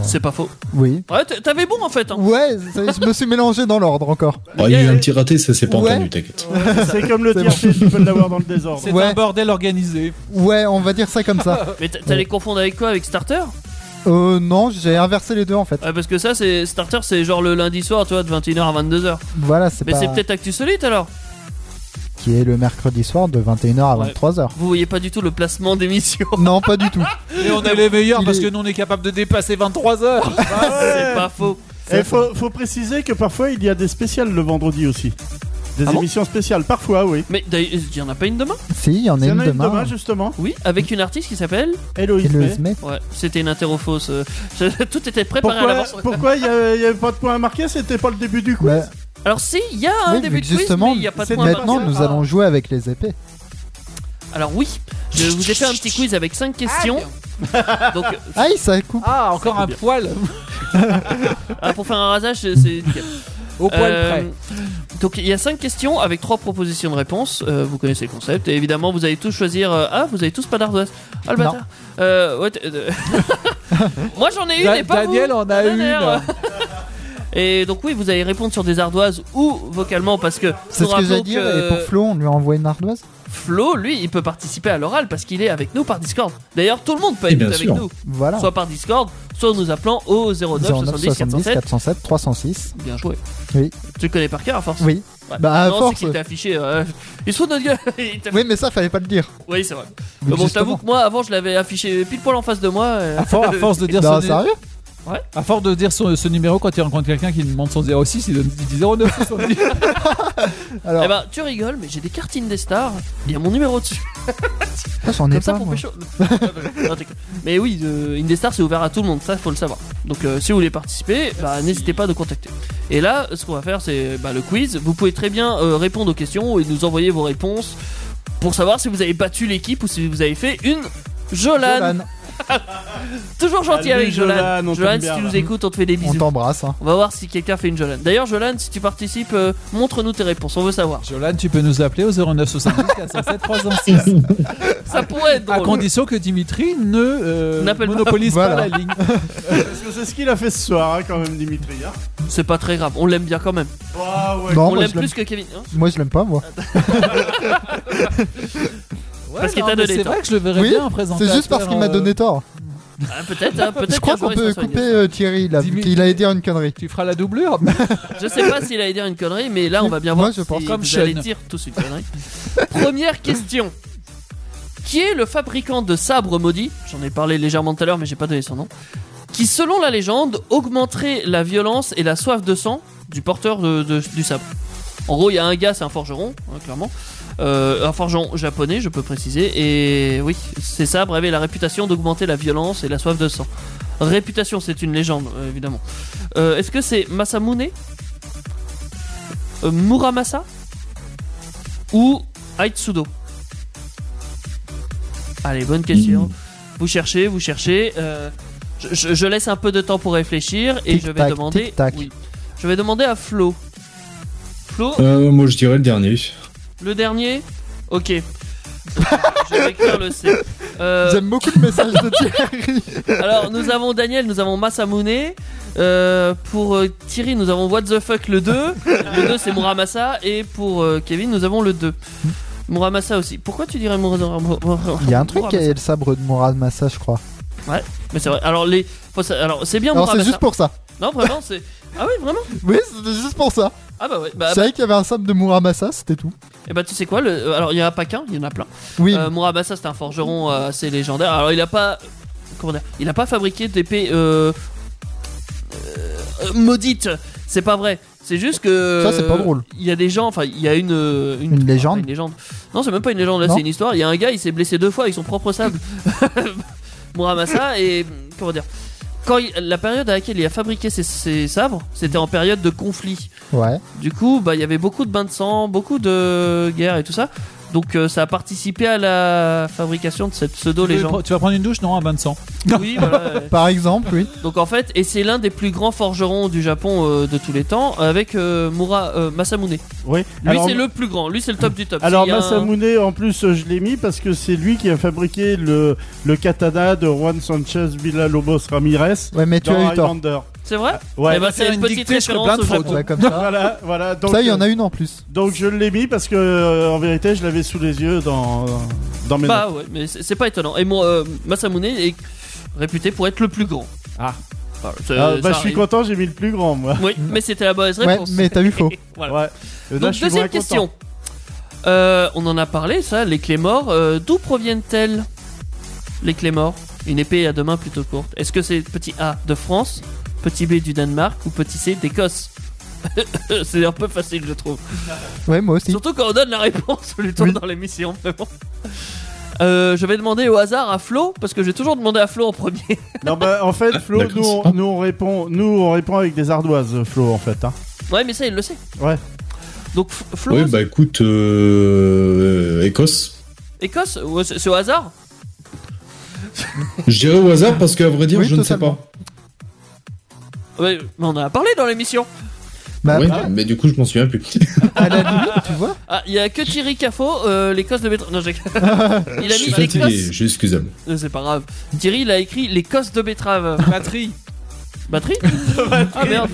[SPEAKER 5] C'est pas faux.
[SPEAKER 4] Oui.
[SPEAKER 5] Ouais, t- t'avais bon en fait. hein.
[SPEAKER 4] Ouais, ça- je me suis mélangé dans l'ordre encore.
[SPEAKER 1] Oh, il y a eu un petit raté, ça s'est pas
[SPEAKER 4] Ouais.
[SPEAKER 1] entendu, t'inquiète.
[SPEAKER 6] C'est comme le
[SPEAKER 4] C'est
[SPEAKER 6] TRP, tu peux l'avoir dans le désordre.
[SPEAKER 7] C'est
[SPEAKER 4] Ouais.
[SPEAKER 7] un bordel organisé.
[SPEAKER 4] Ouais, on va dire ça comme ça.
[SPEAKER 5] Mais t- t'allais confondre avec quoi Avec Starter
[SPEAKER 4] Euh, non, j'ai inversé les deux en fait.
[SPEAKER 5] Ouais, Parce que ça, c'est Starter, c'est genre le lundi soir, tu vois, de 21h à 22h.
[SPEAKER 4] Voilà, c'est
[SPEAKER 5] Mais
[SPEAKER 4] pas
[SPEAKER 5] c'est peut-être Actu Solite alors
[SPEAKER 4] qui est le mercredi soir de 21h à
[SPEAKER 5] Ouais.
[SPEAKER 4] 23h.
[SPEAKER 5] Vous voyez pas du tout le placement d'émission.
[SPEAKER 4] Non, pas du tout.
[SPEAKER 7] Et on est les meilleurs
[SPEAKER 4] Il
[SPEAKER 7] parce
[SPEAKER 4] est-
[SPEAKER 7] que nous on est capable de dépasser 23 heures.
[SPEAKER 4] Ah
[SPEAKER 5] c'est pas faux.
[SPEAKER 6] Et faut, faut préciser que parfois, il y a des spéciales le vendredi aussi. Des
[SPEAKER 5] Ah bon
[SPEAKER 6] émissions spéciales, parfois, oui.
[SPEAKER 5] Mais d'ailleurs, il y en a pas une demain
[SPEAKER 4] si, il y en a
[SPEAKER 6] Il y en
[SPEAKER 4] une
[SPEAKER 6] a une
[SPEAKER 4] demain.
[SPEAKER 6] demain, justement.
[SPEAKER 5] Oui, avec une artiste qui s'appelle.
[SPEAKER 6] Héloïse.
[SPEAKER 4] Et le
[SPEAKER 6] May.
[SPEAKER 4] SME.
[SPEAKER 5] Ouais, c'était une interro fausse. euh, Tout était préparé à
[SPEAKER 6] Pourquoi
[SPEAKER 5] l'avance.
[SPEAKER 6] pourquoi il n'y avait pas de point à marquer C'était pas le début du quiz
[SPEAKER 4] Ouais.
[SPEAKER 5] Alors si, il y a un
[SPEAKER 4] Oui,
[SPEAKER 5] début
[SPEAKER 4] mais
[SPEAKER 5] de quiz,
[SPEAKER 4] justement,
[SPEAKER 5] mais il y a pas de
[SPEAKER 6] c'est
[SPEAKER 5] point à
[SPEAKER 4] Maintenant,
[SPEAKER 5] marquer.
[SPEAKER 4] nous allons jouer avec les épées.
[SPEAKER 5] Alors oui, je vous ai
[SPEAKER 4] Ah,
[SPEAKER 5] fait un petit quiz avec 5 questions. Donc euh,
[SPEAKER 6] Ah.
[SPEAKER 4] Aïe, ça coupe.
[SPEAKER 7] Ah, encore un poil.
[SPEAKER 5] Ah, pour faire un rasage, c'est c'est nickel.
[SPEAKER 11] Au poil
[SPEAKER 5] Euh,
[SPEAKER 11] près.
[SPEAKER 5] Donc il y a cinq questions avec trois propositions de réponse. Euh, vous connaissez le concept. Et évidemment, vous allez tous choisir. euh, ah, vous avez tous pas d'ardoise. Ah, le
[SPEAKER 4] Non.
[SPEAKER 5] bâtard. Euh, ouais, t'es- euh, Moi j'en ai une
[SPEAKER 7] Da-
[SPEAKER 5] et pas
[SPEAKER 7] Daniel
[SPEAKER 5] vous.
[SPEAKER 4] oh.
[SPEAKER 7] en a
[SPEAKER 5] Tonnerre.
[SPEAKER 7] une.
[SPEAKER 5] Et donc oui, vous allez répondre sur des ardoises ou vocalement parce que.
[SPEAKER 4] C'est ce
[SPEAKER 5] faudra
[SPEAKER 4] que j'allais
[SPEAKER 5] donc,
[SPEAKER 4] dire.
[SPEAKER 5] euh,
[SPEAKER 4] Et pour Flo, on lui a envoyé une ardoise
[SPEAKER 5] Flo, lui, il peut participer à l'oral parce qu'il est avec nous par Discord. D'ailleurs, tout le monde peut
[SPEAKER 1] Et
[SPEAKER 5] être
[SPEAKER 1] Eh bien
[SPEAKER 5] avec
[SPEAKER 1] sûr.
[SPEAKER 5] nous.
[SPEAKER 4] Voilà.
[SPEAKER 5] Soit par Discord, soit en nous appelant au 09,
[SPEAKER 4] 09
[SPEAKER 5] 70 407.
[SPEAKER 4] 407 306.
[SPEAKER 5] Bien joué.
[SPEAKER 4] Oui.
[SPEAKER 5] Tu le connais par cœur à force
[SPEAKER 4] Oui.
[SPEAKER 5] Ouais.
[SPEAKER 4] Bah, à
[SPEAKER 5] non,
[SPEAKER 4] force.
[SPEAKER 5] c'est qu'il t'a affiché. euh, il se fout de notre gueule. Il t'a-
[SPEAKER 4] Oui, mais ça, fallait pas le dire.
[SPEAKER 5] Oui, c'est vrai. Mais bon, je
[SPEAKER 4] Justement.
[SPEAKER 5] t'avoue que moi, avant, je l'avais affiché pile poil en face de moi. euh.
[SPEAKER 7] À, for- à force de dire
[SPEAKER 4] Non,
[SPEAKER 7] ce, nu-
[SPEAKER 4] Bah, sérieux
[SPEAKER 7] à force de dire ce, ce numéro, quand tu rencontres quelqu'un qui demande son 06, il donne- il dit 09. soixante-dix.
[SPEAKER 4] Alors-
[SPEAKER 5] Eh ben, tu rigoles, mais j'ai des cartines des stars. Il y a mon numéro dessus.
[SPEAKER 4] Ah, J'en ai
[SPEAKER 5] Comme ça,
[SPEAKER 4] pas.
[SPEAKER 5] pour
[SPEAKER 4] moi.
[SPEAKER 5] pécho. Non, t'es con. mais oui, euh, Indestar, c'est ouvert à tout le monde. Ça, faut le savoir. Donc, euh, si vous voulez participer, bah, n'hésitez pas à nous contacter. Et là, ce qu'on va faire, c'est bah, le quiz. Vous pouvez très bien euh, répondre aux questions et nous envoyer vos réponses pour savoir si vous avez battu l'équipe ou si vous avez fait une Jolane.
[SPEAKER 4] Jolan,
[SPEAKER 5] Toujours gentil
[SPEAKER 6] Salut,
[SPEAKER 5] avec Jolan.
[SPEAKER 6] Jolan, on
[SPEAKER 5] Jolan,
[SPEAKER 6] t'aime
[SPEAKER 5] si
[SPEAKER 6] bien,
[SPEAKER 5] tu
[SPEAKER 6] là.
[SPEAKER 5] nous écoutes, on te fait des
[SPEAKER 4] on
[SPEAKER 5] bisous.
[SPEAKER 4] t'embrasse. hein.
[SPEAKER 5] On va voir si quelqu'un fait une Jolan. D'ailleurs, Jolan, si tu participes, euh, montre-nous tes réponses, on veut savoir.
[SPEAKER 7] Jolan, tu peux nous appeler au 09 70 407 306.
[SPEAKER 5] Ça pourrait être
[SPEAKER 7] à
[SPEAKER 5] drôle.
[SPEAKER 7] condition que Dimitri ne euh,
[SPEAKER 5] N'appelle pas.
[SPEAKER 7] monopolise pas,
[SPEAKER 4] Voilà.
[SPEAKER 7] la ligne.
[SPEAKER 6] Parce que c'est ce qu'il a fait ce soir, hein, quand même, Dimitri. hein.
[SPEAKER 5] C'est pas très grave, on l'aime bien quand même.
[SPEAKER 6] Ouah, ouais.
[SPEAKER 4] Non,
[SPEAKER 5] on
[SPEAKER 4] moi
[SPEAKER 5] l'aime
[SPEAKER 4] je, l'aime,
[SPEAKER 5] plus que Kevin. hein.
[SPEAKER 4] moi je l'aime pas, moi.
[SPEAKER 5] Parce qu'il
[SPEAKER 7] non,
[SPEAKER 5] t'a
[SPEAKER 7] mais
[SPEAKER 5] donné
[SPEAKER 7] C'est
[SPEAKER 5] tort.
[SPEAKER 7] vrai que je le verrais
[SPEAKER 4] Oui,
[SPEAKER 7] bien euh, présenter.
[SPEAKER 4] C'est juste parce qu'il
[SPEAKER 5] euh,
[SPEAKER 4] m'a donné tort.
[SPEAKER 5] Ah, peut-être, hein, peut-être.
[SPEAKER 4] Je crois
[SPEAKER 5] qu'un jour,
[SPEAKER 4] qu'on
[SPEAKER 5] il
[SPEAKER 4] peut
[SPEAKER 5] s'en soigne.
[SPEAKER 4] couper euh, Thierry là.
[SPEAKER 7] Dimi-
[SPEAKER 4] Il allait dire une connerie.
[SPEAKER 7] Tu feras la doublure
[SPEAKER 5] Je sais pas s'il allait dire une connerie, mais là, on va bien voir
[SPEAKER 4] Moi, je pense
[SPEAKER 5] si
[SPEAKER 7] comme
[SPEAKER 5] vous
[SPEAKER 7] Sean.
[SPEAKER 5] allez dire tous une connerie. Première question. Qui est le fabricant de sabres maudits J'en ai parlé légèrement tout à l'heure, mais j'ai pas donné son nom. Qui, selon la légende, augmenterait la violence et la soif de sang du porteur de- de- du sabre. En gros, il y a un gars, c'est un forgeron, hein, clairement. Euh, un forgeron japonais, je peux préciser. Et oui, ces sabres avaient la réputation d'augmenter la violence et la soif de sang. Réputation, c'est une légende, euh, évidemment. Euh, Est-ce que c'est Masamune euh, Muramasa ou Aitsudo Allez, bonne
[SPEAKER 4] Mmh.
[SPEAKER 5] question. Vous cherchez, vous cherchez. euh, je, je- je laisse un peu de temps pour réfléchir et je vais
[SPEAKER 4] Tic-tac,
[SPEAKER 5] demander.
[SPEAKER 4] tic-tac.
[SPEAKER 5] oui. Je vais demander à Flo. Flo,
[SPEAKER 1] Euh, moi, je dirais le dernier.
[SPEAKER 5] le dernier Ok. je vais écrire le C. Euh,
[SPEAKER 4] J'aime beaucoup le message de Thierry.
[SPEAKER 5] alors, nous avons Daniel, nous avons Masamune. Euh, pour euh, Thierry, nous avons What the fuck le 2. Le 2, c'est Muramasa. Et pour euh, Kevin, nous avons le 2. Muramasa aussi. Pourquoi tu dirais Muramasa
[SPEAKER 4] Il y a un truc qui est le sabre de Muramasa, je crois.
[SPEAKER 5] Mais c'est vrai. Alors, les... faut sa- Alors c'est bien
[SPEAKER 4] Alors c'est
[SPEAKER 5] Muramasa.
[SPEAKER 4] juste pour ça.
[SPEAKER 5] Non, vraiment, c'est. Ah oui, vraiment
[SPEAKER 4] Oui, c'était juste pour ça.
[SPEAKER 5] Ah bah ouais. Bah,
[SPEAKER 4] Je savais qu'il y avait un sabre de Muramasa, c'était tout.
[SPEAKER 5] Et bah, tu sais quoi le... Alors, il y en a pas qu'un, il y en a plein.
[SPEAKER 4] Oui,
[SPEAKER 5] Euh, Muramasa, c'est un forgeron euh, assez légendaire. Alors, il a pas. Comment dire Il a pas fabriqué d'épée. Euh... euh, maudite C'est pas vrai. C'est juste que.
[SPEAKER 4] Ça, c'est pas drôle.
[SPEAKER 5] Il y a des gens. Enfin, il y a une. euh,
[SPEAKER 4] Une légende
[SPEAKER 5] enfin, une légende. Non, c'est même pas une légende, là,
[SPEAKER 4] Non.
[SPEAKER 5] c'est une histoire. Il y a un gars, il s'est blessé deux fois avec son propre sable. Muramasa, et. Comment dire quand il- la période à laquelle il a fabriqué ses, ses sabres, c'était en période de conflit.
[SPEAKER 4] ouais.
[SPEAKER 5] Du coup, bah, il y avait beaucoup de bains de sang, beaucoup de guerres et tout ça. Donc euh, ça a participé à la fabrication de cette
[SPEAKER 7] tu, veux
[SPEAKER 5] pseudo-légende.
[SPEAKER 7] pre- tu vas prendre une douche Non, un bain de sang.
[SPEAKER 5] Oui, voilà. ouais.
[SPEAKER 4] Par exemple, oui.
[SPEAKER 5] Donc en fait, et c'est l'un des plus grands forgerons du Japon euh, de tous les temps, avec euh, Mura, euh, Masamune.
[SPEAKER 6] Oui.
[SPEAKER 5] Lui,
[SPEAKER 6] Alors,
[SPEAKER 5] c'est le hein. plus grand, lui, c'est le top du top.
[SPEAKER 6] Alors
[SPEAKER 5] S'il y a un-
[SPEAKER 6] Masamune, en plus, euh, je l'ai mis parce que c'est lui qui a fabriqué le, le katana de Juan Sanchez Villalobos Ramirez
[SPEAKER 4] Ouais, mais tu
[SPEAKER 6] dans
[SPEAKER 4] as eu tort.
[SPEAKER 6] Highlander.
[SPEAKER 5] C'est vrai
[SPEAKER 6] Ouais.
[SPEAKER 5] Eh ben, c'est
[SPEAKER 7] Faire
[SPEAKER 5] une
[SPEAKER 7] une
[SPEAKER 5] petite
[SPEAKER 7] dictée, je serais
[SPEAKER 5] référence
[SPEAKER 7] plein
[SPEAKER 5] au
[SPEAKER 7] de fautes,
[SPEAKER 5] Japon.
[SPEAKER 4] Ouais, comme ça.
[SPEAKER 6] Voilà, voilà. Donc,
[SPEAKER 4] Ça, il y en
[SPEAKER 6] euh,
[SPEAKER 4] a une en plus.
[SPEAKER 6] Donc je l'ai mis parce que euh, en vérité, je l'avais sous les yeux dans dans mes.
[SPEAKER 5] Bah ouais, mais c'est c'est pas étonnant. Et moi, euh, Masamune est réputé pour être le plus grand.
[SPEAKER 7] Ah.
[SPEAKER 5] Voilà,
[SPEAKER 6] notes.
[SPEAKER 5] c'est-
[SPEAKER 6] Ah,
[SPEAKER 5] euh, ça
[SPEAKER 6] bah, je suis
[SPEAKER 5] arrive.
[SPEAKER 6] content, j'ai mis le plus grand moi.
[SPEAKER 5] Oui, mais c'était la bonne
[SPEAKER 4] Ouais,
[SPEAKER 5] réponse.
[SPEAKER 4] mais t'as eu faux.
[SPEAKER 5] Voilà.
[SPEAKER 6] Ouais. Et là,
[SPEAKER 5] Donc,
[SPEAKER 6] je suis
[SPEAKER 5] deuxième
[SPEAKER 6] moins content.
[SPEAKER 5] question. Euh, on en a parlé, ça, les clés morts. euh, D'où proviennent-elles Les clés morts Une épée à deux mains plutôt courte. Est-ce que c'est petit A de France, petit B du Danemark ou petit C d'Écosse C'est un peu facile, je trouve.
[SPEAKER 4] Ouais, moi aussi.
[SPEAKER 5] Surtout quand on donne la réponse plutôt dans l'émission, vraiment. Euh, je vais demander au hasard à Flo, parce que j'ai toujours demandé à Flo en premier.
[SPEAKER 6] Non bah en fait, Flo,
[SPEAKER 1] D'accord,
[SPEAKER 6] nous
[SPEAKER 1] c'est
[SPEAKER 6] on, nous on répond, nous on répond avec des ardoises, Flo en fait. Hein.
[SPEAKER 5] ouais, mais ça, il le sait.
[SPEAKER 6] Ouais.
[SPEAKER 5] Donc, F- Flo,
[SPEAKER 1] Oui, bah écoute, euh, Écosse.
[SPEAKER 5] Écosse, ouais, c'est c'est au hasard
[SPEAKER 1] Je dirais au hasard parce qu'à vrai dire,
[SPEAKER 4] Oui,
[SPEAKER 1] je ne sais
[SPEAKER 4] totalement.
[SPEAKER 1] pas.
[SPEAKER 5] Ouais, mais on en a parlé dans l'émission.
[SPEAKER 4] Bah,
[SPEAKER 1] Ouais, mais du coup, je m'en souviens plus.
[SPEAKER 4] à la limite, tu vois,
[SPEAKER 5] Ah, il y a que Thierry Cafo, euh, l'Écosse de betterave. Non, j'ai. il
[SPEAKER 1] Je
[SPEAKER 5] a
[SPEAKER 1] suis
[SPEAKER 5] mis
[SPEAKER 1] fatigué, je
[SPEAKER 5] l'Écosse.
[SPEAKER 1] suis excusable.
[SPEAKER 4] Oh.
[SPEAKER 5] Euh, C'est pas grave. Thierry, il a écrit l'Écosse de betterave.
[SPEAKER 11] Patrie.
[SPEAKER 5] Batterie Ah merde,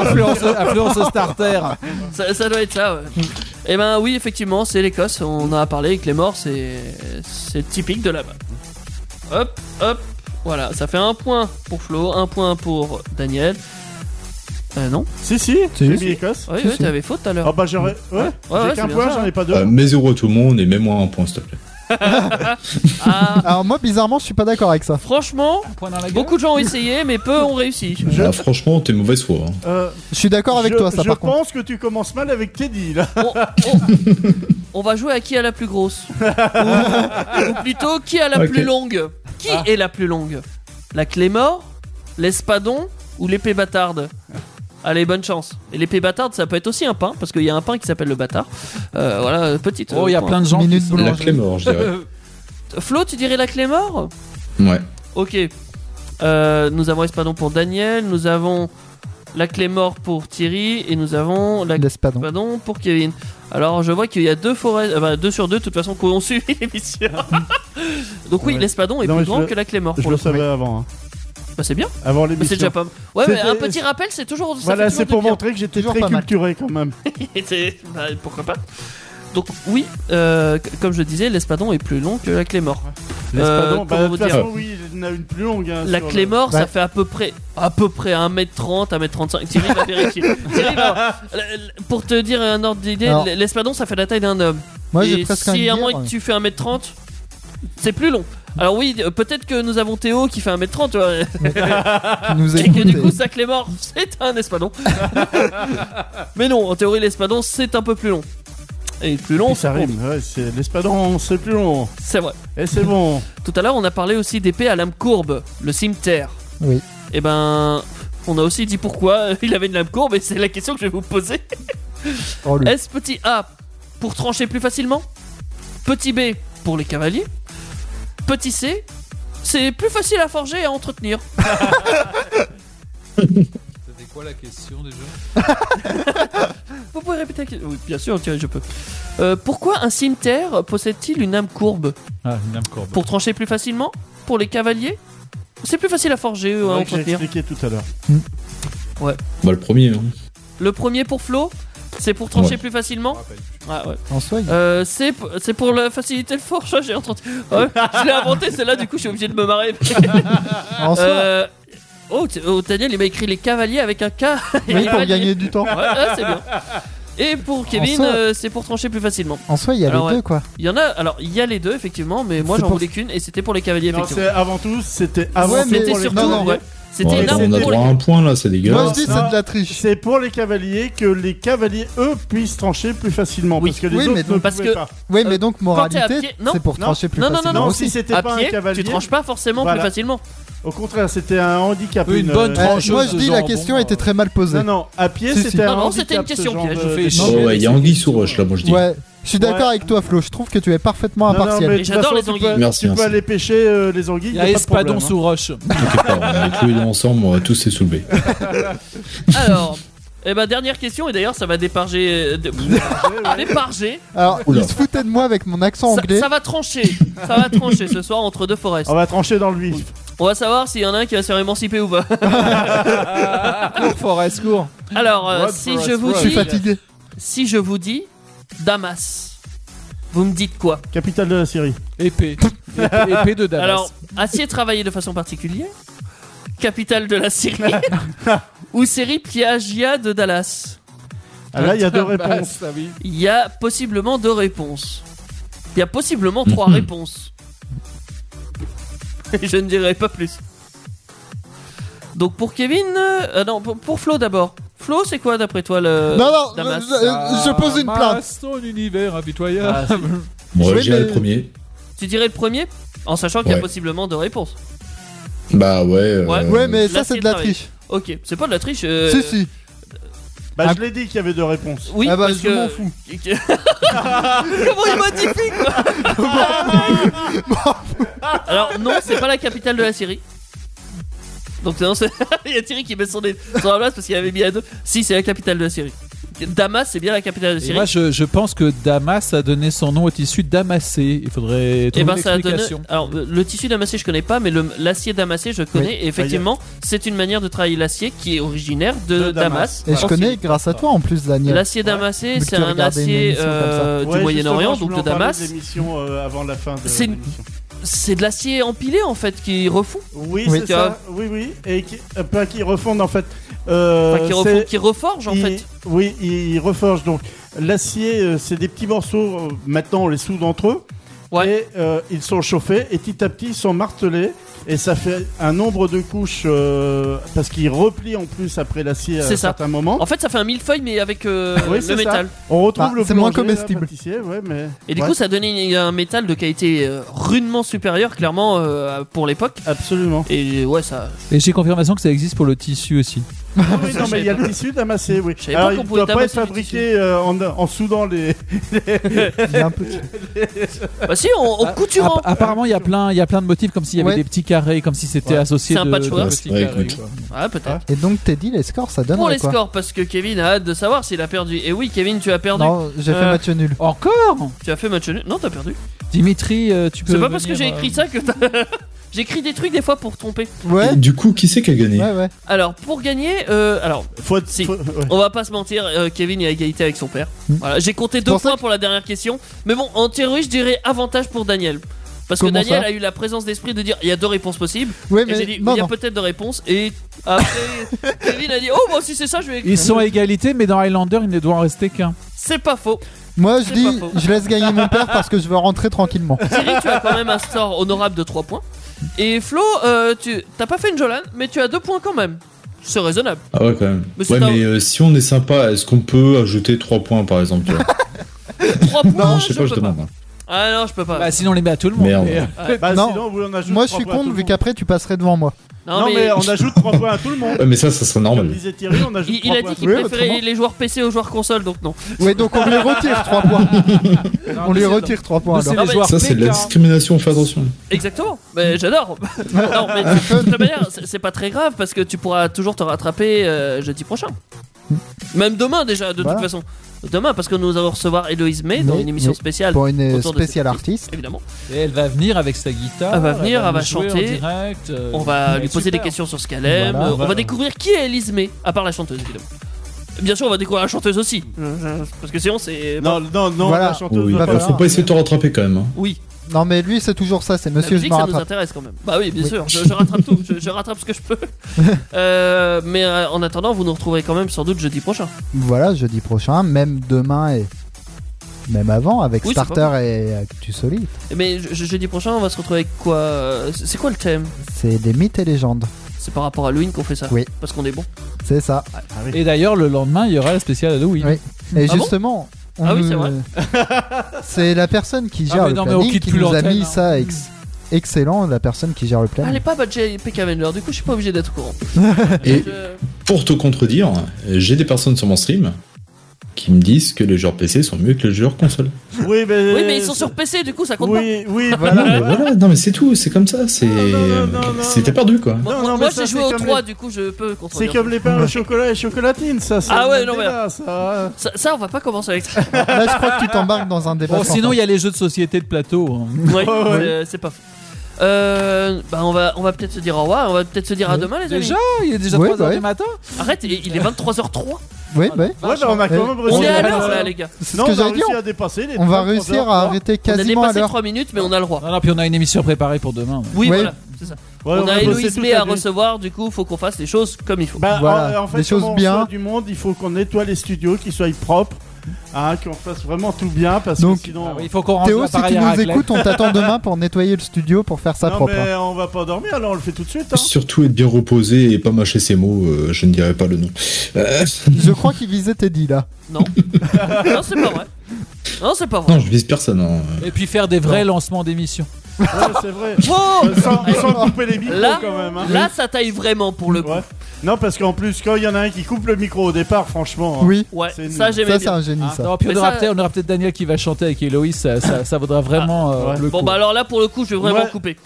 [SPEAKER 7] influence, influence starter.
[SPEAKER 5] ça, ça doit être ça, ouais. Et ben oui, effectivement, c'est l'Écosse. On en a parlé avec les morts, c'est c'est typique de là-bas. Hop, hop, voilà. Ça fait un point pour Flo, un point pour Daniel. Euh, non
[SPEAKER 6] Si, si,
[SPEAKER 4] Si,
[SPEAKER 6] j'ai mis
[SPEAKER 4] si.
[SPEAKER 6] Écosse.
[SPEAKER 5] Oui,
[SPEAKER 4] Si,
[SPEAKER 5] oui,
[SPEAKER 4] si.
[SPEAKER 5] t'avais faute tout à l'heure.
[SPEAKER 6] Ah bah j'aurais. Ouais,
[SPEAKER 5] ouais,
[SPEAKER 6] j'ai
[SPEAKER 5] c'est
[SPEAKER 6] qu'un
[SPEAKER 5] bien
[SPEAKER 6] point,
[SPEAKER 5] ça.
[SPEAKER 6] j'en ai pas deux.
[SPEAKER 1] Euh, mais zéro à tout le monde et mets-moi un point, s'il te plaît.
[SPEAKER 5] Ah,
[SPEAKER 4] alors moi, bizarrement, je suis pas d'accord avec ça.
[SPEAKER 5] franchement,
[SPEAKER 7] Point dans la gueule.
[SPEAKER 5] beaucoup de gens ont essayé, mais peu ont réussi.
[SPEAKER 1] Ah, franchement, t'es mauvaise foi. hein.
[SPEAKER 6] Euh,
[SPEAKER 4] Je suis d'accord avec
[SPEAKER 6] je-
[SPEAKER 4] toi, ça
[SPEAKER 6] Je
[SPEAKER 4] par contre.
[SPEAKER 6] pense que tu commences mal avec Teddy là.
[SPEAKER 5] On, on- on va jouer à qui a la plus grosse. ou, ou plutôt, qui a la
[SPEAKER 1] Ok.
[SPEAKER 5] plus longue Qui
[SPEAKER 7] Ah.
[SPEAKER 5] est la plus longue La clé mort L'espadon Ou l'épée bâtarde Allez, bonne chance. Et l'épée bâtarde, ça peut être aussi un pain, parce qu'il y a un pain qui s'appelle le bâtard. Euh, voilà, petite.
[SPEAKER 7] Oh, il y a
[SPEAKER 5] euh,
[SPEAKER 7] plein de gens.
[SPEAKER 4] Minute
[SPEAKER 7] qui
[SPEAKER 1] La
[SPEAKER 4] boulangerie.
[SPEAKER 1] clé mort, je dirais.
[SPEAKER 5] Flo, tu dirais la clé mort
[SPEAKER 1] Ouais.
[SPEAKER 5] Ok. Euh, nous avons Espadon pour Daniel, nous avons la clé mort pour Thierry, et nous avons la
[SPEAKER 4] Laisse pas donc.
[SPEAKER 5] Pardon Bah pour Kevin. Alors je vois qu'il y a deux forêts, enfin, deux sur deux de toute façon qui ont suivi l'émission. Donc oui,
[SPEAKER 6] Ouais.
[SPEAKER 5] l'espadon est
[SPEAKER 6] Non, mais
[SPEAKER 5] plus
[SPEAKER 6] je
[SPEAKER 5] grand
[SPEAKER 6] le-
[SPEAKER 5] que la clé mort.
[SPEAKER 6] Je
[SPEAKER 5] Pour
[SPEAKER 6] le
[SPEAKER 5] le coup.
[SPEAKER 6] savais avant. hein.
[SPEAKER 5] Bah, c'est bien,
[SPEAKER 6] Avant
[SPEAKER 5] Bah, c'est déjà
[SPEAKER 6] l'émission.
[SPEAKER 5] pas. Ouais, mais
[SPEAKER 6] C'était-
[SPEAKER 5] un petit rappel, c'est toujours. ça
[SPEAKER 6] Voilà,
[SPEAKER 5] fait
[SPEAKER 6] c'est
[SPEAKER 5] toujours
[SPEAKER 6] pour
[SPEAKER 5] du bien.
[SPEAKER 6] montrer que j'étais
[SPEAKER 4] Toujours
[SPEAKER 6] très
[SPEAKER 4] pas mal.
[SPEAKER 6] culturé quand même.
[SPEAKER 5] Et c'est- bah, pourquoi pas. Donc oui, euh, c- comme je disais, l'espadon est plus long que la clé mort. Euh,
[SPEAKER 6] L'espadon, bah,
[SPEAKER 5] comment
[SPEAKER 6] de
[SPEAKER 5] vous
[SPEAKER 6] toute
[SPEAKER 5] dire
[SPEAKER 6] façon, oui, il y en a une plus longue. hein,
[SPEAKER 5] La
[SPEAKER 6] sur
[SPEAKER 5] clé
[SPEAKER 6] le-
[SPEAKER 5] mort, ça
[SPEAKER 4] Ouais.
[SPEAKER 5] fait à peu près à peu près 1m30, 1m35. Thierry va vérifier. Thierry va- Pour te dire un ordre d'idée,
[SPEAKER 4] Alors.
[SPEAKER 5] l'espadon, ça fait la taille d'un homme.
[SPEAKER 4] Moi,
[SPEAKER 5] Et
[SPEAKER 4] j'ai presque
[SPEAKER 5] si
[SPEAKER 4] envie de
[SPEAKER 5] à
[SPEAKER 4] dire,
[SPEAKER 5] moins que tu fais 1m30, c'est plus long. Alors oui, euh, peut-être que nous avons Théo qui fait 1m30 tu vois,
[SPEAKER 4] qui nous
[SPEAKER 5] euh, et que
[SPEAKER 4] écoute
[SPEAKER 5] du coup
[SPEAKER 4] et-
[SPEAKER 5] sa clé mort, c'est un espadon. Mais non, en théorie l'espadon c'est un peu plus long. Et plus long,
[SPEAKER 6] Puis ça
[SPEAKER 5] c'est bon.
[SPEAKER 6] rime. Ouais, c'est- L'espadon, c'est plus long.
[SPEAKER 5] C'est vrai.
[SPEAKER 6] Et c'est bon.
[SPEAKER 5] Tout à l'heure on a parlé aussi d'épée à lame courbe, le cimetière.
[SPEAKER 4] Oui.
[SPEAKER 5] Et ben, on a aussi dit pourquoi il avait une lame courbe et c'est la question que je vais vous poser.
[SPEAKER 4] Oh, le-
[SPEAKER 5] S petit A pour trancher plus facilement Petit B pour les cavaliers Petit C c'est plus facile à forger et à entretenir.
[SPEAKER 11] C'était quoi la question déjà
[SPEAKER 5] Vous pouvez répéter la question Oui, bien sûr, Thierry, je peux. Euh, pourquoi un cimetière possède-t-il une âme courbe
[SPEAKER 7] Ah, une lame courbe.
[SPEAKER 5] Pour trancher plus facilement Pour les cavaliers C'est plus facile à forger ou à
[SPEAKER 6] Ouais, J'ai
[SPEAKER 5] entretenir.
[SPEAKER 6] expliqué tout à l'heure.
[SPEAKER 1] Bah, le premier. hein.
[SPEAKER 5] Le premier pour Flo, c'est pour trancher
[SPEAKER 1] Ouais.
[SPEAKER 5] plus facilement. Ah, ouais.
[SPEAKER 4] En soi, il-
[SPEAKER 5] Euh, c'est p- c'est pour la faciliter le forgeage et entretenir. Ouais, je l'ai inventé, celle-là, du coup, je suis obligé de me marrer.
[SPEAKER 4] en soi,
[SPEAKER 5] Euh, oh, t- oh, Daniel, il m'a écrit les cavaliers avec un K.
[SPEAKER 4] oui, pour
[SPEAKER 5] Cavalier.
[SPEAKER 4] gagner du temps.
[SPEAKER 5] Ouais, ouais, c'est bien. Et pour Kevin,
[SPEAKER 4] soi-
[SPEAKER 5] euh, c'est pour trancher plus facilement.
[SPEAKER 4] En soi, il y a
[SPEAKER 5] Alors,
[SPEAKER 4] les
[SPEAKER 5] ouais.
[SPEAKER 4] deux, quoi.
[SPEAKER 5] Il y en a, alors il y a les deux effectivement, mais moi
[SPEAKER 4] C'est
[SPEAKER 5] j'en
[SPEAKER 4] pour-
[SPEAKER 5] voulais qu'une et c'était pour les cavaliers
[SPEAKER 6] Non,
[SPEAKER 5] effectivement.
[SPEAKER 6] c'est avant tout, c'était avant
[SPEAKER 4] Ouais,
[SPEAKER 6] tout
[SPEAKER 4] mais
[SPEAKER 5] C'était
[SPEAKER 6] pour les
[SPEAKER 5] surtout,
[SPEAKER 4] non,
[SPEAKER 6] cavaliers.
[SPEAKER 5] ouais. C'était
[SPEAKER 1] Ouais,
[SPEAKER 5] une arme
[SPEAKER 1] on a
[SPEAKER 5] pour les-
[SPEAKER 1] droit à un point là, c'est
[SPEAKER 4] Moi, je
[SPEAKER 1] dégueulasse.
[SPEAKER 4] dis, c'est
[SPEAKER 6] non.
[SPEAKER 4] de la triche.
[SPEAKER 6] C'est pour les cavaliers que les cavaliers, eux, puissent trancher plus facilement.
[SPEAKER 5] Oui.
[SPEAKER 6] Parce que les
[SPEAKER 4] Oui,
[SPEAKER 6] autres
[SPEAKER 4] mais
[SPEAKER 6] ne
[SPEAKER 4] donc-
[SPEAKER 5] parce
[SPEAKER 6] pouvaient
[SPEAKER 5] que-
[SPEAKER 6] pas.
[SPEAKER 4] Oui,
[SPEAKER 5] Euh,
[SPEAKER 4] mais donc,
[SPEAKER 5] t'es à
[SPEAKER 4] moralité,
[SPEAKER 5] pied- non.
[SPEAKER 4] c'est pour
[SPEAKER 6] Non.
[SPEAKER 4] trancher plus
[SPEAKER 5] Non, non, non,
[SPEAKER 4] facilement
[SPEAKER 5] non,
[SPEAKER 6] Non,
[SPEAKER 4] aussi.
[SPEAKER 6] si
[SPEAKER 5] À
[SPEAKER 6] c'était pas
[SPEAKER 5] pied,
[SPEAKER 6] un cavalier.
[SPEAKER 5] tu tranches pas forcément
[SPEAKER 6] Voilà.
[SPEAKER 5] plus facilement.
[SPEAKER 6] Au contraire, c'était un handicap.
[SPEAKER 7] Oui, une bonne
[SPEAKER 6] euh,
[SPEAKER 4] Eh,
[SPEAKER 7] Trancheuse
[SPEAKER 4] moi, je
[SPEAKER 7] de
[SPEAKER 4] dis, la
[SPEAKER 7] jambon,
[SPEAKER 4] question
[SPEAKER 7] euh.
[SPEAKER 4] était très mal posée.
[SPEAKER 6] Non, non, à pied,
[SPEAKER 4] Si, si.
[SPEAKER 6] c'était un
[SPEAKER 5] Ah Non, non,
[SPEAKER 6] handicap,
[SPEAKER 5] c'était une
[SPEAKER 6] ce
[SPEAKER 5] question
[SPEAKER 6] genre
[SPEAKER 5] piège.
[SPEAKER 6] de-
[SPEAKER 7] Je fais
[SPEAKER 6] de-
[SPEAKER 7] chier.
[SPEAKER 1] Oh, ouais, il y a Anguille sous roche là, moi je dis.
[SPEAKER 4] Ouais, je suis d'accord avec toi, Flo. Je trouve que tu es parfaitement
[SPEAKER 6] Non, non,
[SPEAKER 4] impartial.
[SPEAKER 6] mais
[SPEAKER 5] Et
[SPEAKER 6] de toute
[SPEAKER 5] j'adore
[SPEAKER 6] façon,
[SPEAKER 5] les
[SPEAKER 6] tu peux-
[SPEAKER 5] anguilles.
[SPEAKER 1] Merci,
[SPEAKER 6] Tu peux
[SPEAKER 1] merci.
[SPEAKER 6] aller pêcher euh, les anguilles.
[SPEAKER 7] Il y
[SPEAKER 6] y a
[SPEAKER 7] a
[SPEAKER 6] pas de
[SPEAKER 7] Ah, Espadon
[SPEAKER 6] problème, hein.
[SPEAKER 7] sous roche.
[SPEAKER 1] Quelque part, on est tous les deux ensemble, on va tous les soulever.
[SPEAKER 5] Alors, eh ben dernière question et d'ailleurs ça va déparger, euh, dé- déparger.
[SPEAKER 4] Alors,
[SPEAKER 1] Oula.
[SPEAKER 4] il se foutait de moi avec mon accent
[SPEAKER 5] Ça,
[SPEAKER 4] anglais.
[SPEAKER 5] ça va trancher, ça va trancher ce soir entre deux forêts.
[SPEAKER 6] On va trancher dans le vif.
[SPEAKER 5] On va savoir s'il y en a un qui va se faire émanciper ou pas.
[SPEAKER 11] Cours, Forest, cours.
[SPEAKER 5] Alors, euh,
[SPEAKER 6] Run
[SPEAKER 5] si
[SPEAKER 6] for
[SPEAKER 5] je
[SPEAKER 6] us,
[SPEAKER 5] vous
[SPEAKER 6] run.
[SPEAKER 4] Je suis
[SPEAKER 5] dis,
[SPEAKER 4] fatigué.
[SPEAKER 5] si je vous dis Damas, vous me dites quoi
[SPEAKER 6] Capitale de la Syrie.
[SPEAKER 7] Épée. Épée, épée de Damas.
[SPEAKER 5] Alors, acier travaillé de façon particulière Capitale de la Syrie Ou série Piagia de Dallas
[SPEAKER 6] Ah, là, il y a deux
[SPEAKER 11] Damas,
[SPEAKER 7] Bah,
[SPEAKER 6] réponses.
[SPEAKER 11] ah oui.
[SPEAKER 5] Il y a possiblement deux réponses. Il y a possiblement trois
[SPEAKER 4] Mhm.
[SPEAKER 5] réponses. Je ne dirai pas plus. Donc pour Kevin... euh, euh, non, pour, pour Flo d'abord. Flo, c'est quoi d'après toi le...
[SPEAKER 4] Non, non, je,
[SPEAKER 5] Damas.
[SPEAKER 4] je- je pose une plainte.
[SPEAKER 7] Damas, Ah, ton univers impitoyable.
[SPEAKER 1] Moi,
[SPEAKER 4] Oui,
[SPEAKER 1] je dirais
[SPEAKER 4] mais-
[SPEAKER 1] le premier.
[SPEAKER 5] Ah, Tu dirais le premier En sachant qu'il y a
[SPEAKER 1] Ouais.
[SPEAKER 5] possiblement deux réponses.
[SPEAKER 1] Bah ouais. euh,
[SPEAKER 5] Ouais.
[SPEAKER 4] Ouais, mais
[SPEAKER 5] Là,
[SPEAKER 4] ça,
[SPEAKER 5] c'est
[SPEAKER 4] c'est de la
[SPEAKER 5] travaillé.
[SPEAKER 4] triche.
[SPEAKER 5] Ok, c'est pas de la triche. euh,
[SPEAKER 4] Si, si.
[SPEAKER 6] Bah, je l'ai dit qu'il y avait deux réponses.
[SPEAKER 5] Oui,
[SPEAKER 4] Ah bah,
[SPEAKER 5] parce
[SPEAKER 4] je
[SPEAKER 5] que...
[SPEAKER 4] m'en fous.
[SPEAKER 5] Comment il modifie quoi Alors non, c'est pas la capitale de la Syrie. Donc non, c'est- il y a Thierry qui met son nez sur la place parce qu'il avait mis à deux. Si, c'est la capitale de la Syrie. Damas, c'est bien la capitale de la
[SPEAKER 7] Et
[SPEAKER 5] Syrie.
[SPEAKER 7] moi, je, je pense que Damas a donné son nom au tissu Damasé. Il faudrait
[SPEAKER 5] Eh
[SPEAKER 7] trouver
[SPEAKER 5] ben,
[SPEAKER 7] une
[SPEAKER 5] ça a donné-
[SPEAKER 7] explication.
[SPEAKER 5] Alors, euh, le tissu damassé, je connais pas, mais le- l'acier damassé, je connais. Et effectivement, c'est une manière de travailler l'acier qui est originaire de, Damas. hein,
[SPEAKER 4] Et je connais grâce à toi en plus, Daniel.
[SPEAKER 5] L'acier
[SPEAKER 4] Vu
[SPEAKER 5] damassé,
[SPEAKER 4] que
[SPEAKER 5] c'est
[SPEAKER 4] tu
[SPEAKER 5] un
[SPEAKER 4] regardais une
[SPEAKER 5] acier
[SPEAKER 4] émission comme ça.
[SPEAKER 5] euh,
[SPEAKER 6] Ouais,
[SPEAKER 5] du Moyen-Orient,
[SPEAKER 6] justement,
[SPEAKER 5] donc
[SPEAKER 6] je
[SPEAKER 5] de
[SPEAKER 6] voulais en parler
[SPEAKER 5] Damas.
[SPEAKER 6] de l'émission euh, avant la fin de
[SPEAKER 5] C'est une-
[SPEAKER 6] l'émission.
[SPEAKER 5] C'est de l'acier empilé en fait qui refout.
[SPEAKER 6] Oui, c'est ça. Oui, oui. Et qui, euh, pas qui refondent en fait. Euh,
[SPEAKER 5] Enfin, qui refond-
[SPEAKER 6] c'est-
[SPEAKER 5] qui reforgent, en
[SPEAKER 6] il-
[SPEAKER 5] fait.
[SPEAKER 6] Oui, ils reforgent donc. L'acier, euh, c'est des petits morceaux. euh, Maintenant, on les soude entre eux. Et euh, ils sont chauffés et petit à petit ils sont martelés et ça fait un nombre de couches euh, parce qu'ils replient en plus après l'acier à
[SPEAKER 5] C'est ça.
[SPEAKER 6] certains moments.
[SPEAKER 5] En fait, ça fait un millefeuille mais avec euh,
[SPEAKER 6] Oui,
[SPEAKER 5] le
[SPEAKER 6] c'est ça.
[SPEAKER 5] métal.
[SPEAKER 6] On
[SPEAKER 4] Ah,
[SPEAKER 6] retrouve le boulanger, la pâtissier, ouais, mais...
[SPEAKER 5] Et du
[SPEAKER 6] Ouais.
[SPEAKER 5] coup, ça a donné une- un métal de qualité euh, rudement supérieure, clairement, euh, pour l'époque.
[SPEAKER 6] Absolument.
[SPEAKER 5] Et ouais, ça.
[SPEAKER 7] Et j'ai confirmation que ça existe pour le tissu aussi.
[SPEAKER 6] Ah oui, non, mais il y a le tissu damassé, oui.
[SPEAKER 5] savais pas
[SPEAKER 6] Alors,
[SPEAKER 5] qu'on
[SPEAKER 6] il ne
[SPEAKER 5] pouvait
[SPEAKER 6] doit pas être
[SPEAKER 5] damasser du
[SPEAKER 6] fabriqué euh, en, en soudant les.
[SPEAKER 5] Bah si, en,
[SPEAKER 6] Ah,
[SPEAKER 5] en couturant.
[SPEAKER 7] App- Apparemment, il y a plein, il y a plein de motifs comme s'il y avait
[SPEAKER 5] Ouais.
[SPEAKER 7] des petits carrés, comme si c'était
[SPEAKER 5] Ouais.
[SPEAKER 7] associé.
[SPEAKER 5] C'est un
[SPEAKER 7] de-
[SPEAKER 5] patchwork.
[SPEAKER 7] de
[SPEAKER 5] Ouais,
[SPEAKER 7] petits
[SPEAKER 5] ouais,
[SPEAKER 7] carrés,
[SPEAKER 5] écoute.
[SPEAKER 7] quoi.
[SPEAKER 5] Ah, peut-être.
[SPEAKER 4] Et donc, t'es dit les scores, ça donne
[SPEAKER 5] Pour les
[SPEAKER 4] quoi
[SPEAKER 5] scores, parce que Kevin a hâte de savoir s'il a perdu. Et oui, Kevin, tu as perdu.
[SPEAKER 4] Non, j'ai fait
[SPEAKER 5] Euh,
[SPEAKER 4] match nul.
[SPEAKER 7] Encore
[SPEAKER 5] Tu as fait match nul Non, t'as perdu.
[SPEAKER 7] Dimitri, euh, tu peux.
[SPEAKER 5] C'est pas parce que
[SPEAKER 7] venir,
[SPEAKER 5] j'ai
[SPEAKER 7] euh,
[SPEAKER 5] écrit ça que t'as- J'écris des trucs des fois pour tromper.
[SPEAKER 4] Ouais.
[SPEAKER 1] Du coup, qui c'est qui a gagné
[SPEAKER 5] Alors, pour gagner, euh, alors, si, on va pas se mentir, euh, Kevin est à égalité avec son père. Voilà, j'ai compté deux points pour la dernière question, mais bon, en théorie, je dirais avantage pour Daniel. Parce que
[SPEAKER 4] Comment
[SPEAKER 5] Daniel
[SPEAKER 4] ça
[SPEAKER 5] a eu la présence d'esprit de dire il y a deux réponses possibles.
[SPEAKER 4] Ouais,
[SPEAKER 5] et
[SPEAKER 4] mais-
[SPEAKER 5] j'ai dit
[SPEAKER 4] non,
[SPEAKER 5] il y a
[SPEAKER 4] non.
[SPEAKER 5] peut-être deux réponses. Et après, Kevin a dit oh, moi, si c'est ça, je vais écrire.
[SPEAKER 7] Ils sont à égalité, mais dans Highlander, il ne doit en rester qu'un.
[SPEAKER 5] C'est pas faux.
[SPEAKER 4] Moi, je
[SPEAKER 5] C'est
[SPEAKER 4] dis,
[SPEAKER 5] pas faux.
[SPEAKER 4] je laisse gagner mon père parce que je veux rentrer tranquillement.
[SPEAKER 5] Thierry, tu as quand même un score honorable de 3 points. Et Flo, euh, tu t'as pas fait une Jolan, mais tu as 2 points quand même. C'est raisonnable.
[SPEAKER 1] Ah ouais, quand même.
[SPEAKER 5] Mais c'est
[SPEAKER 1] ouais,
[SPEAKER 5] un-
[SPEAKER 1] mais euh, si on est sympa, est-ce qu'on peut ajouter 3 points par exemple tu vois
[SPEAKER 5] 3 points
[SPEAKER 1] Non, je sais pas, je
[SPEAKER 5] peux
[SPEAKER 1] demande. hein.
[SPEAKER 5] Ah non, je peux pas.
[SPEAKER 7] Bah, sinon, on les met à tout le monde.
[SPEAKER 1] Merde.
[SPEAKER 7] mais, euh,
[SPEAKER 6] Bah,
[SPEAKER 4] non,
[SPEAKER 6] sinon, vous en ajoutez
[SPEAKER 4] moi je
[SPEAKER 6] trois
[SPEAKER 4] suis
[SPEAKER 6] points à tout
[SPEAKER 4] contre
[SPEAKER 6] le
[SPEAKER 4] vu qu'après tu passerais devant moi.
[SPEAKER 6] Non, mais... euh, on ajoute 3 points à tout le monde.
[SPEAKER 1] Ouais, mais ça, ça serait normal.
[SPEAKER 6] Disait Thierry, on ajoute
[SPEAKER 5] Il, il
[SPEAKER 6] trois
[SPEAKER 5] a
[SPEAKER 6] points.
[SPEAKER 5] dit qu'il
[SPEAKER 4] Oui,
[SPEAKER 5] préférait
[SPEAKER 4] autrement.
[SPEAKER 5] les joueurs PC aux joueurs console, donc non.
[SPEAKER 4] Ouais, donc on lui retire 3 points. on lui
[SPEAKER 5] c'est-
[SPEAKER 4] retire 3 points
[SPEAKER 5] Nous, c'est
[SPEAKER 4] alors.
[SPEAKER 5] les joueurs
[SPEAKER 1] Ça, c'est de la
[SPEAKER 5] PK.
[SPEAKER 1] discrimination, fais attention.
[SPEAKER 5] Exactement, mais j'adore. non, mais de toute manière, c'est c'est pas très grave parce que tu pourras toujours te rattraper euh, jeudi prochain. Même demain déjà, de
[SPEAKER 4] Voilà.
[SPEAKER 5] toute façon. Demain, parce que nous allons recevoir Héloïse May dans
[SPEAKER 4] Mais-
[SPEAKER 5] une émission
[SPEAKER 4] mais
[SPEAKER 5] spéciale.
[SPEAKER 4] Pour une euh,
[SPEAKER 5] autour de cette
[SPEAKER 4] spéciale
[SPEAKER 5] thématique,
[SPEAKER 4] artiste.
[SPEAKER 5] Évidemment.
[SPEAKER 7] et elle va venir avec sa guitare.
[SPEAKER 5] Elle va venir, elle va
[SPEAKER 7] nous jouer
[SPEAKER 5] chanter.
[SPEAKER 7] en direct, euh,
[SPEAKER 5] On va
[SPEAKER 7] ouais,
[SPEAKER 5] lui poser
[SPEAKER 7] super.
[SPEAKER 5] des questions sur ce qu'elle aime.
[SPEAKER 7] Voilà,
[SPEAKER 5] euh, On va
[SPEAKER 7] voilà.
[SPEAKER 5] découvrir qui est Elise May, à part la chanteuse évidemment. Bien sûr, on va découvrir la chanteuse aussi. Parce que sinon, c'est.
[SPEAKER 6] Non, non, non,
[SPEAKER 4] Voilà.
[SPEAKER 6] la chanteuse
[SPEAKER 1] Oui,
[SPEAKER 6] de
[SPEAKER 4] va
[SPEAKER 1] bah, faut
[SPEAKER 4] falloir.
[SPEAKER 1] pas essayer de te rattraper quand même. hein.
[SPEAKER 5] Oui,
[SPEAKER 4] Non mais lui c'est toujours ça, c'est
[SPEAKER 5] la
[SPEAKER 4] monsieur je
[SPEAKER 5] musique,
[SPEAKER 4] me
[SPEAKER 5] ça nous
[SPEAKER 4] rattrape.
[SPEAKER 5] intéresse quand même. Bah oui, bien sûr, je, je rattrape tout, je, je rattrape ce que je peux. Euh, mais euh, en attendant, vous nous retrouverez quand même sans doute jeudi prochain.
[SPEAKER 4] Voilà, jeudi prochain, même demain et même avant avec
[SPEAKER 5] Oui, c'est pas
[SPEAKER 4] Starter et Actu Solide.
[SPEAKER 5] Mais je- je- jeudi prochain, on va se retrouver avec quoi euh, C'est c'est quoi le thème
[SPEAKER 4] C'est des mythes et légendes.
[SPEAKER 5] C'est par rapport à Halloween qu'on fait ça
[SPEAKER 4] Oui.
[SPEAKER 5] Parce qu'on est bon.
[SPEAKER 4] C'est ça.
[SPEAKER 7] Et d'ailleurs, le lendemain, il y aura la spéciale Halloween.
[SPEAKER 4] Oui. Et
[SPEAKER 5] Ah bon
[SPEAKER 4] justement, on
[SPEAKER 5] Ah oui, c'est
[SPEAKER 4] nous-
[SPEAKER 5] vrai.
[SPEAKER 4] c'est la personne qui
[SPEAKER 7] Ah,
[SPEAKER 4] gère
[SPEAKER 7] mais
[SPEAKER 4] le
[SPEAKER 7] non, mais on
[SPEAKER 4] planning
[SPEAKER 7] quitte
[SPEAKER 4] qui
[SPEAKER 7] plus
[SPEAKER 4] nous a
[SPEAKER 7] l'antenne,
[SPEAKER 4] mis
[SPEAKER 7] hein.
[SPEAKER 4] ça ex- excellent, la personne qui gère le
[SPEAKER 5] Ah, Elle
[SPEAKER 4] planning.
[SPEAKER 5] est pas badgée Peck Avenger, du coup, je suis pas obligé d'être au courant.
[SPEAKER 1] Et
[SPEAKER 5] Je-
[SPEAKER 1] pour te contredire, j'ai des personnes sur mon stream qui me disent que les joueurs PC sont mieux que les joueurs console.
[SPEAKER 6] Oui, mais...
[SPEAKER 5] Oui, mais ils sont sur PC, du coup, ça compte
[SPEAKER 6] Oui, oui,
[SPEAKER 1] Ah Non, mais voilà, non, mais c'est tout, c'est comme ça, c'est.
[SPEAKER 6] non, non, non,
[SPEAKER 1] C'était perdu quoi.
[SPEAKER 5] pas.
[SPEAKER 6] Non,
[SPEAKER 5] Moi,
[SPEAKER 6] non, mais
[SPEAKER 5] moi,
[SPEAKER 6] ça,
[SPEAKER 5] j'ai joué
[SPEAKER 6] c'est
[SPEAKER 5] au
[SPEAKER 6] comme
[SPEAKER 5] 3,
[SPEAKER 6] les-
[SPEAKER 5] du coup, je peux contredire.
[SPEAKER 6] C'est comme les pains au chocolat et chocolatine, ça. c'est
[SPEAKER 5] Ah
[SPEAKER 6] le
[SPEAKER 5] ouais,
[SPEAKER 6] même
[SPEAKER 5] non, mais-
[SPEAKER 6] débat, ça.
[SPEAKER 5] ça, ça, on va pas Oh, commencer avec ça.
[SPEAKER 4] Là, je crois que tu t'embarques dans un débat.
[SPEAKER 7] Bon,
[SPEAKER 4] sans
[SPEAKER 7] sinon,
[SPEAKER 4] fin.
[SPEAKER 7] il y a les jeux de société de plateau. hein.
[SPEAKER 5] Ouais, euh, c'est pas fou. Euh, bah on va, on va peut-être se dire au revoir, on va peut-être se dire à demain les
[SPEAKER 7] Déjà,
[SPEAKER 5] amis.
[SPEAKER 7] il est déjà
[SPEAKER 4] Oui,
[SPEAKER 7] 3h
[SPEAKER 4] bah
[SPEAKER 7] du
[SPEAKER 4] oui.
[SPEAKER 7] matin.
[SPEAKER 5] Arrête, il, il est 23h03.
[SPEAKER 4] Oui, oui.
[SPEAKER 5] Ah,
[SPEAKER 6] Ouais, bah, on a quand
[SPEAKER 4] Eh,
[SPEAKER 6] même
[SPEAKER 5] On
[SPEAKER 6] réussi
[SPEAKER 5] est à
[SPEAKER 6] à
[SPEAKER 5] l'heure
[SPEAKER 6] faire
[SPEAKER 5] là
[SPEAKER 6] ça.
[SPEAKER 5] les gars.
[SPEAKER 4] C'est ce
[SPEAKER 6] Non,
[SPEAKER 4] que
[SPEAKER 6] on a
[SPEAKER 4] j'avais dit.
[SPEAKER 6] réussi à dépasser les
[SPEAKER 4] On va
[SPEAKER 6] 33
[SPEAKER 4] réussir
[SPEAKER 6] heures,
[SPEAKER 4] à
[SPEAKER 6] quoi.
[SPEAKER 4] arrêter
[SPEAKER 5] On a
[SPEAKER 4] quasiment à
[SPEAKER 5] dépassé
[SPEAKER 4] l'heure.
[SPEAKER 5] 3 minutes mais on a le droit.
[SPEAKER 7] Ah Non, non, puis on a une émission préparée pour demain. ouais.
[SPEAKER 5] Oui
[SPEAKER 4] Ouais.
[SPEAKER 5] voilà, c'est ça.
[SPEAKER 6] Ouais,
[SPEAKER 5] on, a
[SPEAKER 6] va bosser
[SPEAKER 5] Héloïse
[SPEAKER 6] toute
[SPEAKER 5] May
[SPEAKER 6] la
[SPEAKER 5] à
[SPEAKER 6] nuit.
[SPEAKER 5] recevoir, du coup faut qu'on fasse les choses comme il faut.
[SPEAKER 6] Bah,
[SPEAKER 4] Voilà,
[SPEAKER 6] en, en fait,
[SPEAKER 4] des choses
[SPEAKER 6] comme on
[SPEAKER 4] bien.
[SPEAKER 6] reçoit du monde, il faut qu'on nettoie les studios, qu'ils soient propres, hein, qu'on fasse vraiment tout bien, parce
[SPEAKER 4] Donc,
[SPEAKER 6] que sinon...
[SPEAKER 7] Ah oui, Il faut qu'on range
[SPEAKER 4] Théo, si
[SPEAKER 7] l'appareil
[SPEAKER 4] tu
[SPEAKER 7] à
[SPEAKER 4] nous
[SPEAKER 7] raclette.
[SPEAKER 4] écoutes, on t'attend demain pour nettoyer le studio pour faire ça
[SPEAKER 6] non,
[SPEAKER 4] propre.
[SPEAKER 6] mais
[SPEAKER 4] hein.
[SPEAKER 6] on va pas dormir, là, on le fait tout de suite. Hein.
[SPEAKER 1] Surtout être bien reposé et pas mâcher ses mots, euh, je ne dirai pas le nom. Euh,
[SPEAKER 4] Je crois qu'il visait Teddy là.
[SPEAKER 5] Non. non c'est pas vrai. Non c'est pas vrai.
[SPEAKER 1] non, je vise personne. hein.
[SPEAKER 7] Et puis faire des vrais lancements d'émissions.
[SPEAKER 6] Ouais, c'est vrai.
[SPEAKER 5] Oh
[SPEAKER 6] Euh, sans, sans couper les micros
[SPEAKER 5] Là-
[SPEAKER 6] quand même. hein.
[SPEAKER 5] là, ça taille vraiment pour le coup.
[SPEAKER 6] Ouais. Non, parce qu'en plus, quand il y en a un qui coupe le micro au départ, franchement. hein,
[SPEAKER 4] Oui.
[SPEAKER 5] Ouais,
[SPEAKER 6] c'est
[SPEAKER 5] ça
[SPEAKER 6] nul.
[SPEAKER 5] j'aimais
[SPEAKER 4] Ça, c'est
[SPEAKER 5] bien.
[SPEAKER 4] un génie,
[SPEAKER 7] Ah,
[SPEAKER 4] ça.
[SPEAKER 7] non, puis on
[SPEAKER 5] Mais
[SPEAKER 7] aura
[SPEAKER 5] ça- euh,
[SPEAKER 7] peut-être on aura peut-être Daniel qui va chanter avec Eloïs, ça, ça, ça vaudra vraiment euh,
[SPEAKER 6] ouais.
[SPEAKER 7] le
[SPEAKER 5] Bon
[SPEAKER 7] coup.
[SPEAKER 5] bah alors là pour le coup je vais vraiment
[SPEAKER 6] Ouais.
[SPEAKER 5] couper.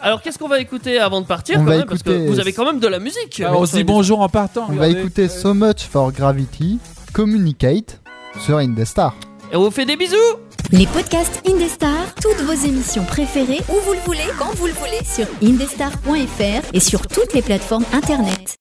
[SPEAKER 5] alors qu'est-ce qu'on va écouter avant de partir
[SPEAKER 4] On
[SPEAKER 5] quand
[SPEAKER 4] va
[SPEAKER 5] même parce que
[SPEAKER 4] écouter-
[SPEAKER 5] vous avez quand même de la musique.
[SPEAKER 7] Ah, on se dit bonjour en partant.
[SPEAKER 4] On va
[SPEAKER 7] regardez. Euh,
[SPEAKER 4] écouter So Much for Gravity, Communicate sur Indestar.
[SPEAKER 5] Et on vous fait des bisous.
[SPEAKER 2] Les podcasts Indestar, toutes vos émissions préférées, où vous le voulez, quand vous le voulez, sur indestar.fr et sur toutes les plateformes internet.